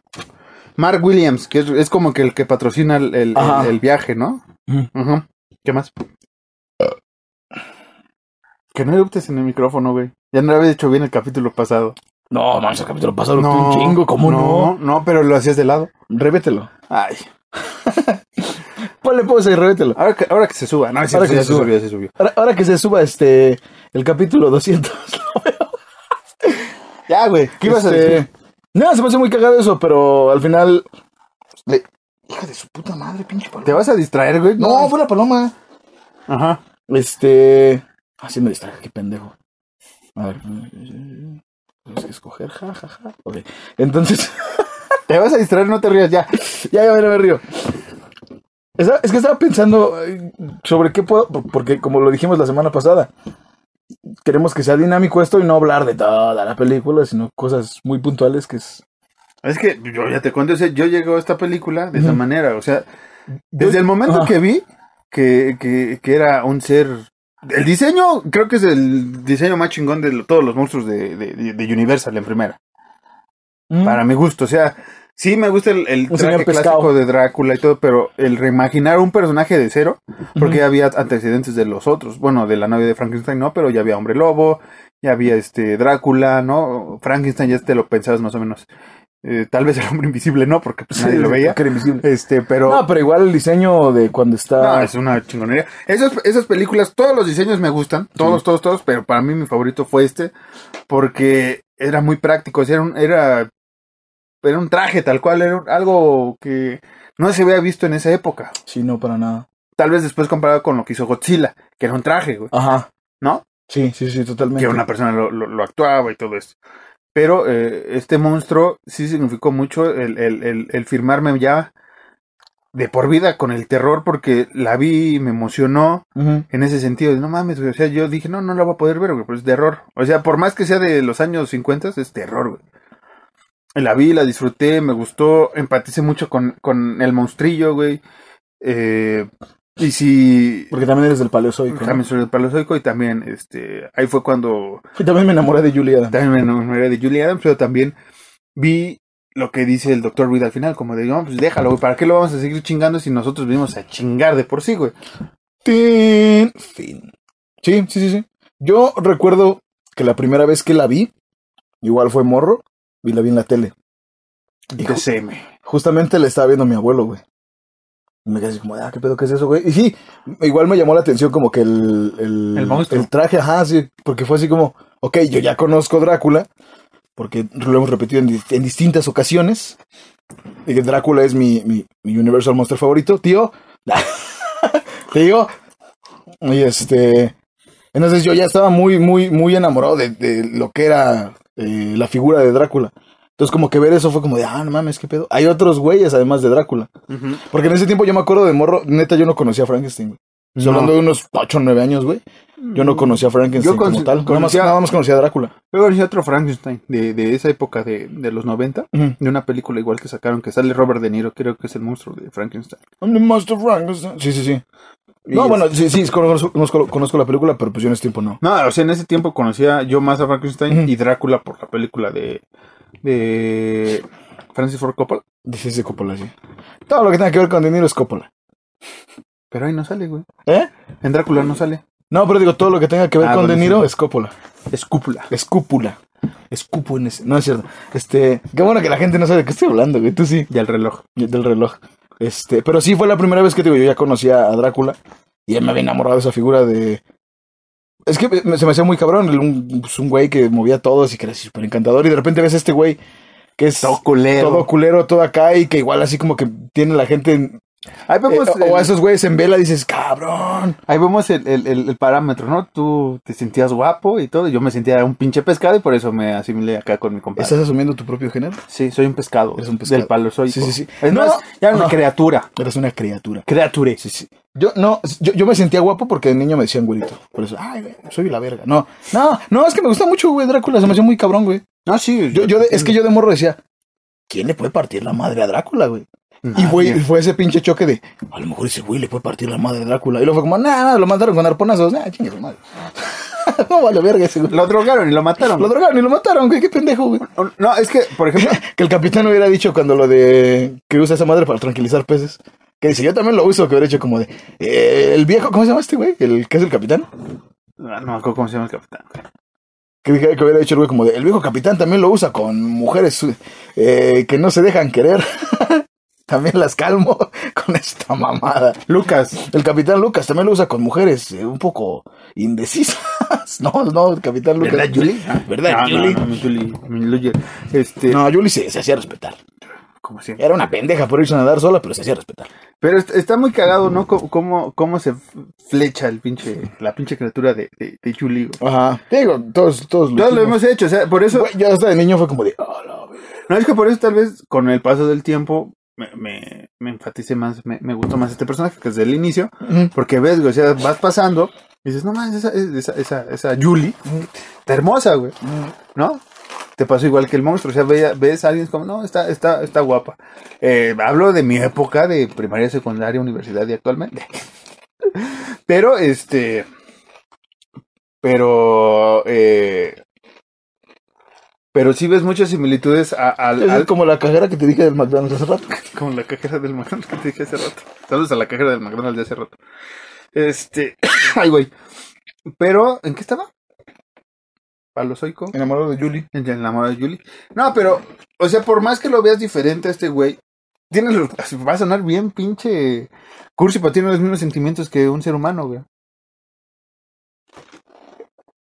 [SPEAKER 2] Mark Williams, que es, es como que el que patrocina el, el-
[SPEAKER 4] Ajá.
[SPEAKER 2] el viaje, ¿no?
[SPEAKER 4] Ujú.
[SPEAKER 2] Ujú. ¿Qué más? Que no eruptes en el micrófono, güey. Ya no lo había hecho bien el capítulo pasado.
[SPEAKER 4] No, mames, el capítulo pasado un chingo, ¿cómo no?
[SPEAKER 2] No, pero lo hacías de lado.
[SPEAKER 4] Revételo.
[SPEAKER 2] Ay,
[SPEAKER 4] Ponle pausa y revételo.
[SPEAKER 2] ahora que, ahora que se suba. No, es
[SPEAKER 4] Ahora
[SPEAKER 2] cierto,
[SPEAKER 4] que
[SPEAKER 2] ya
[SPEAKER 4] se
[SPEAKER 2] se
[SPEAKER 4] suba.
[SPEAKER 2] subió, ya se subió.
[SPEAKER 4] Ahora, ahora que se suba este el capítulo 200.
[SPEAKER 2] Ya, güey, ¿qué ibas a
[SPEAKER 4] este,
[SPEAKER 2] decir?
[SPEAKER 4] Nada, se me hace muy cagado eso, pero al final. le- Hija de su puta madre, pinche paloma.
[SPEAKER 2] ¿Te vas a distraer, güey?
[SPEAKER 4] No, fue la paloma.
[SPEAKER 2] Ajá.
[SPEAKER 4] Este. Así me distraje, qué pendejo. A ver. Tienes que escoger, ja, ja, ja. Ok. Entonces.
[SPEAKER 2] Te vas a distraer, no te rías, ya.
[SPEAKER 4] Ya, ya, ya me río. Estaba- es que estaba pensando eh, sobre qué puedo, por- porque como lo dijimos la semana pasada, queremos que sea dinámico esto y no hablar de toda la película, sino cosas muy puntuales que es...
[SPEAKER 2] Es que yo ya te cuento, o sea, yo llego a esta película de esa
[SPEAKER 4] Ujú.
[SPEAKER 2] manera, o sea, desde el momento
[SPEAKER 4] Ajá.
[SPEAKER 2] que vi que, que- que era un ser... El diseño, creo que es el diseño más chingón de lo- todos los monstruos de, de- de- de Universal en primera,
[SPEAKER 4] Mm.
[SPEAKER 2] para mi gusto, o sea, sí me gusta el, el
[SPEAKER 4] Un
[SPEAKER 2] traje
[SPEAKER 4] señor pescado.
[SPEAKER 2] clásico de Drácula y todo, pero el reimaginar un personaje de cero, porque ya había antecedentes de los otros, bueno, de la novia de Frankenstein no, pero ya había Hombre Lobo, ya había este Drácula, ¿no? Frankenstein ya te lo pensabas más o menos. Eh, tal vez el hombre invisible no, porque pues,
[SPEAKER 4] Sí,
[SPEAKER 2] nadie lo veía.
[SPEAKER 4] que era invisible.
[SPEAKER 2] Este, pero...
[SPEAKER 4] No, pero igual el diseño de cuando
[SPEAKER 2] No,
[SPEAKER 4] está...
[SPEAKER 2] es una chingonería. Esas, esas películas, todos los diseños me gustan, todos, todos, todos, pero para mí mi favorito fue este, porque era muy práctico, o sea, era un, era, era un traje tal cual, era un- algo que no se había visto en esa época.
[SPEAKER 4] Sí, no, para nada.
[SPEAKER 2] Tal vez después comparado con lo que hizo Godzilla, que era un traje, güey,
[SPEAKER 4] Ajá.
[SPEAKER 2] ¿no?
[SPEAKER 4] Sí, sí, sí, totalmente.
[SPEAKER 2] Que una persona lo, lo- lo actuaba y todo esto. Pero eh, este monstruo sí significó mucho el, el- el- el firmarme ya de por vida con el terror, porque la vi y me emocionó.
[SPEAKER 4] Ujú.
[SPEAKER 2] En ese sentido, no mames, güey. O sea, yo dije, no, no la voy a poder ver, güey, pero es de error. O sea, por más que sea de los años 50, es de error, güey. La vi, la disfruté, me gustó, empaticé mucho con, con el monstrillo, güey. Eh, y si.
[SPEAKER 4] Porque también eres del paleozoico. ¿no?
[SPEAKER 2] También soy del Paleozoico y también, este. Ahí fue cuando.
[SPEAKER 4] Y también me enamoré de Julia.
[SPEAKER 2] También me enamoré de Julie Adams, pero también vi lo que dice el doctor Reed al final, como de, no, pues déjalo, güey, ¿para qué lo vamos a seguir chingando si nosotros venimos a chingar de por sí, güey?
[SPEAKER 4] Tin. Fin. Sí, sí, sí, sí. Yo recuerdo que la primera vez que la vi, igual fue morro, y la vi en la tele. Y ju-
[SPEAKER 2] TCM.
[SPEAKER 4] justamente la estaba viendo mi abuelo, güey. Y me quedé así como, ah, ¿qué pedo qué es eso, güey? Y sí, igual me llamó la atención como que el... El,
[SPEAKER 2] El monstruo.
[SPEAKER 4] el traje, ajá, sí. Porque fue así como, ok, yo ya conozco Drácula, porque lo hemos repetido en, di- en distintas ocasiones. Y que Drácula es mi, mi, mi Universal Monster favorito, tío. Te digo. Y este... Entonces yo ya estaba muy, muy, muy enamorado de, de lo que era eh, la figura de Drácula. Entonces como que ver eso fue como de, ah, no mames, qué pedo. Hay otros güeyes además de Drácula.
[SPEAKER 2] Ujú.
[SPEAKER 4] Porque en ese tiempo yo me acuerdo de morro, neta yo no conocía a Frankenstein, güey. Estoy
[SPEAKER 2] No.
[SPEAKER 4] hablando de unos 8 o 9 años, güey. Yo no conocía a Frankenstein
[SPEAKER 2] Yo con-
[SPEAKER 4] como tal. Nada, más,
[SPEAKER 2] conocía-
[SPEAKER 4] nada más conocía a Drácula.
[SPEAKER 2] Luego conocí otro Frankenstein de, de esa época de, de los 90, de una película igual que sacaron que sale Robert De Niro, creo que es el monstruo de Frankenstein.
[SPEAKER 4] I'm the monster Frankenstein. Sí, sí, sí.
[SPEAKER 2] Y
[SPEAKER 4] No,
[SPEAKER 2] es-
[SPEAKER 4] bueno, sí, sí, conozco, conozco- conozco la película, pero pues yo en ese tiempo no.
[SPEAKER 2] No, o sea, en ese tiempo conocía yo más a Frankenstein
[SPEAKER 4] Ujú.
[SPEAKER 2] y Drácula por la película de, de Francis Ford Coppola,
[SPEAKER 4] Dices de Coppola, sí. Todo lo que tenga que ver con dinero es Coppola.
[SPEAKER 2] pero ahí no sale, güey.
[SPEAKER 4] ¿Eh?
[SPEAKER 2] En Drácula no sale.
[SPEAKER 4] No, pero digo, todo lo que tenga que ver
[SPEAKER 2] Ah,
[SPEAKER 4] con De
[SPEAKER 2] buenísimo.
[SPEAKER 4] Niro es cópula. Es cúpula. Es cúpula. Es cupo en ese- No es cierto. Este. Qué bueno que la gente no sabe de qué estoy hablando, güey. Tú sí.
[SPEAKER 2] Y el reloj.
[SPEAKER 4] Del reloj. Este. Pero sí fue la primera vez que te digo, yo ya conocía a Drácula. Y ya me había enamorado de esa figura de. Es que me- se me hacía muy cabrón. el- Un, pues, un güey que movía a todos y que era así súper encantador. Y de repente ves a este güey que es.
[SPEAKER 2] Todo culero.
[SPEAKER 4] Todo culero, todo acá y que igual así como que tiene la gente... en-
[SPEAKER 2] Ahí vemos,
[SPEAKER 4] eh, o a
[SPEAKER 2] el,
[SPEAKER 4] esos güeyes en vela dices, cabrón.
[SPEAKER 2] ahí vemos el, el- el- el parámetro, ¿no? Tú te sentías guapo y todo. Yo me sentía un pinche pescado y por eso me asimilé acá con mi compadre.
[SPEAKER 4] ¿Estás asumiendo tu propio género?
[SPEAKER 2] Sí, soy un pescado.
[SPEAKER 4] Eres un pescado.
[SPEAKER 2] Del palo soy.
[SPEAKER 4] Sí, sí, sí.
[SPEAKER 2] Es
[SPEAKER 4] No,
[SPEAKER 2] más, ya era una
[SPEAKER 4] no.
[SPEAKER 2] criatura.
[SPEAKER 4] Eres una criatura.
[SPEAKER 2] Criature.
[SPEAKER 4] Sí, sí. Yo, no, yo, yo me sentía guapo porque de niño me decían güerito. Por eso, ay, güey, soy la verga. No, no, no, es que me gusta mucho, güey, Drácula. Se me hacía muy cabrón, güey.
[SPEAKER 2] No, sí.
[SPEAKER 4] Yo, yo de- es que yo de morro decía, ¿quién le puede partir la madre a Drácula, güey? Y
[SPEAKER 2] Nadie.
[SPEAKER 4] güey, fue ese pinche choque de, a lo mejor ese güey le puede partir la madre a Drácula. Y luego fue como, nada, nada, lo mandaron con arponazos. Nah, chingue su madre. no vale verga ese güey.
[SPEAKER 2] Lo drogaron y lo mataron.
[SPEAKER 4] Lo drogaron y lo mataron, güey, qué pendejo, güey.
[SPEAKER 2] No, es que, por ejemplo,
[SPEAKER 4] Que el capitán hubiera dicho cuando lo de que usa esa madre para tranquilizar peces. Que dice, yo también lo uso, que hubiera hecho como de, eh, el viejo, ¿cómo se llama este güey? El que es el capitán.
[SPEAKER 2] no me acuerdo cómo se llama el capitán.
[SPEAKER 4] Que, dije- que hubiera dicho el güey como de, el viejo capitán también lo usa con mujeres eh, que no se dejan querer. también las calmo con esta mamada.
[SPEAKER 2] Lucas.
[SPEAKER 4] El capitán Lucas también lo usa con mujeres eh, un poco indecisas. no, no, el capitán Lucas.
[SPEAKER 2] Julie?
[SPEAKER 4] ¿Verdad,
[SPEAKER 2] Ah. No, no,
[SPEAKER 4] Julie?
[SPEAKER 2] no, mi Julie. mi Julie. Este,
[SPEAKER 4] No, Julie se, se hacía respetar.
[SPEAKER 2] ¿cómo se llama?
[SPEAKER 4] Era una pendeja por irse a nadar sola, pero se hacía respetar.
[SPEAKER 2] Pero est- está muy cagado, ¿no? Cómo, cómo, cómo se flecha el pinche, la pinche criatura de, de, de Julie. güey.
[SPEAKER 4] Ajá. Te digo, todos, todos
[SPEAKER 2] Todos lo hemos hecho, o sea, por eso,
[SPEAKER 4] Güey, yo hasta de niño fue como de, "Ah, la verga".
[SPEAKER 2] no es que por eso tal vez con el paso del tiempo me, me, me enfatice más, me, me gustó más este personaje que desde el inicio,
[SPEAKER 4] mm,
[SPEAKER 2] porque ves, güey, o sea, vas pasando y dices, no mames, esa, esa, esa, esa Julie
[SPEAKER 4] mm,
[SPEAKER 2] está hermosa, güey, ¿no? Te pasó igual que el monstruo, o sea, ve- ves a alguien como, no, está, está, está guapa. Eh, hablo de mi época de primaria, secundaria, universidad y actualmente. Pero, este. Pero. eh, pero sí ves muchas similitudes a- al.
[SPEAKER 4] Es
[SPEAKER 2] al-
[SPEAKER 4] como la cajera que te dije del McDonald's hace rato.
[SPEAKER 2] como la cajera del McDonald's que te dije hace rato. Saludos a la cajera del McDonald's de hace rato. Este. Ay, güey. Pero, ¿en qué estaba? Palozoico.
[SPEAKER 4] Enamorado de Julie.
[SPEAKER 2] En en la moda de Julie. No, pero, o sea, por más que lo veas diferente a este güey, tienes los, va a sonar bien pinche cursi, pero tiene los mismos sentimientos que un ser humano, güey.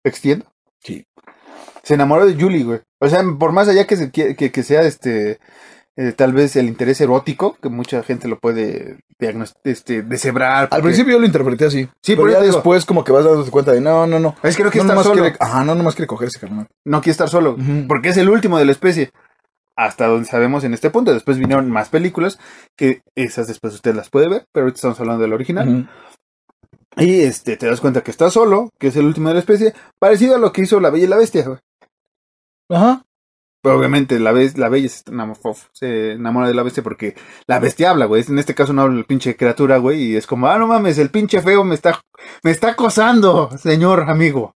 [SPEAKER 2] ¿Extiendo?
[SPEAKER 4] Sí.
[SPEAKER 2] Se enamoró de Julie, güey. O sea, por más allá que, se quie- que, que sea este, eh, tal vez el interés erótico, que mucha gente lo puede diagnos- este, deshebrar.
[SPEAKER 4] Al
[SPEAKER 2] porque-
[SPEAKER 4] principio yo lo interpreté así.
[SPEAKER 2] Sí,
[SPEAKER 4] pero
[SPEAKER 2] por eso
[SPEAKER 4] ya
[SPEAKER 2] te digo.
[SPEAKER 4] después como que vas dándote cuenta de, no, no, no.
[SPEAKER 2] Es que no quiere
[SPEAKER 4] no
[SPEAKER 2] estar
[SPEAKER 4] nomás
[SPEAKER 2] solo.
[SPEAKER 4] quiere- ajá, no nomás quiere cogerse, carnal.
[SPEAKER 2] no quiere estar solo,
[SPEAKER 4] Ujú.
[SPEAKER 2] porque es el último de la especie. Hasta donde sabemos en este punto. Después vinieron más películas, que esas después usted las puede ver, pero ahorita estamos hablando del original.
[SPEAKER 4] Ujú.
[SPEAKER 2] Y este, te das cuenta que está solo, que es el último de la especie, parecido a lo que hizo La Bella y la Bestia. güey.
[SPEAKER 4] Ajá.
[SPEAKER 2] Pero obviamente la, be- la Bella se enamo- fof, se enamora de la Bestia porque la Bestia habla, güey. En este caso no habla la pinche criatura, güey, y es como, ah, no mames, el pinche feo me está, me está acosando, señor amigo.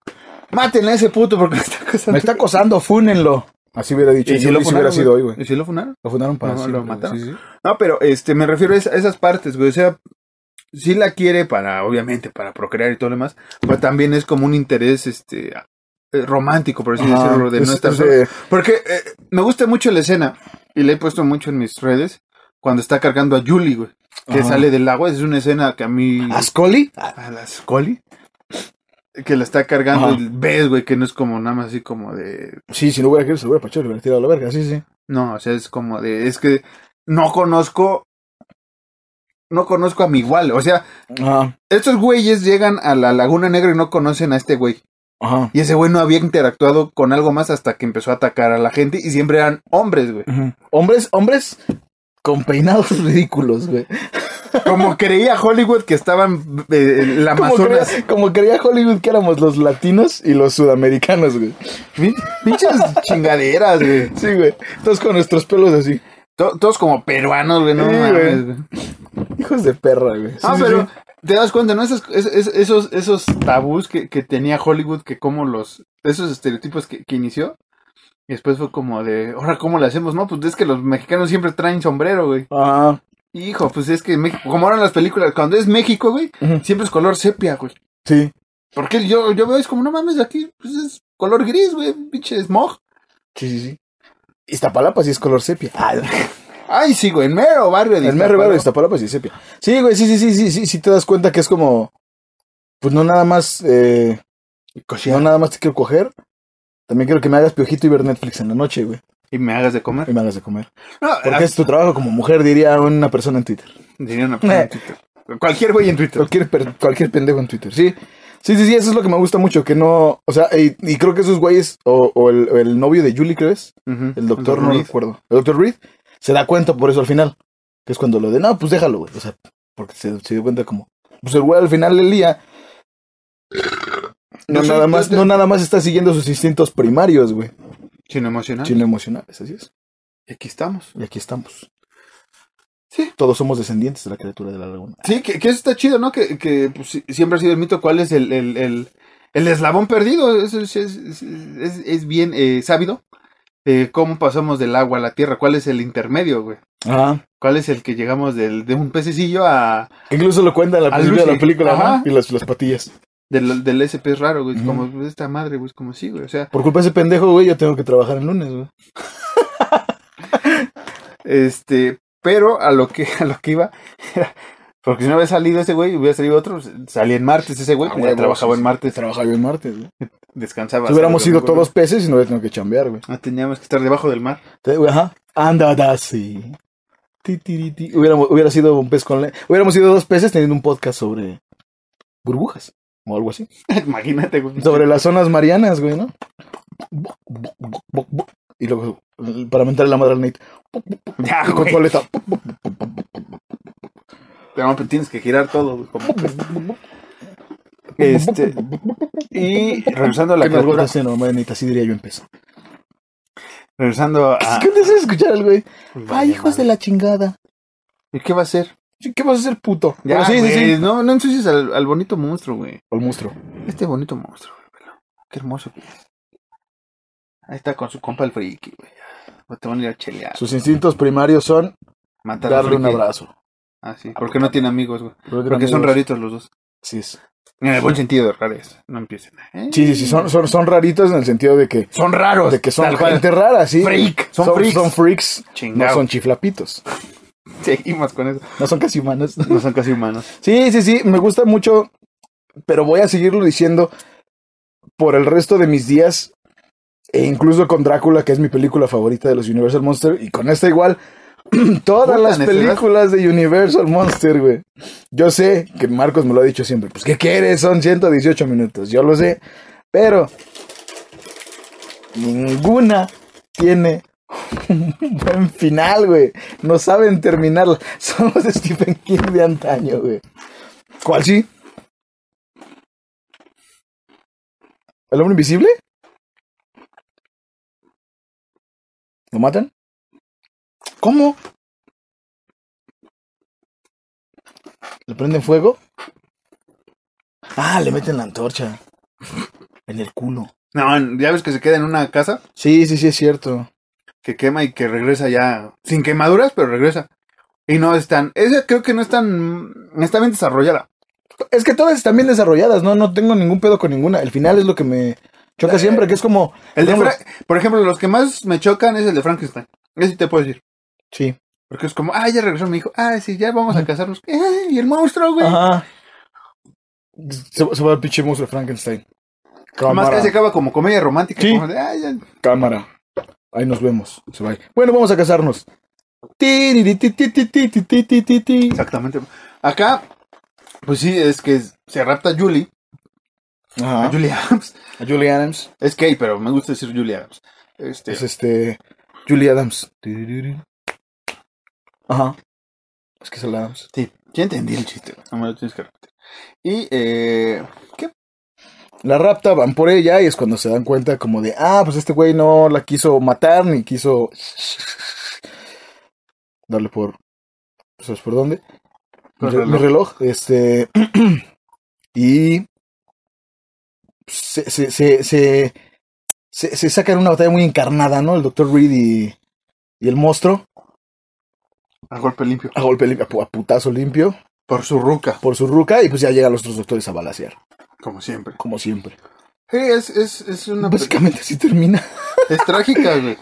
[SPEAKER 2] Mátenle a ese puto porque me está acosando.
[SPEAKER 4] Me está acosando, fúnenlo. Así hubiera dicho.
[SPEAKER 2] Y si lo
[SPEAKER 4] Julie si hubiera
[SPEAKER 2] funaron,
[SPEAKER 4] sido hoy, güey.
[SPEAKER 2] ¿Y si lo funaron?
[SPEAKER 4] Lo fundaron para
[SPEAKER 2] No,
[SPEAKER 4] siempre,
[SPEAKER 2] lo
[SPEAKER 4] güey.
[SPEAKER 2] mataron.
[SPEAKER 4] Sí, sí.
[SPEAKER 2] No, pero este, me refiero a, esa- a esas partes, güey. O sea, sí la quiere para, obviamente, para procrear y todo lo demás, pero también es como un interés, este, eh, romántico, por así
[SPEAKER 4] Ajá. pues,
[SPEAKER 2] decirlo, de
[SPEAKER 4] Es-
[SPEAKER 2] no estar
[SPEAKER 4] es
[SPEAKER 2] solo.
[SPEAKER 4] de-
[SPEAKER 2] Porque eh, me gusta mucho la escena, y la he puesto mucho en mis redes, cuando está cargando a Julie, güey, que
[SPEAKER 4] Ajá.
[SPEAKER 2] sale del agua. Es una escena que a mí...
[SPEAKER 4] ¿A Scully?
[SPEAKER 2] a las Coli. Que la está cargando
[SPEAKER 4] Ajá.
[SPEAKER 2] y ves, güey, que no es como nada más así como de...
[SPEAKER 4] Sí, si no hubiera querido, se lo hubiera pachado, le hubiera tirado a la verga. Sí, sí.
[SPEAKER 2] No, o sea, es como de, es que no conozco, no conozco a mi igual. O sea,
[SPEAKER 4] Ajá.
[SPEAKER 2] estos güeyes llegan a la Laguna Negra y no conocen a este güey.
[SPEAKER 4] Ajá.
[SPEAKER 2] Y ese güey no había interactuado con algo más hasta que empezó a atacar a la gente y siempre eran hombres, güey.
[SPEAKER 4] Hombres, hombres con peinados ridículos, güey.
[SPEAKER 2] Como creía Hollywood que estaban eh, en la
[SPEAKER 4] Como
[SPEAKER 2] Amazonas.
[SPEAKER 4] creía, como creía Hollywood que éramos los latinos y los sudamericanos, güey.
[SPEAKER 2] Pin- Pinches chingaderas, güey.
[SPEAKER 4] Sí, güey. Todos con nuestros pelos así.
[SPEAKER 2] To- Todos como peruanos, güey, no
[SPEAKER 4] Sí, güey.
[SPEAKER 2] mames, güey.
[SPEAKER 4] Hijos de perra, güey. Sí,
[SPEAKER 2] ah,
[SPEAKER 4] sí,
[SPEAKER 2] pero
[SPEAKER 4] sí.
[SPEAKER 2] te das cuenta, ¿no? Esos, es- es- esos, esos tabús que, que tenía Hollywood, que como los, esos estereotipos que, que inició. Y después fue como de, ahora, ¿cómo le hacemos? No, pues es que los mexicanos siempre traen sombrero, güey.
[SPEAKER 4] Ajá.
[SPEAKER 2] Hijo, pues es que México, como ahora en las películas, cuando es México, güey,
[SPEAKER 4] Ujú.
[SPEAKER 2] siempre es color sepia, güey.
[SPEAKER 4] Sí.
[SPEAKER 2] Porque yo, yo veo, es como, no mames, aquí pues, es color gris, güey, pinche smog.
[SPEAKER 4] Sí, sí, sí. Iztapalapa sí Ah, es color sepia.
[SPEAKER 2] Ay, sí, güey, en mero barrio de
[SPEAKER 4] El mero barrio de
[SPEAKER 2] Iztapalapa.
[SPEAKER 4] Iztapalapa sí es sepia. Sí, güey, sí, sí, sí, sí, sí, sí te das cuenta que es como... Pues no nada más... Eh, no nada más te quiero coger. También quiero que me hagas piojito y ver Netflix en la noche, güey.
[SPEAKER 2] Y me hagas de comer.
[SPEAKER 4] Y me hagas de comer.
[SPEAKER 2] No,
[SPEAKER 4] Porque es tu trabajo como mujer, diría una persona en Twitter.
[SPEAKER 2] Diría una persona en Twitter. Cualquier güey en Twitter.
[SPEAKER 4] Cualquier, per- cualquier pendejo en Twitter, sí. Sí, sí, sí, eso es lo que me gusta mucho, que no... O sea, y, y creo que esos güeyes, o, o el, o el novio de Julie, ¿crees? El doctor, no
[SPEAKER 2] Ruiz.
[SPEAKER 4] recuerdo. El doctor Reed se da cuenta por eso al final. Que es cuando lo de, no, pues déjalo, güey. O sea, porque se, se dio cuenta como. Pues el güey al final del día. No,
[SPEAKER 2] Yo soy-
[SPEAKER 4] nada más,
[SPEAKER 2] yo-
[SPEAKER 4] no nada más está siguiendo sus instintos primarios, güey.
[SPEAKER 2] Sin emocionar.
[SPEAKER 4] Sino emocionales, así es.
[SPEAKER 2] Y Aquí estamos.
[SPEAKER 4] Y aquí estamos.
[SPEAKER 2] Sí.
[SPEAKER 4] Todos somos descendientes de la criatura de la laguna.
[SPEAKER 2] Sí, que, que eso está chido, ¿no? Que, que pues, sí, siempre ha sido el mito cuál es el, el, el, el eslabón perdido. Eso es, es, es- es- es bien eh, sabido. Eh, ¿Cómo pasamos del agua a la tierra? ¿Cuál es el intermedio, güey?
[SPEAKER 4] Ajá.
[SPEAKER 2] ¿Cuál es el que llegamos del, de un pececillo a,
[SPEAKER 4] Incluso lo cuenta en la
[SPEAKER 2] Al
[SPEAKER 4] película, de la
[SPEAKER 2] Lucy.
[SPEAKER 4] película
[SPEAKER 2] Ajá.
[SPEAKER 4] ¿no? y las, las patillas.
[SPEAKER 2] del, del SP es raro, güey?
[SPEAKER 4] Ujú.
[SPEAKER 2] Como esta madre, güey, es como sí, güey. O sea,
[SPEAKER 4] Por culpa de ese pendejo, güey, yo tengo que trabajar el lunes, güey.
[SPEAKER 2] Este, pero a lo que, a lo que iba, era- porque si no hubiera salido ese güey, hubiera salido otro, salía en martes ese güey,
[SPEAKER 4] Ah,
[SPEAKER 2] pues ya
[SPEAKER 4] huevo,
[SPEAKER 2] trabajaba
[SPEAKER 4] sí,
[SPEAKER 2] en martes,
[SPEAKER 4] Trabajaba yo el martes, güey.
[SPEAKER 2] descansaba.
[SPEAKER 4] Si hubiéramos
[SPEAKER 2] sábado,
[SPEAKER 4] sido
[SPEAKER 2] domingo,
[SPEAKER 4] todos peces y no hubiera tenido que chambear, güey.
[SPEAKER 2] güey. No Ah, teníamos que estar debajo del mar.
[SPEAKER 4] Te- Ajá. Andada así. Ti, ti, ti, ti. Hubiéramos, hubiera sido un pez con le- Hubiéramos sido dos peces teniendo un podcast sobre burbujas o algo así.
[SPEAKER 2] Imagínate, güey.
[SPEAKER 4] Sobre las zonas marianas, güey, ¿no? Y luego, para mentarle la madre al Nate.
[SPEAKER 2] Ya,
[SPEAKER 4] Con
[SPEAKER 2] güey.
[SPEAKER 4] coleta.
[SPEAKER 2] No, pero tienes que girar todo, güey. como- Este, y regresando a la
[SPEAKER 4] Que nos
[SPEAKER 2] criatura,
[SPEAKER 4] gusta hacer, no, manita, así diría yo en peso.
[SPEAKER 2] regresando a...
[SPEAKER 4] ¿Qué te hace escuchar al güey? Ay, hijos de la chingada.
[SPEAKER 2] ¿Y qué va a hacer?
[SPEAKER 4] ¿Qué vas a hacer, puto?
[SPEAKER 2] Ya,
[SPEAKER 4] Pero sí, sí,
[SPEAKER 2] güey,
[SPEAKER 4] sí.
[SPEAKER 2] No, no ensucies al, al bonito monstruo, güey.
[SPEAKER 4] Al monstruo.
[SPEAKER 2] Este bonito monstruo, güey, velo. Qué hermoso que es. Ahí está con su compa el friki, güey. No te van a ir a chelear.
[SPEAKER 4] Sus instintos primarios son
[SPEAKER 2] Matar al
[SPEAKER 4] darle un
[SPEAKER 2] friki.
[SPEAKER 4] abrazo.
[SPEAKER 2] Ah, sí. Porque no tiene amigos, güey. Porque
[SPEAKER 4] Amigos.
[SPEAKER 2] son raritos los dos.
[SPEAKER 4] Así es.
[SPEAKER 2] En el buen sentido de rares. No empiecen. ¿eh?
[SPEAKER 4] Sí, sí, sí, son, son, son raritos en el sentido de que,
[SPEAKER 2] Son raros.
[SPEAKER 4] de que son
[SPEAKER 2] Tal cual.
[SPEAKER 4] gente rara, sí.
[SPEAKER 2] Freak. Son
[SPEAKER 4] Son, son freaks.
[SPEAKER 2] freaks.
[SPEAKER 4] no
[SPEAKER 2] Chingado.
[SPEAKER 4] son chiflapitos,
[SPEAKER 2] Seguimos con eso.
[SPEAKER 4] no son casi humanos.
[SPEAKER 2] No son casi humanos.
[SPEAKER 4] Sí, sí, sí, me gusta mucho, pero voy a seguirlo diciendo por el resto de mis días, e incluso con Drácula, que es mi película favorita de los Universal Monster, y con esta igual, todas
[SPEAKER 2] Puta
[SPEAKER 4] las
[SPEAKER 2] necedad.
[SPEAKER 4] películas de Universal Monster, güey. Yo sé que Marcos me lo ha dicho siempre, pues ¿qué quieres? Son 118 minutos, yo lo sé, pero ninguna tiene un buen final, güey. No saben terminarla. Somos Stephen King de antaño, güey. ¿Cuál sí? ¿El hombre invisible? ¿Lo matan? ¿Cómo? ¿Le prenden fuego? Ah, le meten la antorcha. En el culo.
[SPEAKER 2] No, ya ves que se queda en una casa
[SPEAKER 4] Sí, sí, sí, es cierto.
[SPEAKER 2] que quema y que regresa ya. Sin quemaduras, pero regresa. Y no están. Esa creo que no es tan. Está bien desarrollada.
[SPEAKER 4] Es que todas están bien desarrolladas, ¿no? No tengo ningún pedo con ninguna. El final es lo que me choca siempre, que es como...
[SPEAKER 2] El de
[SPEAKER 4] Vamos.
[SPEAKER 2] Fra- Por ejemplo, los que más me chocan es el de Frankenstein. Ese sí te puedo decir.
[SPEAKER 4] Sí.
[SPEAKER 2] Porque es como, ah, ya regresó mi hijo. Ah, sí, ya vamos a casarnos. Ay, y el monstruo, güey.
[SPEAKER 4] Ajá. Se, se va el pinche monstruo de Frankenstein.
[SPEAKER 2] Además,
[SPEAKER 4] Cámara.
[SPEAKER 2] casi acaba como comedia romántica.
[SPEAKER 4] Sí.
[SPEAKER 2] como de, "Ay, ya".
[SPEAKER 4] Cámara. Ahí nos vemos. Se va. Bueno, vamos a casarnos. Tiriri, ti, ti, ti, ti, ti, ti, ti, ti, ti.
[SPEAKER 2] Exactamente. Acá, pues sí, es que se rapta a Julie. A
[SPEAKER 4] Ajá.
[SPEAKER 2] Julie Adams.
[SPEAKER 4] A Julie Adams.
[SPEAKER 2] Es gay, pero me gusta decir Julie Adams. Este,
[SPEAKER 4] Es este... Julie Adams. Tiriri. Ajá. Es que es el Adams.
[SPEAKER 2] sí, ya entendí el chiste. güey. No me lo tienes que repetir. Y, eh, ¿qué?
[SPEAKER 4] La rapta, van por ella y es cuando se dan cuenta como de, ah, pues este güey no la quiso matar ni quiso darle por, ¿sabes por dónde? Mi,
[SPEAKER 2] Por
[SPEAKER 4] re-
[SPEAKER 2] reloj.
[SPEAKER 4] mi reloj, este, y se, se, se, se, se- se sacan una batalla muy encarnada, ¿no? El doctor Reed y, y el monstruo
[SPEAKER 2] A golpe limpio.
[SPEAKER 4] a golpe limpio, a pu- a putazo limpio
[SPEAKER 2] Por su ruca.
[SPEAKER 4] por su ruca y pues ya llegan los otros doctores a balasear.
[SPEAKER 2] Como siempre.
[SPEAKER 4] como siempre.
[SPEAKER 2] Sí, es, es, es una...
[SPEAKER 4] Básicamente así termina.
[SPEAKER 2] Es trágica, güey.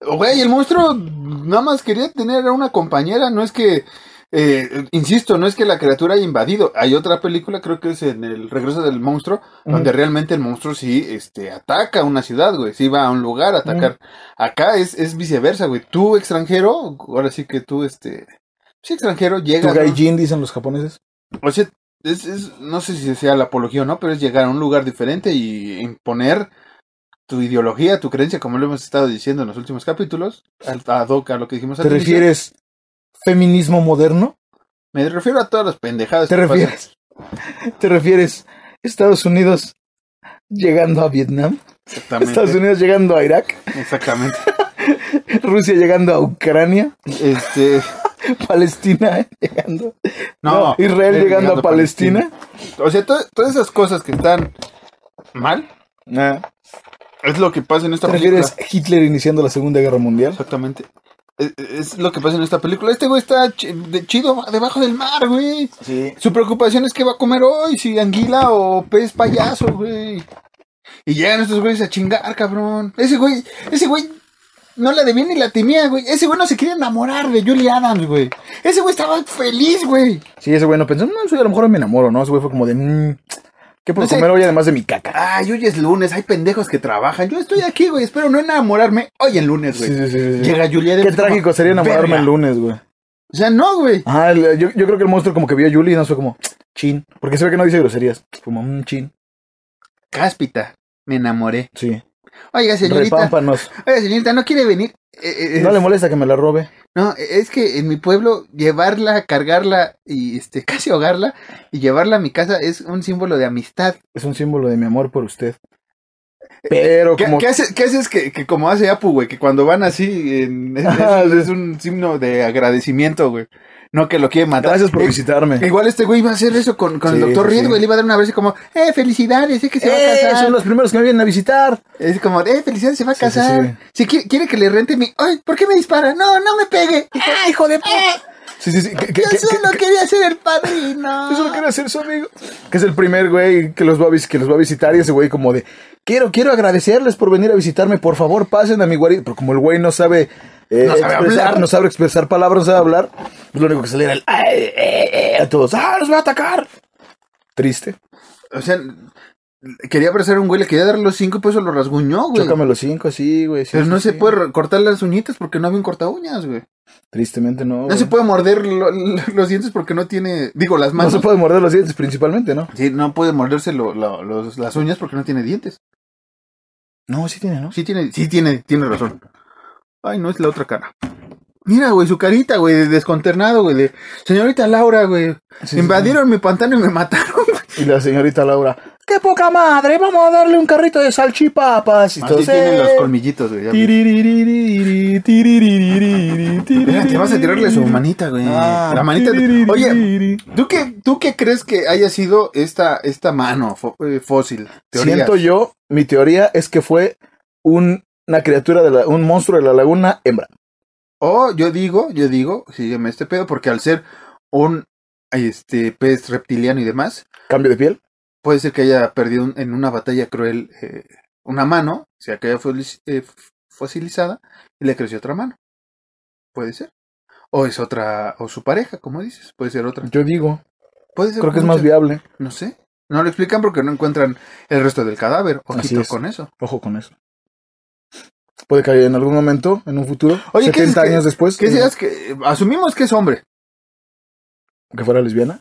[SPEAKER 2] Güey, el monstruo nada más quería tener a una compañera, no es que, eh, insisto, no es que la criatura haya invadido. Hay otra película, creo que es en el regreso del monstruo, donde realmente el monstruo sí este, ataca una ciudad, güey, sí va a un lugar a atacar. Acá es, es viceversa, güey. Tú extranjero, ahora sí que tú, este, sí extranjero,
[SPEAKER 4] Tu
[SPEAKER 2] llegas... ¿no?
[SPEAKER 4] gaijin, dicen los japoneses.
[SPEAKER 2] O sea, es, es- no sé si sea la apología o no, pero es llegar a un lugar diferente y imponer tu ideología, tu creencia, como lo hemos estado diciendo en los últimos capítulos, al- a, Doc, a lo que dijimos
[SPEAKER 4] ¿Te
[SPEAKER 2] inicio.
[SPEAKER 4] refieres feminismo moderno?
[SPEAKER 2] Me refiero a todas las pendejadas.
[SPEAKER 4] ¿Te
[SPEAKER 2] que pasan.
[SPEAKER 4] refieres? ¿Te refieres Estados Unidos llegando a Vietnam? Estados
[SPEAKER 2] Exactamente.
[SPEAKER 4] Unidos llegando a Irak?
[SPEAKER 2] Exactamente.
[SPEAKER 4] Rusia llegando a Ucrania?
[SPEAKER 2] Este,
[SPEAKER 4] Palestina llegando.
[SPEAKER 2] no, eh,
[SPEAKER 4] Israel llegando, a Palestina.
[SPEAKER 2] O sea, to- todas esas cosas que están mal
[SPEAKER 4] Ah,
[SPEAKER 2] es lo que pasa en esta
[SPEAKER 4] ¿Te
[SPEAKER 2] película.
[SPEAKER 4] refieres Hitler iniciando la Segunda Guerra Mundial?
[SPEAKER 2] Exactamente. Es, es lo que pasa en esta película. Este güey está ch- de chido debajo del mar, güey.
[SPEAKER 4] Sí.
[SPEAKER 2] Su preocupación es qué va a comer hoy, si anguila o pez payaso, güey. Y llegan estos güeyes a chingar, cabrón. Ese güey, ese güey no la debía ni la temía, güey. Ese güey no se quería enamorar de Julie Adams, güey. Ese güey estaba feliz, güey.
[SPEAKER 4] Sí, ese güey no pensó, no, ese güey a lo mejor me enamoro, ¿no? Ese güey fue como de, mmm, ¿qué puedo
[SPEAKER 2] No sé.
[SPEAKER 4] comer hoy además de mi caca?
[SPEAKER 2] Ay, hoy es lunes, hay pendejos que trabajan. Yo estoy aquí, güey, espero no enamorarme hoy en lunes, güey.
[SPEAKER 4] Sí, sí, sí, sí, sí.
[SPEAKER 2] Llega Julie Adams.
[SPEAKER 4] Qué trágico
[SPEAKER 2] como,
[SPEAKER 4] sería enamorarme
[SPEAKER 2] "Verga".
[SPEAKER 4] el lunes, güey.
[SPEAKER 2] O sea, no, güey.
[SPEAKER 4] Ah, el- yo, yo creo que el monstruo como que vio a Julie y nos fue como, chin. Porque se ve que no dice groserías. Como, mmm, chin.
[SPEAKER 2] Cáspita, me enamoré.
[SPEAKER 4] Sí.
[SPEAKER 2] Oiga, señorita,
[SPEAKER 4] Repámpanos.
[SPEAKER 2] oiga, señorita, no quiere venir. Eh, eh,
[SPEAKER 4] No le molesta que me la robe.
[SPEAKER 2] No, es que en mi pueblo llevarla, cargarla y este casi ahogarla y llevarla a mi casa es un símbolo de amistad.
[SPEAKER 4] Es un símbolo de mi amor por usted. Pero
[SPEAKER 2] ¿Qué,
[SPEAKER 4] como...
[SPEAKER 2] qué hace- qué haces que, que como hace Apu, güey? Que cuando van así en- es,
[SPEAKER 4] Ah,
[SPEAKER 2] es-
[SPEAKER 4] sí.
[SPEAKER 2] es un signo de agradecimiento, güey. No que lo quiere matar.
[SPEAKER 4] Gracias por
[SPEAKER 2] Eh,
[SPEAKER 4] visitarme.
[SPEAKER 2] Igual este güey iba a hacer eso con, con el
[SPEAKER 4] Sí,
[SPEAKER 2] doctor
[SPEAKER 4] sí,
[SPEAKER 2] Reed,
[SPEAKER 4] sí.
[SPEAKER 2] güey. Le iba a dar una vez como, eh, felicidades, sé que se
[SPEAKER 4] ¡Eh!
[SPEAKER 2] va a casar.
[SPEAKER 4] Son los primeros que me vienen a visitar.
[SPEAKER 2] Es como, eh, felicidades, se va a
[SPEAKER 4] Sí, sí,
[SPEAKER 2] casar. Si
[SPEAKER 4] sí.
[SPEAKER 2] qui- quiere que le rente mi... Ay, ¿por qué me dispara? No, no me pegue. ¡Ah, hijo de... puta!
[SPEAKER 4] Sí, sí, sí. ¿Qué- qué-
[SPEAKER 2] Yo
[SPEAKER 4] qué-
[SPEAKER 2] solo quería ser el padrino.
[SPEAKER 4] Eso lo quiere hacer su amigo. Que es el primer güey que los va a, vis- que los va a visitar y ese güey como de, quiero, quiero agradecerles por venir a visitarme, por favor pasen a mi guarida. Pero como el güey no sabe, eh,
[SPEAKER 2] No sabe
[SPEAKER 4] expresar,
[SPEAKER 2] hablar.
[SPEAKER 4] no sabe expresar palabras, no sabe hablar, pues lo único que sale era el, "Ay, eh, eh", a todos, ah, los va a atacar. Triste.
[SPEAKER 2] O sea, quería abrazar a un güey, le quería dar los cinco, pues eso lo rasguñó, güey.
[SPEAKER 4] Chócame los cinco, sí, güey. sí,
[SPEAKER 2] Pero
[SPEAKER 4] sí,
[SPEAKER 2] no se
[SPEAKER 4] sí.
[SPEAKER 2] puede re- cortar las uñitas porque no había un corta uñas, güey.
[SPEAKER 4] Tristemente no.
[SPEAKER 2] No
[SPEAKER 4] güey.
[SPEAKER 2] se puede morder lo- lo- los dientes porque no tiene. Digo, las
[SPEAKER 4] No
[SPEAKER 2] manos.
[SPEAKER 4] se puede morder los dientes principalmente, ¿no?
[SPEAKER 2] Sí, no puede morderse lo- lo- los- las uñas porque no tiene dientes.
[SPEAKER 4] No, sí tiene, ¿no?
[SPEAKER 2] Sí tiene, sí tiene, tiene razón. Ay, no es la otra cara. Mira, güey, su carita, güey, de desconternado, güey, de señorita Laura, güey.
[SPEAKER 4] sí,
[SPEAKER 2] invadieron mi pantano y me mataron.
[SPEAKER 4] Y la señorita Laura, qué poca madre, vamos a darle un carrito de salchipapas. Y
[SPEAKER 2] Así
[SPEAKER 4] todos,
[SPEAKER 2] tienen los
[SPEAKER 4] "Eh".
[SPEAKER 2] colmillitos, güey. ya vi.
[SPEAKER 4] Tiririririri, tiririririri,
[SPEAKER 2] Mira,
[SPEAKER 4] tiririririri.
[SPEAKER 2] Te vas a tirarle su manita, güey.
[SPEAKER 4] Ah,
[SPEAKER 2] la manita.
[SPEAKER 4] tiririririri.
[SPEAKER 2] Oye, ¿Tú qué, ¿Tú qué crees que haya sido esta, esta mano fo- eh, fósil? Teoría.
[SPEAKER 4] siento yo, mi teoría es que fue un- una criatura de la, un monstruo de la laguna hembra.
[SPEAKER 2] O yo digo, yo digo, sígueme este pedo, porque al ser un este pez reptiliano y demás,
[SPEAKER 4] Cambio de piel.
[SPEAKER 2] puede ser que haya perdido un- en una batalla cruel eh, una mano, o sea, que haya foli- eh, f- fosilizada y le creció otra mano. Puede ser. O es otra, o su pareja, como dices, puede ser otra.
[SPEAKER 4] Yo digo,
[SPEAKER 2] Puede ser
[SPEAKER 4] creo que es más
[SPEAKER 2] muchas-
[SPEAKER 4] viable.
[SPEAKER 2] No sé. No lo explican porque no encuentran el resto del cadáver.
[SPEAKER 4] Así
[SPEAKER 2] Ojito
[SPEAKER 4] es.
[SPEAKER 2] con eso.
[SPEAKER 4] Ojo con eso. Puede que en algún momento, en un futuro,
[SPEAKER 2] Oye, ¿qué
[SPEAKER 4] 70
[SPEAKER 2] dices que-
[SPEAKER 4] años después,
[SPEAKER 2] ¿Qué
[SPEAKER 4] eh,
[SPEAKER 2] seas que asumimos que es hombre,
[SPEAKER 4] que fuera lesbiana.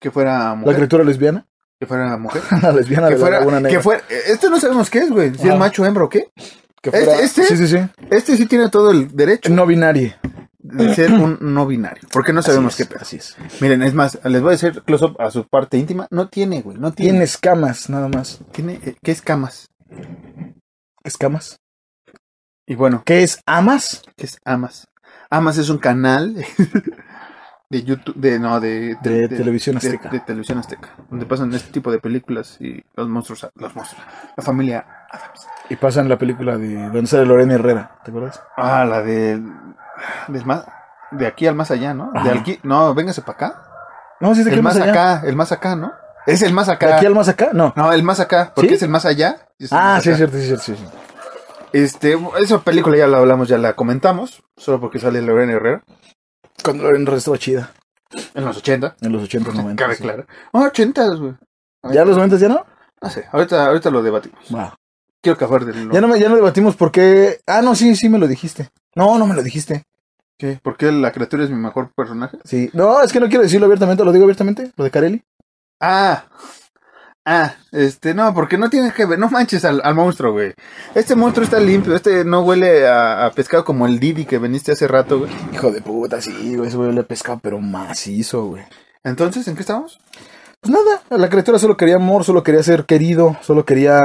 [SPEAKER 2] que fuera
[SPEAKER 4] La
[SPEAKER 2] mujer,
[SPEAKER 4] criatura lesbiana.
[SPEAKER 2] que fuera mujer,
[SPEAKER 4] La lesbiana
[SPEAKER 2] que
[SPEAKER 4] de la
[SPEAKER 2] fuera,
[SPEAKER 4] laguna negra. Ah.
[SPEAKER 2] que fuera, este no sabemos qué es, güey, si
[SPEAKER 4] Ajá.
[SPEAKER 2] es macho, hembra o qué.
[SPEAKER 4] Que fuera-
[SPEAKER 2] ¿Este?
[SPEAKER 4] Sí, sí, sí.
[SPEAKER 2] Este sí tiene todo el derecho
[SPEAKER 4] No binaria.
[SPEAKER 2] de ser un no binario, porque no sabemos
[SPEAKER 4] Así
[SPEAKER 2] qué
[SPEAKER 4] es,
[SPEAKER 2] pedo.
[SPEAKER 4] Así es.
[SPEAKER 2] Miren, es más, les voy a hacer close up a su parte íntima, no tiene, güey, no
[SPEAKER 4] Tiene
[SPEAKER 2] tiene,
[SPEAKER 4] escamas, nada más.
[SPEAKER 2] tiene, eh, ¿qué escamas?
[SPEAKER 4] ¿Escamas?
[SPEAKER 2] Y bueno,
[SPEAKER 4] ¿Qué es amas?
[SPEAKER 2] ¿qué es amas? Amas es un canal de YouTube, de no, de,
[SPEAKER 4] De televisión
[SPEAKER 2] de-
[SPEAKER 4] azteca.
[SPEAKER 2] de televisión azteca, donde pasan este tipo de películas y los monstruos, los monstruos, la familia
[SPEAKER 4] Y pasan la película de donde sale Lorena Herrera, ¿te acuerdas?
[SPEAKER 2] Ah, la de. Del más, de aquí al más allá, ¿no? De
[SPEAKER 4] Ajá.
[SPEAKER 2] aquí. No, véngase para acá.
[SPEAKER 4] No, sí, sé
[SPEAKER 2] El
[SPEAKER 4] que
[SPEAKER 2] más
[SPEAKER 4] más allá.
[SPEAKER 2] acá, el más acá, ¿no? Es el más
[SPEAKER 4] ¿De
[SPEAKER 2] acá.
[SPEAKER 4] aquí al más acá? No.
[SPEAKER 2] No, el más acá, porque
[SPEAKER 4] ¿Sí?
[SPEAKER 2] es el más allá. Es el
[SPEAKER 4] Ah,
[SPEAKER 2] más
[SPEAKER 4] sí, es
[SPEAKER 2] acá.
[SPEAKER 4] cierto, sí, es cierto, sí, es cierto.
[SPEAKER 2] Este, esa película ya la hablamos, ya la comentamos, solo porque sale Lorena Herrera
[SPEAKER 4] Cuando Lorena Herrera estaba chida.
[SPEAKER 2] en los 80,
[SPEAKER 4] En los 80, 90.
[SPEAKER 2] cabe
[SPEAKER 4] sí.
[SPEAKER 2] claro. Ah, 80, güey.
[SPEAKER 4] ¿Ya los 90 ya no?
[SPEAKER 2] No sé, ahorita, ahorita lo debatimos.
[SPEAKER 4] Va.
[SPEAKER 2] Quiero acabar de lo-
[SPEAKER 4] Ya no, me- ya no debatimos por qué. Ah, no, sí, sí me lo dijiste. No, no me lo dijiste.
[SPEAKER 2] ¿Qué? ¿Por qué la criatura es mi mejor personaje?
[SPEAKER 4] Sí. No, es que no quiero decirlo abiertamente, lo digo abiertamente, lo de Carelli.
[SPEAKER 2] Ah. Ah, este, no, porque no tienes que ver, no manches al, al monstruo, güey. Este monstruo está limpio, este no huele a, a pescado como el Didi que veniste hace rato, güey.
[SPEAKER 4] Hijo de puta, sí, güey, ese güey le pescado, pero macizo, güey.
[SPEAKER 2] Entonces, ¿en qué estamos?
[SPEAKER 4] Pues nada, la criatura solo quería amor, solo quería ser querido, solo quería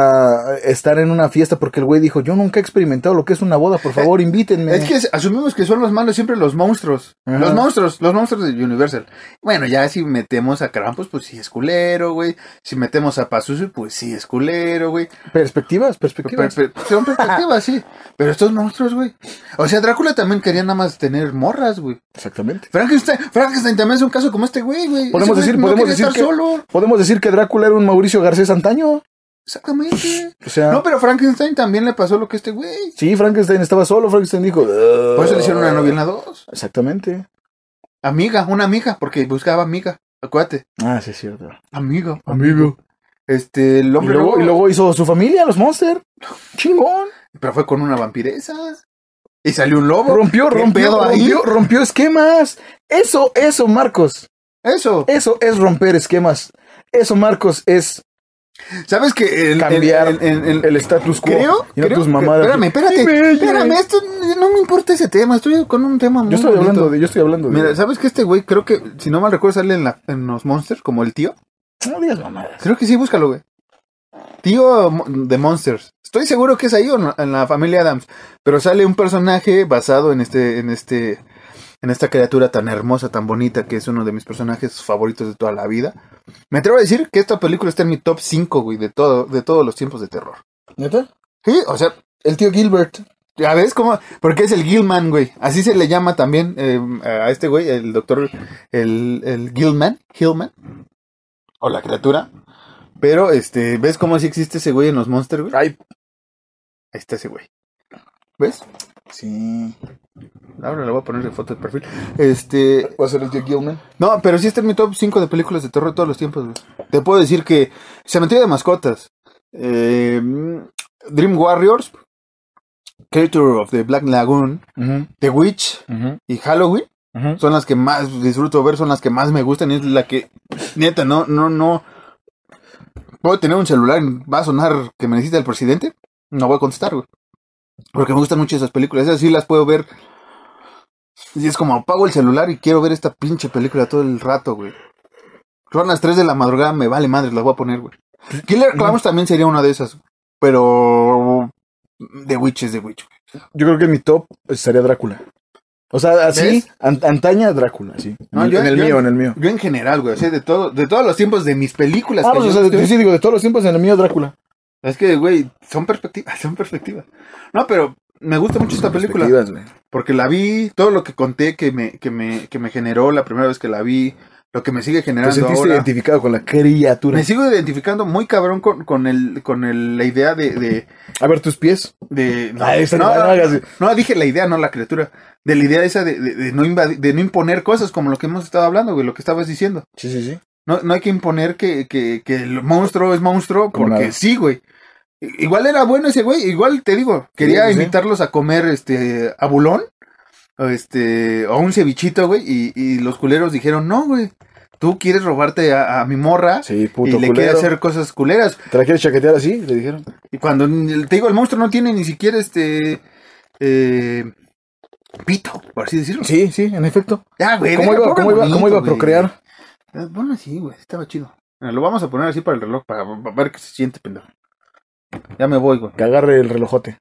[SPEAKER 4] eh, estar en una fiesta porque el güey dijo, yo nunca he experimentado lo que es una boda, por favor, invítenme.
[SPEAKER 2] Es que es- asumimos que son los malos siempre los monstruos.
[SPEAKER 4] Eh. Ajá.
[SPEAKER 2] Los monstruos, los monstruos de Universal. Bueno, ya si metemos a Krampus, pues sí es culero, güey. Si metemos a Pazuzu, pues sí es culero, güey.
[SPEAKER 4] Perspectivas,
[SPEAKER 2] Per-
[SPEAKER 4] perspectivas.
[SPEAKER 2] per- Son perspectivas, sí. Pero estos monstruos, güey. O sea, Drácula también quería nada más tener morras, güey.
[SPEAKER 4] Exactamente.
[SPEAKER 2] Frankenstein, Frankenstein también es un caso como este güey, güey.
[SPEAKER 4] Podemos
[SPEAKER 2] Ese güey
[SPEAKER 4] decir-
[SPEAKER 2] no
[SPEAKER 4] podemos
[SPEAKER 2] quería
[SPEAKER 4] decir
[SPEAKER 2] estar
[SPEAKER 4] que-
[SPEAKER 2] solo.
[SPEAKER 4] Podemos decir que Drácula era un Mauricio Garcés antaño.
[SPEAKER 2] Exactamente.
[SPEAKER 4] O sea,
[SPEAKER 2] No, pero Frankenstein también le pasó lo que este güey.
[SPEAKER 4] sí, Frankenstein estaba solo, Frankenstein dijo.
[SPEAKER 2] Por eso le hicieron una novia en la dos.
[SPEAKER 4] Exactamente.
[SPEAKER 2] Amiga, una amiga, porque buscaba amiga. Acuérdate.
[SPEAKER 4] Ah, sí, es cierto.
[SPEAKER 2] Amigo.
[SPEAKER 4] Amigo.
[SPEAKER 2] Este, el
[SPEAKER 4] Y
[SPEAKER 2] hombre
[SPEAKER 4] luego,
[SPEAKER 2] lobo,
[SPEAKER 4] y luego hizo su familia, los Monster. Chingón.
[SPEAKER 2] Pero fue con una vampiresa. Y salió un lobo.
[SPEAKER 4] Rompió,
[SPEAKER 2] ¿Qué
[SPEAKER 4] rompió,
[SPEAKER 2] pedo ahí?
[SPEAKER 4] rompió, rompió esquemas. Eso, eso, Marcos.
[SPEAKER 2] Eso.
[SPEAKER 4] Eso es romper esquemas. Eso, Marcos, es
[SPEAKER 2] ¿Sabes que el,
[SPEAKER 4] cambiar
[SPEAKER 2] el- el- el-
[SPEAKER 4] el status quo.
[SPEAKER 2] Creo,
[SPEAKER 4] y no
[SPEAKER 2] creo-
[SPEAKER 4] tus mamadas.
[SPEAKER 2] Espérame, espérate,
[SPEAKER 4] Dime, dime.
[SPEAKER 2] espérame, esto no me importa ese tema, estoy con un tema muy
[SPEAKER 4] Yo estoy
[SPEAKER 2] bonito.
[SPEAKER 4] hablando de, yo estoy hablando de.
[SPEAKER 2] Mira, ¿sabes que este güey creo que, si no mal recuerdo, sale en, la- en los Monsters como el tío?
[SPEAKER 4] no digas mamadas.
[SPEAKER 2] Creo que sí, búscalo, güey. Tío mo- de Monsters. Estoy seguro que es ahí o no- en la familia Adams. Pero sale un personaje basado en este, en este, en esta criatura tan hermosa, tan bonita, que es uno de mis personajes favoritos de toda la vida. Me atrevo a decir que esta película está en mi top 5, güey, de todo, de todos los tiempos de terror.
[SPEAKER 4] ¿Neta?
[SPEAKER 2] Sí, o sea,
[SPEAKER 4] El tío Gilbert.
[SPEAKER 2] ya ves cómo, porque es el Gilman, güey. Así se le llama también eh, a este güey, el doctor, el, el Gilman, Gilman, o la criatura. Pero, este, ¿ves cómo sí existe ese güey en los Monsters, güey? Ahí
[SPEAKER 4] Ay,
[SPEAKER 2] está ese güey. ¿Ves?
[SPEAKER 4] sí.
[SPEAKER 2] Ahora le voy a poner de foto de perfil. Este,
[SPEAKER 4] Va a ser el tío Gilman.
[SPEAKER 2] no, pero sí está en mi top 5 de películas de terror de todos los tiempos, güey. Te puedo decir que Cementerio de Mascotas, eh, Dream Warriors, Creature of the Black Lagoon, The Witch y Halloween. son las que más disfruto ver, son las que más me gustan, y es la que, neta, no, no, no. Puedo tener un celular, va a sonar que me necesita el presidente, no voy a contestar, güey. Porque me gustan mucho esas películas, esas sí las puedo ver. Y es como apago el celular y quiero ver esta pinche película todo el rato, güey. Son las 3 de la madrugada, me vale madre, las voy a poner, güey. Killer Clowns también sería una de esas, pero The Witch es The Witch, güey.
[SPEAKER 4] Yo creo que en mi top estaría Drácula. O sea, así,
[SPEAKER 2] ¿Ves?
[SPEAKER 4] an- antaña Drácula, sí.
[SPEAKER 2] No,
[SPEAKER 4] en,
[SPEAKER 2] yo-
[SPEAKER 4] el
[SPEAKER 2] yo-
[SPEAKER 4] mío, en el mío.
[SPEAKER 2] Yo en general, güey, o sea, de todo, de todos los tiempos de mis películas
[SPEAKER 4] Ah,
[SPEAKER 2] que
[SPEAKER 4] pues,
[SPEAKER 2] yo
[SPEAKER 4] o sea,
[SPEAKER 2] estoy-
[SPEAKER 4] yo sí digo, de todos los tiempos en el mío Drácula.
[SPEAKER 2] Es que, güey, son perspectivas, son perspectivas. No, pero me gusta mucho esta película.
[SPEAKER 4] Perspectivas, güey.
[SPEAKER 2] Porque la vi, todo lo que conté que me, que me, que me generó la primera vez que la vi, lo que me sigue
[SPEAKER 4] Te
[SPEAKER 2] generando
[SPEAKER 4] sentiste
[SPEAKER 2] ahora.
[SPEAKER 4] identificado con la criatura.
[SPEAKER 2] Me sigo identificando muy cabrón con, con el, con el- la idea de, de,
[SPEAKER 4] A ver tus pies.
[SPEAKER 2] de- no,
[SPEAKER 4] Ay, Ah, esa
[SPEAKER 2] no,
[SPEAKER 4] no la
[SPEAKER 2] no,
[SPEAKER 4] hagas, güey.
[SPEAKER 2] no, dije la idea, no la criatura, de la idea esa de, de- de no invadi- de no imponer cosas como lo que hemos estado hablando, güey, lo que estabas diciendo.
[SPEAKER 4] Sí, sí, sí.
[SPEAKER 2] No, no hay que imponer que, que, que el monstruo es monstruo
[SPEAKER 4] Como
[SPEAKER 2] porque
[SPEAKER 4] nada.
[SPEAKER 2] sí, güey. I- Igual era bueno ese güey, igual te digo, quería
[SPEAKER 4] Sí, sí.
[SPEAKER 2] invitarlos a comer este abulón o este o un cevichito, güey, y, y los culeros dijeron, "No, güey, tú quieres robarte a, a mi morra."
[SPEAKER 4] Sí,
[SPEAKER 2] Y
[SPEAKER 4] puto
[SPEAKER 2] le quiere
[SPEAKER 4] culero.
[SPEAKER 2] hacer cosas culeras.
[SPEAKER 4] ¿Te la quieres chaquetear así? Le dijeron.
[SPEAKER 2] Y cuando n- te digo, el monstruo no tiene ni siquiera este eh, pito, por así decirlo.
[SPEAKER 4] Sí, sí, en efecto.
[SPEAKER 2] Ya, güey.
[SPEAKER 4] ¿Cómo
[SPEAKER 2] deja,
[SPEAKER 4] iba,
[SPEAKER 2] ponlo
[SPEAKER 4] cómo iba, cómo
[SPEAKER 2] bonito,
[SPEAKER 4] iba a
[SPEAKER 2] güey.
[SPEAKER 4] procrear?
[SPEAKER 2] Ah, Bueno, sí, güey, estaba chido. Mira, Lo vamos a poner así para el reloj, para, para ver qué se siente, pendejo. Ya me voy, güey.
[SPEAKER 4] Que agarre el relojote.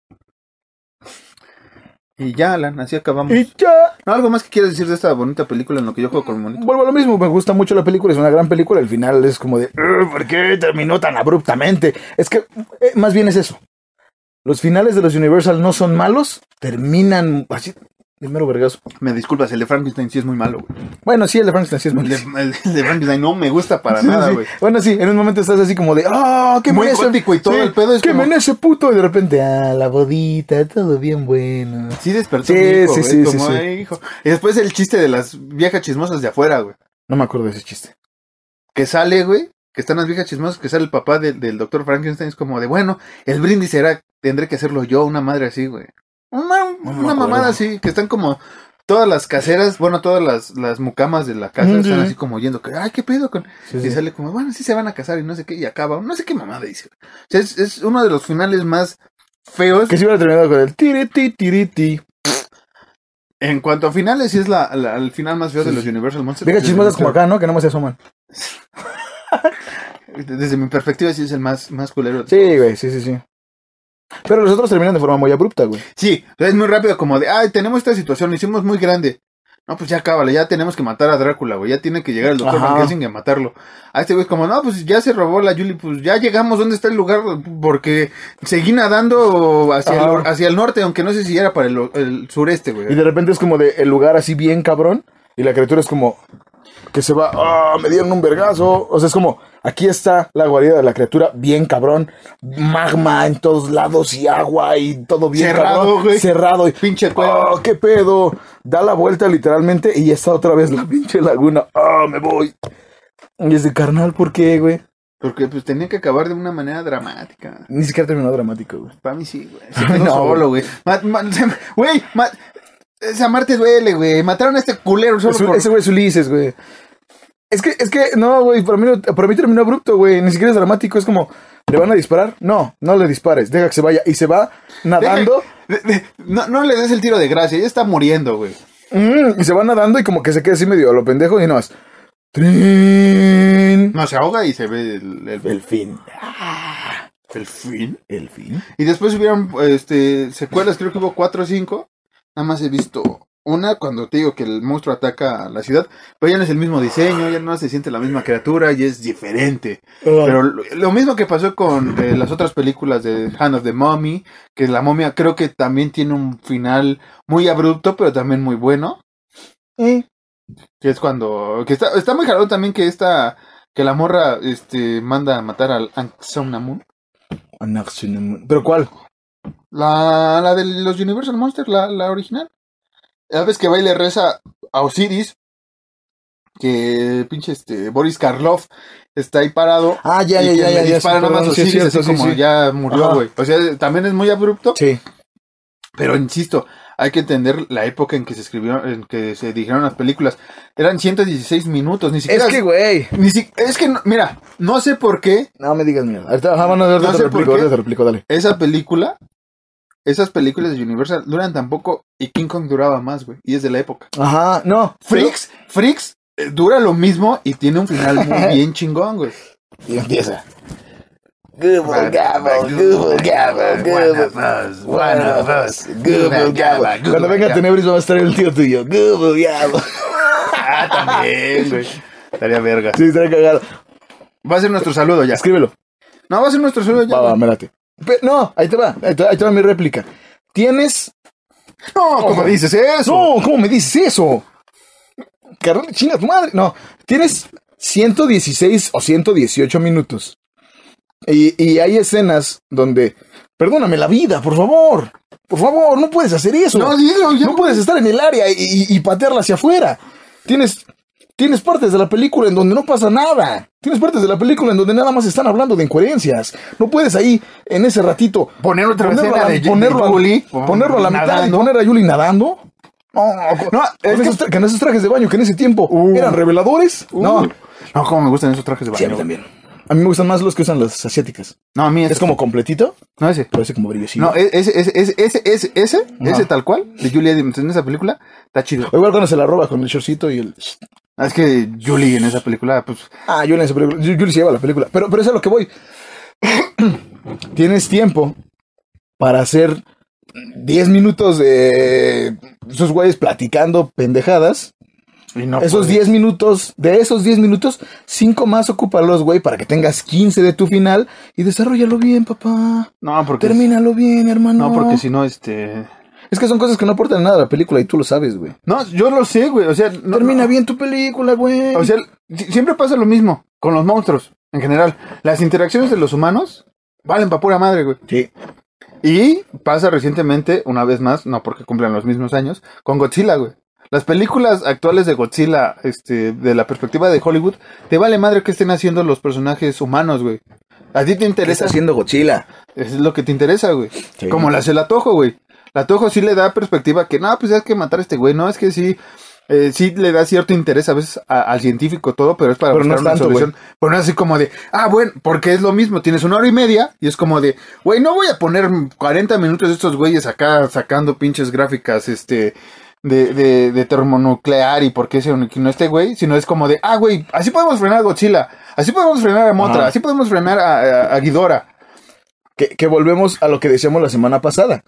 [SPEAKER 2] Y ya, Alan, así acabamos.
[SPEAKER 4] Y ya.
[SPEAKER 2] No, ¿Algo más que quieras decir de esta bonita película en lo que yo juego con Monito?
[SPEAKER 4] Vuelvo a lo mismo, me gusta mucho la película, es una gran película. El final es como de, "Ugh, ¿por qué terminó tan abruptamente? Es que, eh, más bien es eso. Los finales de los Universal no son malos, terminan así El mero vergazo.
[SPEAKER 2] Me disculpas, el de Frankenstein sí es muy malo, güey.
[SPEAKER 4] Bueno, sí, el de Frankenstein sí es
[SPEAKER 2] El de,
[SPEAKER 4] malísimo.
[SPEAKER 2] el de Frankenstein no me gusta para
[SPEAKER 4] Sí,
[SPEAKER 2] nada,
[SPEAKER 4] sí.
[SPEAKER 2] güey.
[SPEAKER 4] Bueno, sí, en un momento estás así como de, ¡ah, qué
[SPEAKER 2] Muy
[SPEAKER 4] menso!
[SPEAKER 2] gótico y todo el pedo es
[SPEAKER 4] ¡Qué
[SPEAKER 2] como-
[SPEAKER 4] menso ese puto! Y de repente, ¡ah, la bodita, todo bien bueno!
[SPEAKER 2] Sí despertó
[SPEAKER 4] Sí,
[SPEAKER 2] mi hijo,
[SPEAKER 4] sí,
[SPEAKER 2] güey,
[SPEAKER 4] sí,
[SPEAKER 2] como,
[SPEAKER 4] sí, sí.
[SPEAKER 2] "Ay, hijo". Y después el chiste de las viejas chismosas de afuera, güey.
[SPEAKER 4] No me acuerdo de ese chiste.
[SPEAKER 2] que sale, güey, que están las viejas chismosas, que sale el papá del- del doctor Frankenstein, es como de, bueno, el brindis será, tendré que hacerlo yo, una madre así, güey. Una,
[SPEAKER 4] me
[SPEAKER 2] una
[SPEAKER 4] acuerdo.
[SPEAKER 2] mamada así, que están como todas las caseras, bueno, todas las, las mucamas de la casa
[SPEAKER 4] Mm,
[SPEAKER 2] están
[SPEAKER 4] sí.
[SPEAKER 2] así como yendo, que, ay, qué pedo con...
[SPEAKER 4] Sí,
[SPEAKER 2] Y
[SPEAKER 4] sí.
[SPEAKER 2] sale como, bueno, sí se van a casar y no sé qué, y acaba, no sé qué mamada dice. güey. O sea, es, es uno de los finales más feos.
[SPEAKER 4] Que si hubiera terminado con el tiriti, tiriti.
[SPEAKER 2] En cuanto a finales, sí es la, la- el final más feo
[SPEAKER 4] Sí,
[SPEAKER 2] de los
[SPEAKER 4] sí.
[SPEAKER 2] Universal Monsters.
[SPEAKER 4] Venga,
[SPEAKER 2] Desde
[SPEAKER 4] chismosas
[SPEAKER 2] mi
[SPEAKER 4] como acá, ¿no? Que nomás se asoman.
[SPEAKER 2] per- Desde mi perspectiva, sí es el más, más culero. de
[SPEAKER 4] Sí, güey, sí, sí, sí. Pero los otros terminan de forma muy abrupta, güey.
[SPEAKER 2] Sí, es muy rápido, como de, ay, tenemos esta situación, lo hicimos muy grande. No, pues ya cábala, ya tenemos que matar a Drácula, güey. Ya tiene que llegar el doctor
[SPEAKER 4] Ajá.
[SPEAKER 2] Frankenstein a matarlo. A este güey es como, no, pues ya se robó la Julie, pues ya llegamos, ¿dónde está el lugar? Porque seguí nadando hacia, el,
[SPEAKER 4] Ajá.
[SPEAKER 2] or- hacia el norte, aunque no sé si era para el, el sureste,
[SPEAKER 4] Y
[SPEAKER 2] güey.
[SPEAKER 4] de repente es como de el lugar así bien cabrón. Y la criatura es como que se va, ah, me dieron un vergazo. O sea, es como, aquí está la guarida de la criatura, bien cabrón. Magma en todos lados y agua y todo bien
[SPEAKER 2] Cerrado,
[SPEAKER 4] cabrón,
[SPEAKER 2] güey.
[SPEAKER 4] Cerrado. Y,
[SPEAKER 2] Pinche cueva.
[SPEAKER 4] oh, qué pedo. Da la vuelta literalmente y ya está otra vez la pinche laguna. Ah, me voy. Y es de carnal, ¿por qué, güey?
[SPEAKER 2] Porque pues tenía que acabar de una manera dramática.
[SPEAKER 4] Ni siquiera terminó dramático, güey.
[SPEAKER 2] Para mí sí, güey. Se quedó
[SPEAKER 4] No,
[SPEAKER 2] solo, güey. Ma- ma- Güey, ma- esa Marte duele, güey. Mataron a este culero solo
[SPEAKER 4] Es un-
[SPEAKER 2] por...
[SPEAKER 4] Ese güey es Ulises, güey. Es que, es que, no, güey, para mí, no- para mí terminó abrupto, güey. Ni siquiera es dramático. Es como, ¿le van a disparar? No, no le dispares. Deja que se vaya. Y se va nadando.
[SPEAKER 2] De- de- no, no le des el tiro de gracia, ella está muriendo, güey.
[SPEAKER 4] mm, y se va nadando y como que se queda así medio a lo pendejo y no más. ¡Trin!
[SPEAKER 2] No, se ahoga y se ve el, el- Ah,
[SPEAKER 4] El fin.
[SPEAKER 2] el fin.
[SPEAKER 4] El fin.
[SPEAKER 2] Y después hubieron este, secuelas, creo que hubo cuatro o cinco. Nada más he visto una cuando te digo que el monstruo ataca a la ciudad, pero ya no es el mismo diseño, ya no se siente la misma criatura y es diferente. Pero lo, lo mismo que pasó con eh, las otras películas de Hand of the Mummy, que la momia creo que también tiene un final muy abrupto, pero también muy bueno.
[SPEAKER 4] Mm.
[SPEAKER 2] Que es cuando. Que está, está muy jalado también que esta. Que la morra este, manda a matar al Anxomnamun.
[SPEAKER 4] ¿Pero cuál?
[SPEAKER 2] La, la de los Universal Monsters, la, la original. La vez que va y le reza a Osiris. Que pinche este, Boris Karloff está ahí parado.
[SPEAKER 4] Ah, ya,
[SPEAKER 2] y
[SPEAKER 4] ya,
[SPEAKER 2] que
[SPEAKER 4] ya,
[SPEAKER 2] le
[SPEAKER 4] ya. ya,
[SPEAKER 2] dispara
[SPEAKER 4] sí,
[SPEAKER 2] nada más
[SPEAKER 4] perdón, sí, es
[SPEAKER 2] Osiris,
[SPEAKER 4] cierto,
[SPEAKER 2] así
[SPEAKER 4] sí,
[SPEAKER 2] como
[SPEAKER 4] sí.
[SPEAKER 2] ya murió,
[SPEAKER 4] Ajá.
[SPEAKER 2] güey. O sea, también es muy abrupto.
[SPEAKER 4] Sí.
[SPEAKER 2] Pero insisto, hay que entender la época en que se escribieron, en que se dijeron las películas. Eran 116 minutos, ni
[SPEAKER 4] Es
[SPEAKER 2] siquiera.
[SPEAKER 4] que, güey.
[SPEAKER 2] Ni si- es que, no- mira, no sé por qué
[SPEAKER 4] No me digas mierda. Ahorita, ajá, bueno,
[SPEAKER 2] No
[SPEAKER 4] ahorita te
[SPEAKER 2] sé por
[SPEAKER 4] replico,
[SPEAKER 2] qué.
[SPEAKER 4] ahorita te replico, dale.
[SPEAKER 2] esa película, esas películas de Universal duran tan poco y King Kong duraba más, güey, y es de la época.
[SPEAKER 4] Ajá, no.
[SPEAKER 2] Freaks, Freaks eh, dura lo mismo y tiene un final muy bien chingón, güey.
[SPEAKER 4] Y empieza. Google Gabble, Google Gabble, Google One of us, Google Gabble. Cuando venga Tenebris va a estar el tío tuyo, Google Gabble.
[SPEAKER 2] Ah, también, güey. Estaría verga.
[SPEAKER 4] Sí, estará cagado.
[SPEAKER 2] Va a ser nuestro saludo ya.
[SPEAKER 4] Escríbelo.
[SPEAKER 2] No, va a ser nuestro saludo ya.
[SPEAKER 4] Va, va,
[SPEAKER 2] güey.
[SPEAKER 4] mérate. Pe- No, ahí te va, ahí te, ahí te va mi réplica. Tienes.
[SPEAKER 2] No, como Ah, dices eso.
[SPEAKER 4] No, ¿cómo me dices eso? Carnal, chinga tu madre. No, tienes 116 o 118 minutos. Y, y hay escenas donde. Perdóname la vida, por favor. Por favor, no puedes hacer eso.
[SPEAKER 2] No, dilo, ya.
[SPEAKER 4] No puedes estar en el área y, y- y patearla hacia afuera. Tienes, tienes partes de la película en donde no pasa nada. Tienes partes de la película en donde nada más están hablando de incoherencias. No puedes ahí, en ese ratito,
[SPEAKER 2] Poner otra
[SPEAKER 4] ponerlo,
[SPEAKER 2] escena
[SPEAKER 4] a,
[SPEAKER 2] de- de
[SPEAKER 4] ponerlo, a-
[SPEAKER 2] Julie,
[SPEAKER 4] ponerlo a la mitad y
[SPEAKER 2] nadando.
[SPEAKER 4] poner a Yuli nadando. No,
[SPEAKER 2] Oh, No,
[SPEAKER 4] no
[SPEAKER 2] es que-
[SPEAKER 4] con esos tra- con esos trajes de baño que en ese tiempo
[SPEAKER 2] Uh.
[SPEAKER 4] eran reveladores. no,
[SPEAKER 2] No, no, como me gustan esos trajes de baño.
[SPEAKER 4] sí, a mí
[SPEAKER 2] güey.
[SPEAKER 4] también. A mí me gustan más los que usan las asiáticas.
[SPEAKER 2] No, a mí
[SPEAKER 4] Es como completito,
[SPEAKER 2] No, ese.
[SPEAKER 4] parece como brillosito.
[SPEAKER 2] No, e- ese, ese, ese, ese, ese, ese,
[SPEAKER 4] Ajá.
[SPEAKER 2] ese tal cual, de Julie Edmonds en esa película, está chido.
[SPEAKER 4] O Igual cuando se la roba con el shortcito y el...
[SPEAKER 2] Es que Julie en esa película, pues,
[SPEAKER 4] Ah, yo en esa película. Yo, yo les llevo a la película. Pero, pero eso es a lo que voy. Tienes tiempo para hacer 10 minutos de esos güeyes platicando pendejadas.
[SPEAKER 2] y no
[SPEAKER 4] esos
[SPEAKER 2] puede.
[SPEAKER 4] 10 minutos, de esos 10 minutos, 5 más ocúpalos, güey, para que tengas 15 de tu final y desarrollalo bien, papá.
[SPEAKER 2] No, pues, porque,
[SPEAKER 4] Termínalo bien, hermano.
[SPEAKER 2] no, porque si no, este,
[SPEAKER 4] Es que son cosas que no aportan nada a la película y tú lo sabes, güey.
[SPEAKER 2] No, yo lo sé, güey. O sea, no,
[SPEAKER 4] Termina
[SPEAKER 2] no.
[SPEAKER 4] bien tu película, güey.
[SPEAKER 2] O sea, si- siempre pasa lo mismo con los monstruos en general. Las interacciones de los humanos valen para pura madre, güey.
[SPEAKER 4] sí.
[SPEAKER 2] Y pasa recientemente, una vez más, no porque cumplan los mismos años, con Godzilla, güey. Las películas actuales de Godzilla, este, de la perspectiva de Hollywood, te vale madre que estén haciendo los personajes humanos, güey. A ti te
[SPEAKER 4] ¿Qué
[SPEAKER 2] interesa,
[SPEAKER 4] está haciendo Godzilla?
[SPEAKER 2] es lo que te interesa, güey.
[SPEAKER 4] Sí.
[SPEAKER 2] Como la hace el Atojo, güey. La Atojo sí le da perspectiva que, no, pues es que matar a este güey, no, es que sí, eh, sí le da cierto interés a veces a- al científico todo, pero es para
[SPEAKER 4] Pero no
[SPEAKER 2] buscar
[SPEAKER 4] es
[SPEAKER 2] una
[SPEAKER 4] tanto,
[SPEAKER 2] solución. Pero no es así como de, ah, bueno, porque es lo mismo, tienes una hora y media y es como de, güey, no voy a poner 40 minutos de estos güeyes acá sacando pinches gráficas, este... De, de, de termonuclear y por qué se unió este güey, sino es como de, ah, güey, así podemos frenar a Godzilla, así podemos frenar a Motra,
[SPEAKER 4] Ajá.
[SPEAKER 2] así podemos frenar a, a- a Ghidorah.
[SPEAKER 4] Que, que volvemos a lo que decíamos la semana pasada.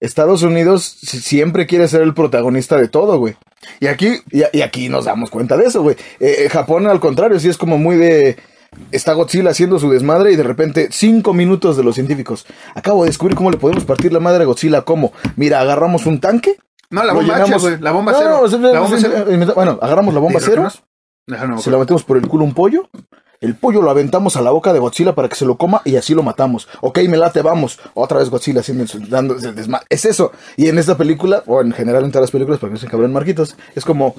[SPEAKER 4] Estados Unidos si- siempre quiere ser el protagonista de todo, güey.
[SPEAKER 2] Y aquí
[SPEAKER 4] Y, y aquí nos damos cuenta de eso, güey. Eh, eh, Japón, al contrario, sí es como muy de. Está Godzilla haciendo su desmadre y de repente cinco minutos de los científicos. Acabo de descubrir cómo le podemos partir la madre a Godzilla. ¿Cómo? Mira, agarramos un tanque.
[SPEAKER 2] No, la
[SPEAKER 4] lo
[SPEAKER 2] bomba H,
[SPEAKER 4] llenamos-
[SPEAKER 2] güey. La bomba
[SPEAKER 4] No,
[SPEAKER 2] cero.
[SPEAKER 4] no, no,
[SPEAKER 2] la bomba
[SPEAKER 4] sí,
[SPEAKER 2] cero.
[SPEAKER 4] eh, inventa- Bueno, agarramos la bomba cero,
[SPEAKER 2] Déjame, no me
[SPEAKER 4] se la
[SPEAKER 2] acuerdo.
[SPEAKER 4] metemos por el culo a un pollo. El pollo lo aventamos a la boca de Godzilla para que se lo coma y así lo matamos. Ok, me late, vamos. Otra vez Godzilla haciendo su- dando el desmadre. Es eso. Y en esta película, o en general en todas las películas, para que no se cabrón marquitos, es como,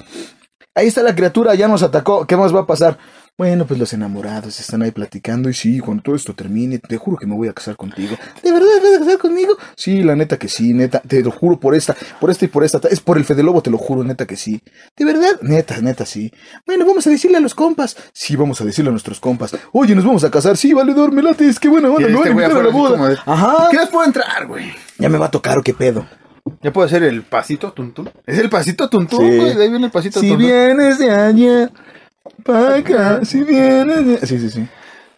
[SPEAKER 4] ahí está la criatura, ya nos atacó, ¿qué más va a pasar? Bueno, pues los enamorados están ahí platicando y sí, cuando todo esto termine, te juro que me voy a casar contigo. ¿De verdad vas a casar conmigo? Sí, la neta que sí, neta, te lo juro por esta, por esta y por esta. Es por el Fede Lobo, te lo juro, neta que sí. ¿De verdad? Neta, neta sí. Bueno, vamos a decirle a los compas. Sí, vamos a decirle a nuestros compas. Oye, nos vamos a casar. Sí, valedor, me late, es que bueno,
[SPEAKER 2] Y
[SPEAKER 4] bueno, me van a
[SPEAKER 2] este güey
[SPEAKER 4] invitar a la
[SPEAKER 2] afuera así como
[SPEAKER 4] boda.
[SPEAKER 2] de,
[SPEAKER 4] Ajá.
[SPEAKER 2] ¿Qué les puedo entrar, güey?
[SPEAKER 4] Ya me va a tocar o qué pedo.
[SPEAKER 2] Ya puedo hacer el pasito tuntún. Es el pasito tuntún,
[SPEAKER 4] Sí.
[SPEAKER 2] güey. De ahí viene el pasito
[SPEAKER 4] Si
[SPEAKER 2] tuntún.
[SPEAKER 4] vienes de allá, pa' acá, si vienes de... Sí, sí, sí.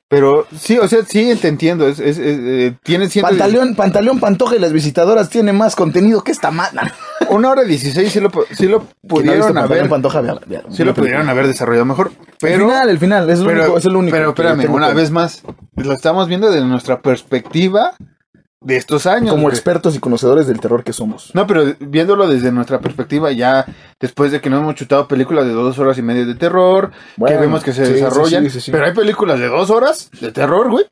[SPEAKER 2] Pero sí, o sea, sí te entiendo. Es, es, es, eh, tiene ciento-
[SPEAKER 4] Pantaleón, Pantaleón Pantoja y las visitadoras tiene más contenido que esta madre.
[SPEAKER 2] Una hora dieciséis sí lo, pu- sí lo pudieron haber.
[SPEAKER 4] Pantoja,
[SPEAKER 2] Sí lo pudieron haber desarrollado mejor. Pero.
[SPEAKER 4] el final, el final, es, lo
[SPEAKER 2] pero,
[SPEAKER 4] único, es el único.
[SPEAKER 2] pero
[SPEAKER 4] que
[SPEAKER 2] espérame,
[SPEAKER 4] tengo
[SPEAKER 2] una
[SPEAKER 4] como-
[SPEAKER 2] vez más. Lo estamos viendo desde nuestra perspectiva de estos años.
[SPEAKER 4] Como
[SPEAKER 2] güey.
[SPEAKER 4] expertos y conocedores del terror que somos.
[SPEAKER 2] No, pero viéndolo desde nuestra perspectiva, ya después de que no hemos chutado películas de dos horas y media de terror,
[SPEAKER 4] Bueno,
[SPEAKER 2] que vemos que se
[SPEAKER 4] sí, sí,
[SPEAKER 2] desarrollan,
[SPEAKER 4] sí, sí, sí.
[SPEAKER 2] pero hay películas de dos horas de terror, güey,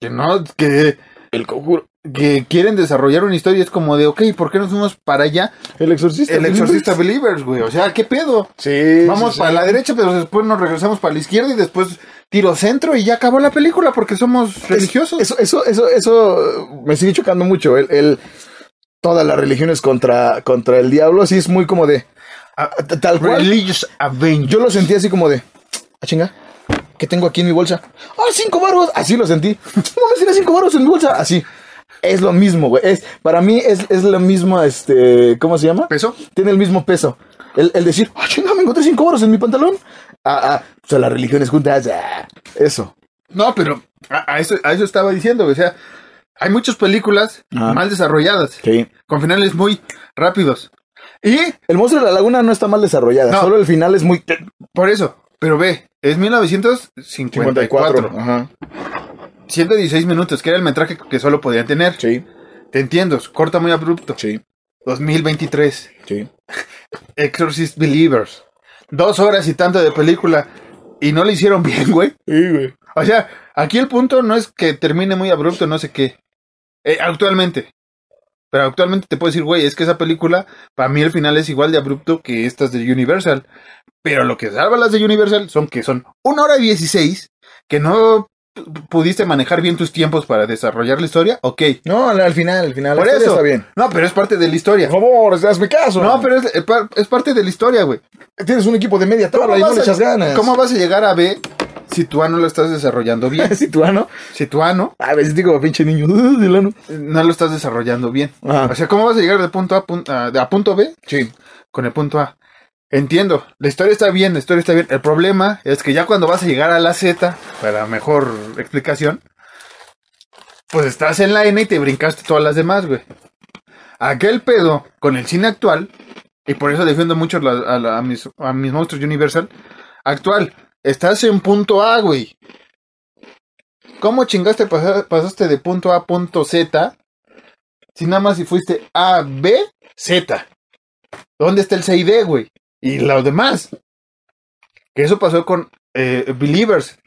[SPEAKER 2] que no, que,
[SPEAKER 4] El conjuro.
[SPEAKER 2] que quieren desarrollar una historia y es como de, ok, ¿por qué nos fuimos para allá?
[SPEAKER 4] El exorcista.
[SPEAKER 2] El exorcista Believers, güey, o sea, ¿qué pedo?
[SPEAKER 4] Sí.
[SPEAKER 2] Vamos
[SPEAKER 4] sí,
[SPEAKER 2] para
[SPEAKER 4] sí.
[SPEAKER 2] la derecha, pero después nos regresamos para la izquierda y después tiro centro y ya acabó la película porque somos religiosos.
[SPEAKER 4] Eso, eso, eso, eso eh, me sigue chocando mucho. El, el- todas las religiones contra, contra el diablo, sí es muy como de.
[SPEAKER 2] Ah,
[SPEAKER 4] t- tal cual.
[SPEAKER 2] Religious Avenger.
[SPEAKER 4] Yo lo sentí así como de, ah, chinga, ¿qué tengo aquí en mi bolsa? ¡Ah, cinco baros! Así lo sentí. No me tiene cinco baros en mi bolsa. Así. Es lo mismo, güey. Es, para mí es, es la misma, este, ¿cómo se llama?
[SPEAKER 2] ¿Peso?
[SPEAKER 4] Tiene el mismo peso. El, el decir, ah, chinga, me encontré cinco baros en mi pantalón. Ah, ah, o sea, las religiones juntas. ah, eso.
[SPEAKER 2] No, pero a, a eso, a eso estaba diciendo, güey, o sea, hay muchas películas
[SPEAKER 4] Ajá.
[SPEAKER 2] mal desarrolladas,
[SPEAKER 4] Sí.
[SPEAKER 2] con finales muy rápidos. Y
[SPEAKER 4] El monstruo de la laguna no está mal desarrollada,
[SPEAKER 2] No.
[SPEAKER 4] solo el final es muy...
[SPEAKER 2] por eso, pero ve, es 1954,
[SPEAKER 4] Ajá.
[SPEAKER 2] 116 minutos, que era el metraje que solo podían tener.
[SPEAKER 4] Sí,
[SPEAKER 2] Te entiendo, corta muy abrupto.
[SPEAKER 4] sí,
[SPEAKER 2] 2023,
[SPEAKER 4] sí.
[SPEAKER 2] Exorcist Believers, dos horas y tanto de película, y no le hicieron bien, güey.
[SPEAKER 4] Sí, güey.
[SPEAKER 2] O sea, aquí el punto no es que termine muy abrupto, no sé qué. Eh, actualmente. Pero actualmente te puedo decir, güey, es que esa película, para mí el final es igual de abrupto que estas de Universal. Pero lo que salva las de Universal son que son una hora y 16, que no p- pudiste manejar bien tus tiempos para desarrollar la historia, ok.
[SPEAKER 4] No, al al final, al final. la
[SPEAKER 2] Por
[SPEAKER 4] historia
[SPEAKER 2] eso.
[SPEAKER 4] está bien.
[SPEAKER 2] No, pero es parte de la historia.
[SPEAKER 4] Por favor, hazme caso.
[SPEAKER 2] No, pero es, eh, par- es parte de la historia, güey.
[SPEAKER 4] Tienes un equipo de media tabla y no le
[SPEAKER 2] vas a-
[SPEAKER 4] echas ganas.
[SPEAKER 2] ¿Cómo vas a llegar a B si tú ah, no lo estás desarrollando bien?
[SPEAKER 4] ¿Sí, tú, ah, no?
[SPEAKER 2] si tú ah, no
[SPEAKER 4] A veces digo, pinche niño. uh, del ano.
[SPEAKER 2] no lo estás desarrollando bien.
[SPEAKER 4] Ajá.
[SPEAKER 2] O sea, ¿cómo vas a llegar de punto A, pun- a- de- a punto B
[SPEAKER 4] Ah, Sí.
[SPEAKER 2] con el punto A? Entiendo, la historia está bien, la historia está bien. El problema es que ya cuando vas a llegar a la Z, para mejor explicación, pues estás en la N y te brincaste todas las demás, güey. Aquel pedo con el cine actual, y por eso defiendo mucho la- a, la- a mis, a mis monstruos Universal, actual, estás en punto A, güey. ¿Cómo chingaste pasa- pasaste de punto A a punto Z Si nada más si fuiste A, B, Z. ¿Dónde está el C y D, güey? Y los demás. Que eso pasó con eh, Believers.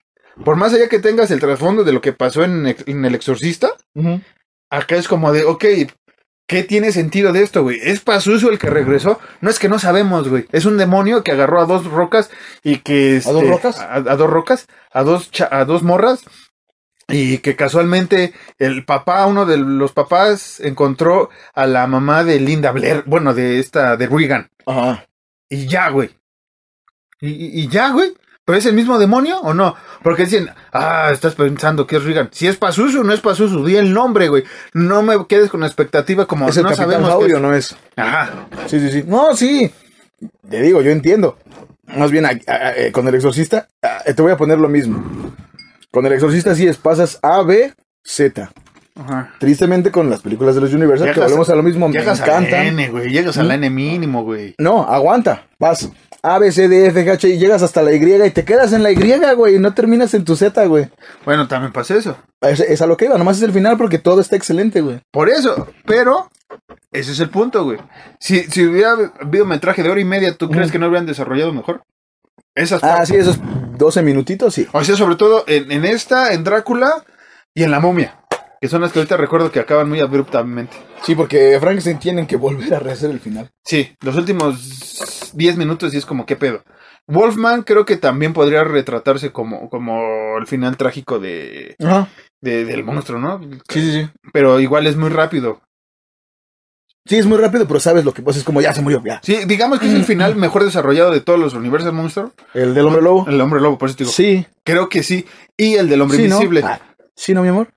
[SPEAKER 2] Por más allá que tengas el trasfondo de lo que pasó en, ex- en El Exorcista, acá es como de, ok, ¿qué tiene sentido de esto, güey? ¿Es Pazuzu el que regresó? No es que no sabemos, güey. Es un demonio que agarró a dos rocas y que...
[SPEAKER 4] ¿A dos
[SPEAKER 2] este,
[SPEAKER 4] rocas?
[SPEAKER 2] A, a dos rocas, a dos, cha- a dos morras. Y que casualmente el papá, uno de los papás, encontró a la mamá de Linda Blair, bueno, de esta, de Regan.
[SPEAKER 4] Ajá.
[SPEAKER 2] Y ya, güey. Y, y- y ya, güey. ¿Pero es el mismo demonio o no? Porque dicen, ah, estás pensando que es Regan. Si es Pazuzu, no es Pazuzu. Di el nombre, güey. No me quedes con la expectativa como
[SPEAKER 4] Es el
[SPEAKER 2] Ah, no
[SPEAKER 4] Capitán
[SPEAKER 2] sabemos. qué
[SPEAKER 4] Faurio,
[SPEAKER 2] es.
[SPEAKER 4] ¿no es?
[SPEAKER 2] Ajá.
[SPEAKER 4] Sí, sí, sí. No, sí. Te digo, yo entiendo. Más bien, a- a- eh, con el exorcista, ah, eh, te voy a poner lo mismo. Con el exorcista sí es, pasas A, B, Z.
[SPEAKER 2] Ajá.
[SPEAKER 4] Tristemente con las películas de los Universal, que
[SPEAKER 2] Llegas-
[SPEAKER 4] volvemos a lo mismo, me
[SPEAKER 2] Llegas a la
[SPEAKER 4] encantan. ¿Mm?
[SPEAKER 2] N, güey. Llegas a la N mínimo, güey.
[SPEAKER 4] No, aguanta, vas. A, B, C, D, F, G, H, y llegas hasta la Y y te quedas en la Y, güey, y no terminas en tu Z, güey.
[SPEAKER 2] Bueno, también pasa eso.
[SPEAKER 4] Es, es a lo que iba, nomás es el final porque todo está excelente, güey.
[SPEAKER 2] Por eso, pero ese es el punto, güey. Si, si hubiera habido metraje de hora y media, ¿tú crees que no habrían desarrollado mejor? Esas
[SPEAKER 4] Ah, sí, esos 12 minutitos, sí.
[SPEAKER 2] O sea, sobre todo en, en esta, en Drácula y en La Momia. Que son las que ahorita recuerdo que acaban muy abruptamente.
[SPEAKER 4] Sí, porque Frankenstein tienen que volver a rehacer el final.
[SPEAKER 2] Sí, los últimos 10 minutos y es como, ¿qué pedo? Wolfman creo que también podría retratarse como, como el final trágico de,
[SPEAKER 4] Ajá.
[SPEAKER 2] de- del monstruo, ¿no?
[SPEAKER 4] Sí, sí, sí.
[SPEAKER 2] Pero igual es muy rápido.
[SPEAKER 4] Sí, es muy rápido, pero sabes lo que pasa, es como ya se murió, ya.
[SPEAKER 2] Sí, digamos que es el final mejor desarrollado de todos los universos monstruo.
[SPEAKER 4] ¿El del hombre lobo?
[SPEAKER 2] El hombre lobo, por eso te digo.
[SPEAKER 4] Sí.
[SPEAKER 2] Creo que sí. Y el del hombre
[SPEAKER 4] sí,
[SPEAKER 2] invisible.
[SPEAKER 4] ¿no? Ah, sí, ¿no, mi amor?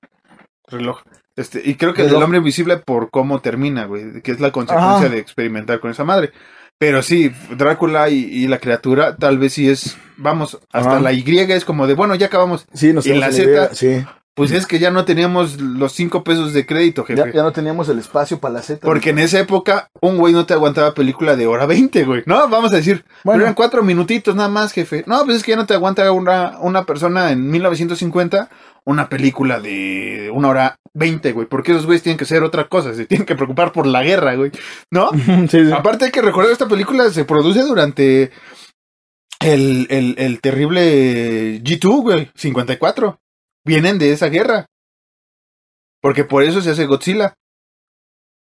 [SPEAKER 2] reloj. Este, y creo que el
[SPEAKER 4] Reloj. Ah.
[SPEAKER 2] del hombre invisible por cómo termina, güey, que es la consecuencia
[SPEAKER 4] Ajá.
[SPEAKER 2] de experimentar con esa madre. Pero sí, Drácula y, y la criatura, tal vez sí es, vamos, hasta
[SPEAKER 4] Ajá.
[SPEAKER 2] la Y es como de, bueno, ya acabamos.
[SPEAKER 4] Sí, nos
[SPEAKER 2] ¿Y la
[SPEAKER 4] tenemos
[SPEAKER 2] Z?
[SPEAKER 4] idea, Sí.
[SPEAKER 2] Pues es que ya no teníamos los cinco pesos de crédito, jefe.
[SPEAKER 4] Ya, ya no teníamos el espacio para la Z.
[SPEAKER 2] Porque en esa época, un güey no te aguantaba película de hora 20, güey. No, vamos a decir,
[SPEAKER 4] Bueno.
[SPEAKER 2] eran cuatro minutitos nada más, jefe. No, pues es que ya no te aguanta una, una persona en 1950 una película de una hora 20, güey. Porque esos güeyes tienen que hacer otra cosa, se tienen que preocupar por la guerra, güey. ¿No?
[SPEAKER 4] sí, sí.
[SPEAKER 2] Aparte hay que recordar, esta película se produce durante el, el, el terrible G2, güey, 54. Vienen de esa guerra. Porque por eso se hace Godzilla.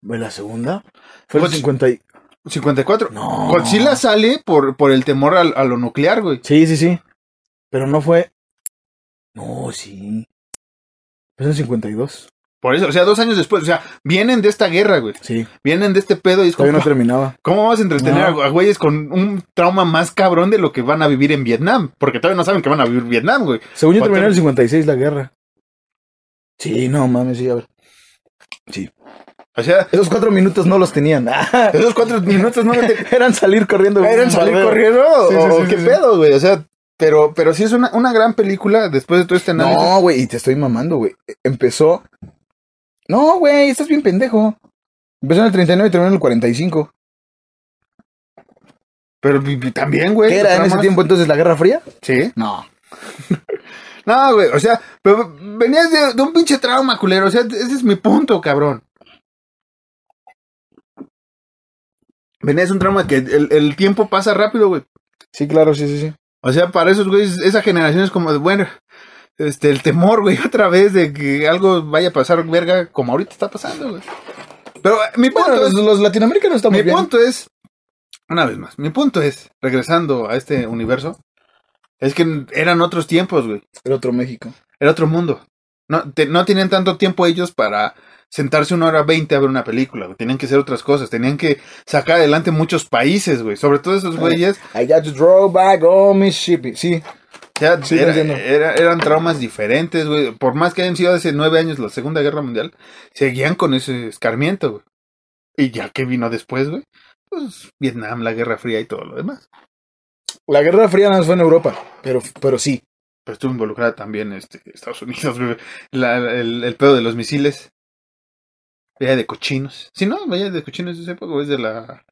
[SPEAKER 4] ¿Fue la segunda? Fue el
[SPEAKER 2] Godz-
[SPEAKER 4] 50 y...
[SPEAKER 2] 54.
[SPEAKER 4] No.
[SPEAKER 2] Godzilla sale por, por el temor al- a, lo nuclear, güey.
[SPEAKER 4] Sí, sí, sí. Pero no fue... No, sí. Fue en el 52.
[SPEAKER 2] Por eso, o sea, dos años después, o sea, vienen de esta guerra, güey.
[SPEAKER 4] Sí.
[SPEAKER 2] Vienen de este pedo y es como,
[SPEAKER 4] Todavía no terminaba.
[SPEAKER 2] ¿cómo vas a entretener
[SPEAKER 4] No.
[SPEAKER 2] a güeyes con un trauma más cabrón de lo que van a vivir en Vietnam? Porque todavía no saben que van a vivir Vietnam, güey.
[SPEAKER 4] Según yo
[SPEAKER 2] Cuatro-
[SPEAKER 4] terminó en el 56 la guerra. Sí, no mames, sí, a ver. Sí.
[SPEAKER 2] O sea,
[SPEAKER 4] Esos cuatro minutos no los tenían.
[SPEAKER 2] esos cuatro minutos no me
[SPEAKER 4] Ah, Eran salir corriendo.
[SPEAKER 2] eran salir corriendo
[SPEAKER 4] Sí, sí,
[SPEAKER 2] o
[SPEAKER 4] sí,
[SPEAKER 2] qué
[SPEAKER 4] sí.
[SPEAKER 2] pedo, güey. O sea, pero, pero sí es una, una gran película después de todo este análisis.
[SPEAKER 4] No, güey, y te estoy mamando, güey. Empezó. No, güey, estás bien pendejo. Empezó en el 39 y terminó en el 45.
[SPEAKER 2] Pero vi- vi- también, güey.
[SPEAKER 4] ¿Qué era en
[SPEAKER 2] los
[SPEAKER 4] ese
[SPEAKER 2] traumas-
[SPEAKER 4] tiempo entonces la Guerra Fría?
[SPEAKER 2] Sí.
[SPEAKER 4] No.
[SPEAKER 2] No, güey, o sea, pero venías de, de un pinche trauma, culero. O sea, ese es mi punto, cabrón. Venías de un trauma que el, el tiempo pasa rápido, güey.
[SPEAKER 4] Sí, claro, sí, sí, sí.
[SPEAKER 2] O sea, para esos güeyes, esa generación es como de, bueno, este, el temor, güey, otra vez de que algo vaya a pasar, verga, como ahorita está pasando, güey. Pero eh, mi punto
[SPEAKER 4] Bueno,
[SPEAKER 2] es,
[SPEAKER 4] los, los latinoamericanos estamos
[SPEAKER 2] mi
[SPEAKER 4] bien.
[SPEAKER 2] punto es, una vez más, mi punto es, regresando a este universo, es que eran otros tiempos, güey
[SPEAKER 4] El otro México.
[SPEAKER 2] era otro mundo. No, te- no tenían tanto tiempo ellos para sentarse una hora veinte a ver una película, güey. Tenían que hacer otras cosas, tenían que sacar adelante muchos países, güey. Sobre todo esos güeyes,
[SPEAKER 4] I got to draw back on my ship. Sí,
[SPEAKER 2] ya
[SPEAKER 4] Sí, te
[SPEAKER 2] era-
[SPEAKER 4] entiendo.
[SPEAKER 2] era- eran traumas diferentes, güey. Por más que hayan sido hace nueve años la Segunda Guerra Mundial, seguían con ese escarmiento, güey. Y ya que vino después, güey, pues Vietnam, la Guerra Fría y todo lo demás.
[SPEAKER 4] la Guerra Fría no fue en Europa, pero, pero sí.
[SPEAKER 2] Pero estuvo involucrada también este, Estados Unidos, güey. La- el, el pedo de los misiles. Vaya de cochinos. Si no, vaya de cochinos de esa época, o es de la.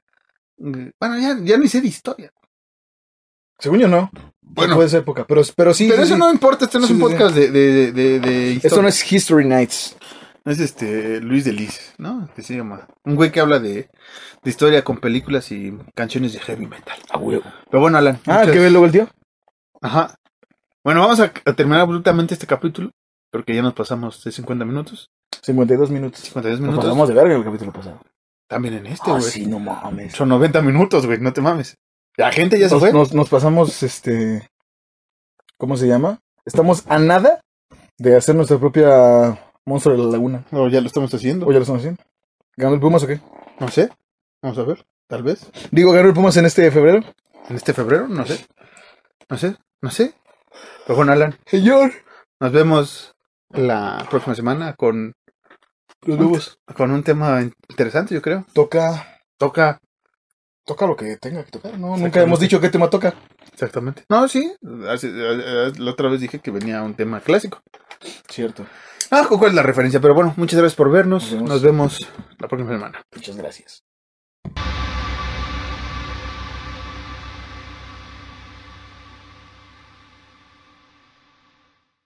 [SPEAKER 2] Bueno, ya, ya ni sé de historia.
[SPEAKER 4] Según yo no.
[SPEAKER 2] Bueno.
[SPEAKER 4] Fue de esa época, pero, pero sí.
[SPEAKER 2] Pero
[SPEAKER 4] sí,
[SPEAKER 2] eso
[SPEAKER 4] sí.
[SPEAKER 2] no importa, este no
[SPEAKER 4] Sí,
[SPEAKER 2] es un
[SPEAKER 4] sí, sí.
[SPEAKER 2] podcast de, de, de, de- de historia.
[SPEAKER 4] Esto no es History Nights.
[SPEAKER 2] Es este Luis Delis, ¿no? Que se llama. Un güey que habla de, de historia con películas y canciones de heavy metal.
[SPEAKER 4] A huevo.
[SPEAKER 2] Pero bueno, Alan.
[SPEAKER 4] Ah,
[SPEAKER 2] muchas-
[SPEAKER 4] ¿el que ve luego el tío?
[SPEAKER 2] Ajá. Bueno, vamos a, a terminar abruptamente este capítulo, porque ya nos pasamos de 50 minutos,
[SPEAKER 4] 52 minutos.
[SPEAKER 2] 52
[SPEAKER 4] Nos
[SPEAKER 2] minutos.
[SPEAKER 4] pasamos de verga el capítulo pasado.
[SPEAKER 2] También en este,
[SPEAKER 4] Ah,
[SPEAKER 2] güey.
[SPEAKER 4] sí, no mames.
[SPEAKER 2] Son 90 minutos, güey, no te mames. La gente ya se
[SPEAKER 4] Nos,
[SPEAKER 2] fue.
[SPEAKER 4] nos- nos pasamos, este... ¿Cómo se llama? Estamos a nada de hacer nuestra propia Monstruo de la Laguna.
[SPEAKER 2] No, ya lo estamos haciendo.
[SPEAKER 4] ¿O ya lo estamos haciendo? ¿Ganó el Pumas o qué?
[SPEAKER 2] No sé. Vamos a ver, tal vez.
[SPEAKER 4] Digo, ¿ganó el Pumas en este febrero?
[SPEAKER 2] En este febrero, no sé. No sé, no sé. Pero bueno, Alan,
[SPEAKER 4] Señor.
[SPEAKER 2] nos vemos la próxima semana con,
[SPEAKER 4] Los nuevos.
[SPEAKER 2] con un tema interesante, yo creo.
[SPEAKER 4] Toca...
[SPEAKER 2] Toca.
[SPEAKER 4] Toca lo que tenga que tocar, ¿no? Nunca
[SPEAKER 2] Exactamente.
[SPEAKER 4] hemos dicho qué tema toca.
[SPEAKER 2] Exactamente. No, sí. hace- eh, eh, la otra vez dije que venía un tema clásico.
[SPEAKER 4] Cierto.
[SPEAKER 2] Ah, ¿cuál es la referencia? Pero bueno, muchas gracias por vernos. Nos
[SPEAKER 4] Nos vemos.
[SPEAKER 2] vemos la próxima semana.
[SPEAKER 4] Muchas gracias.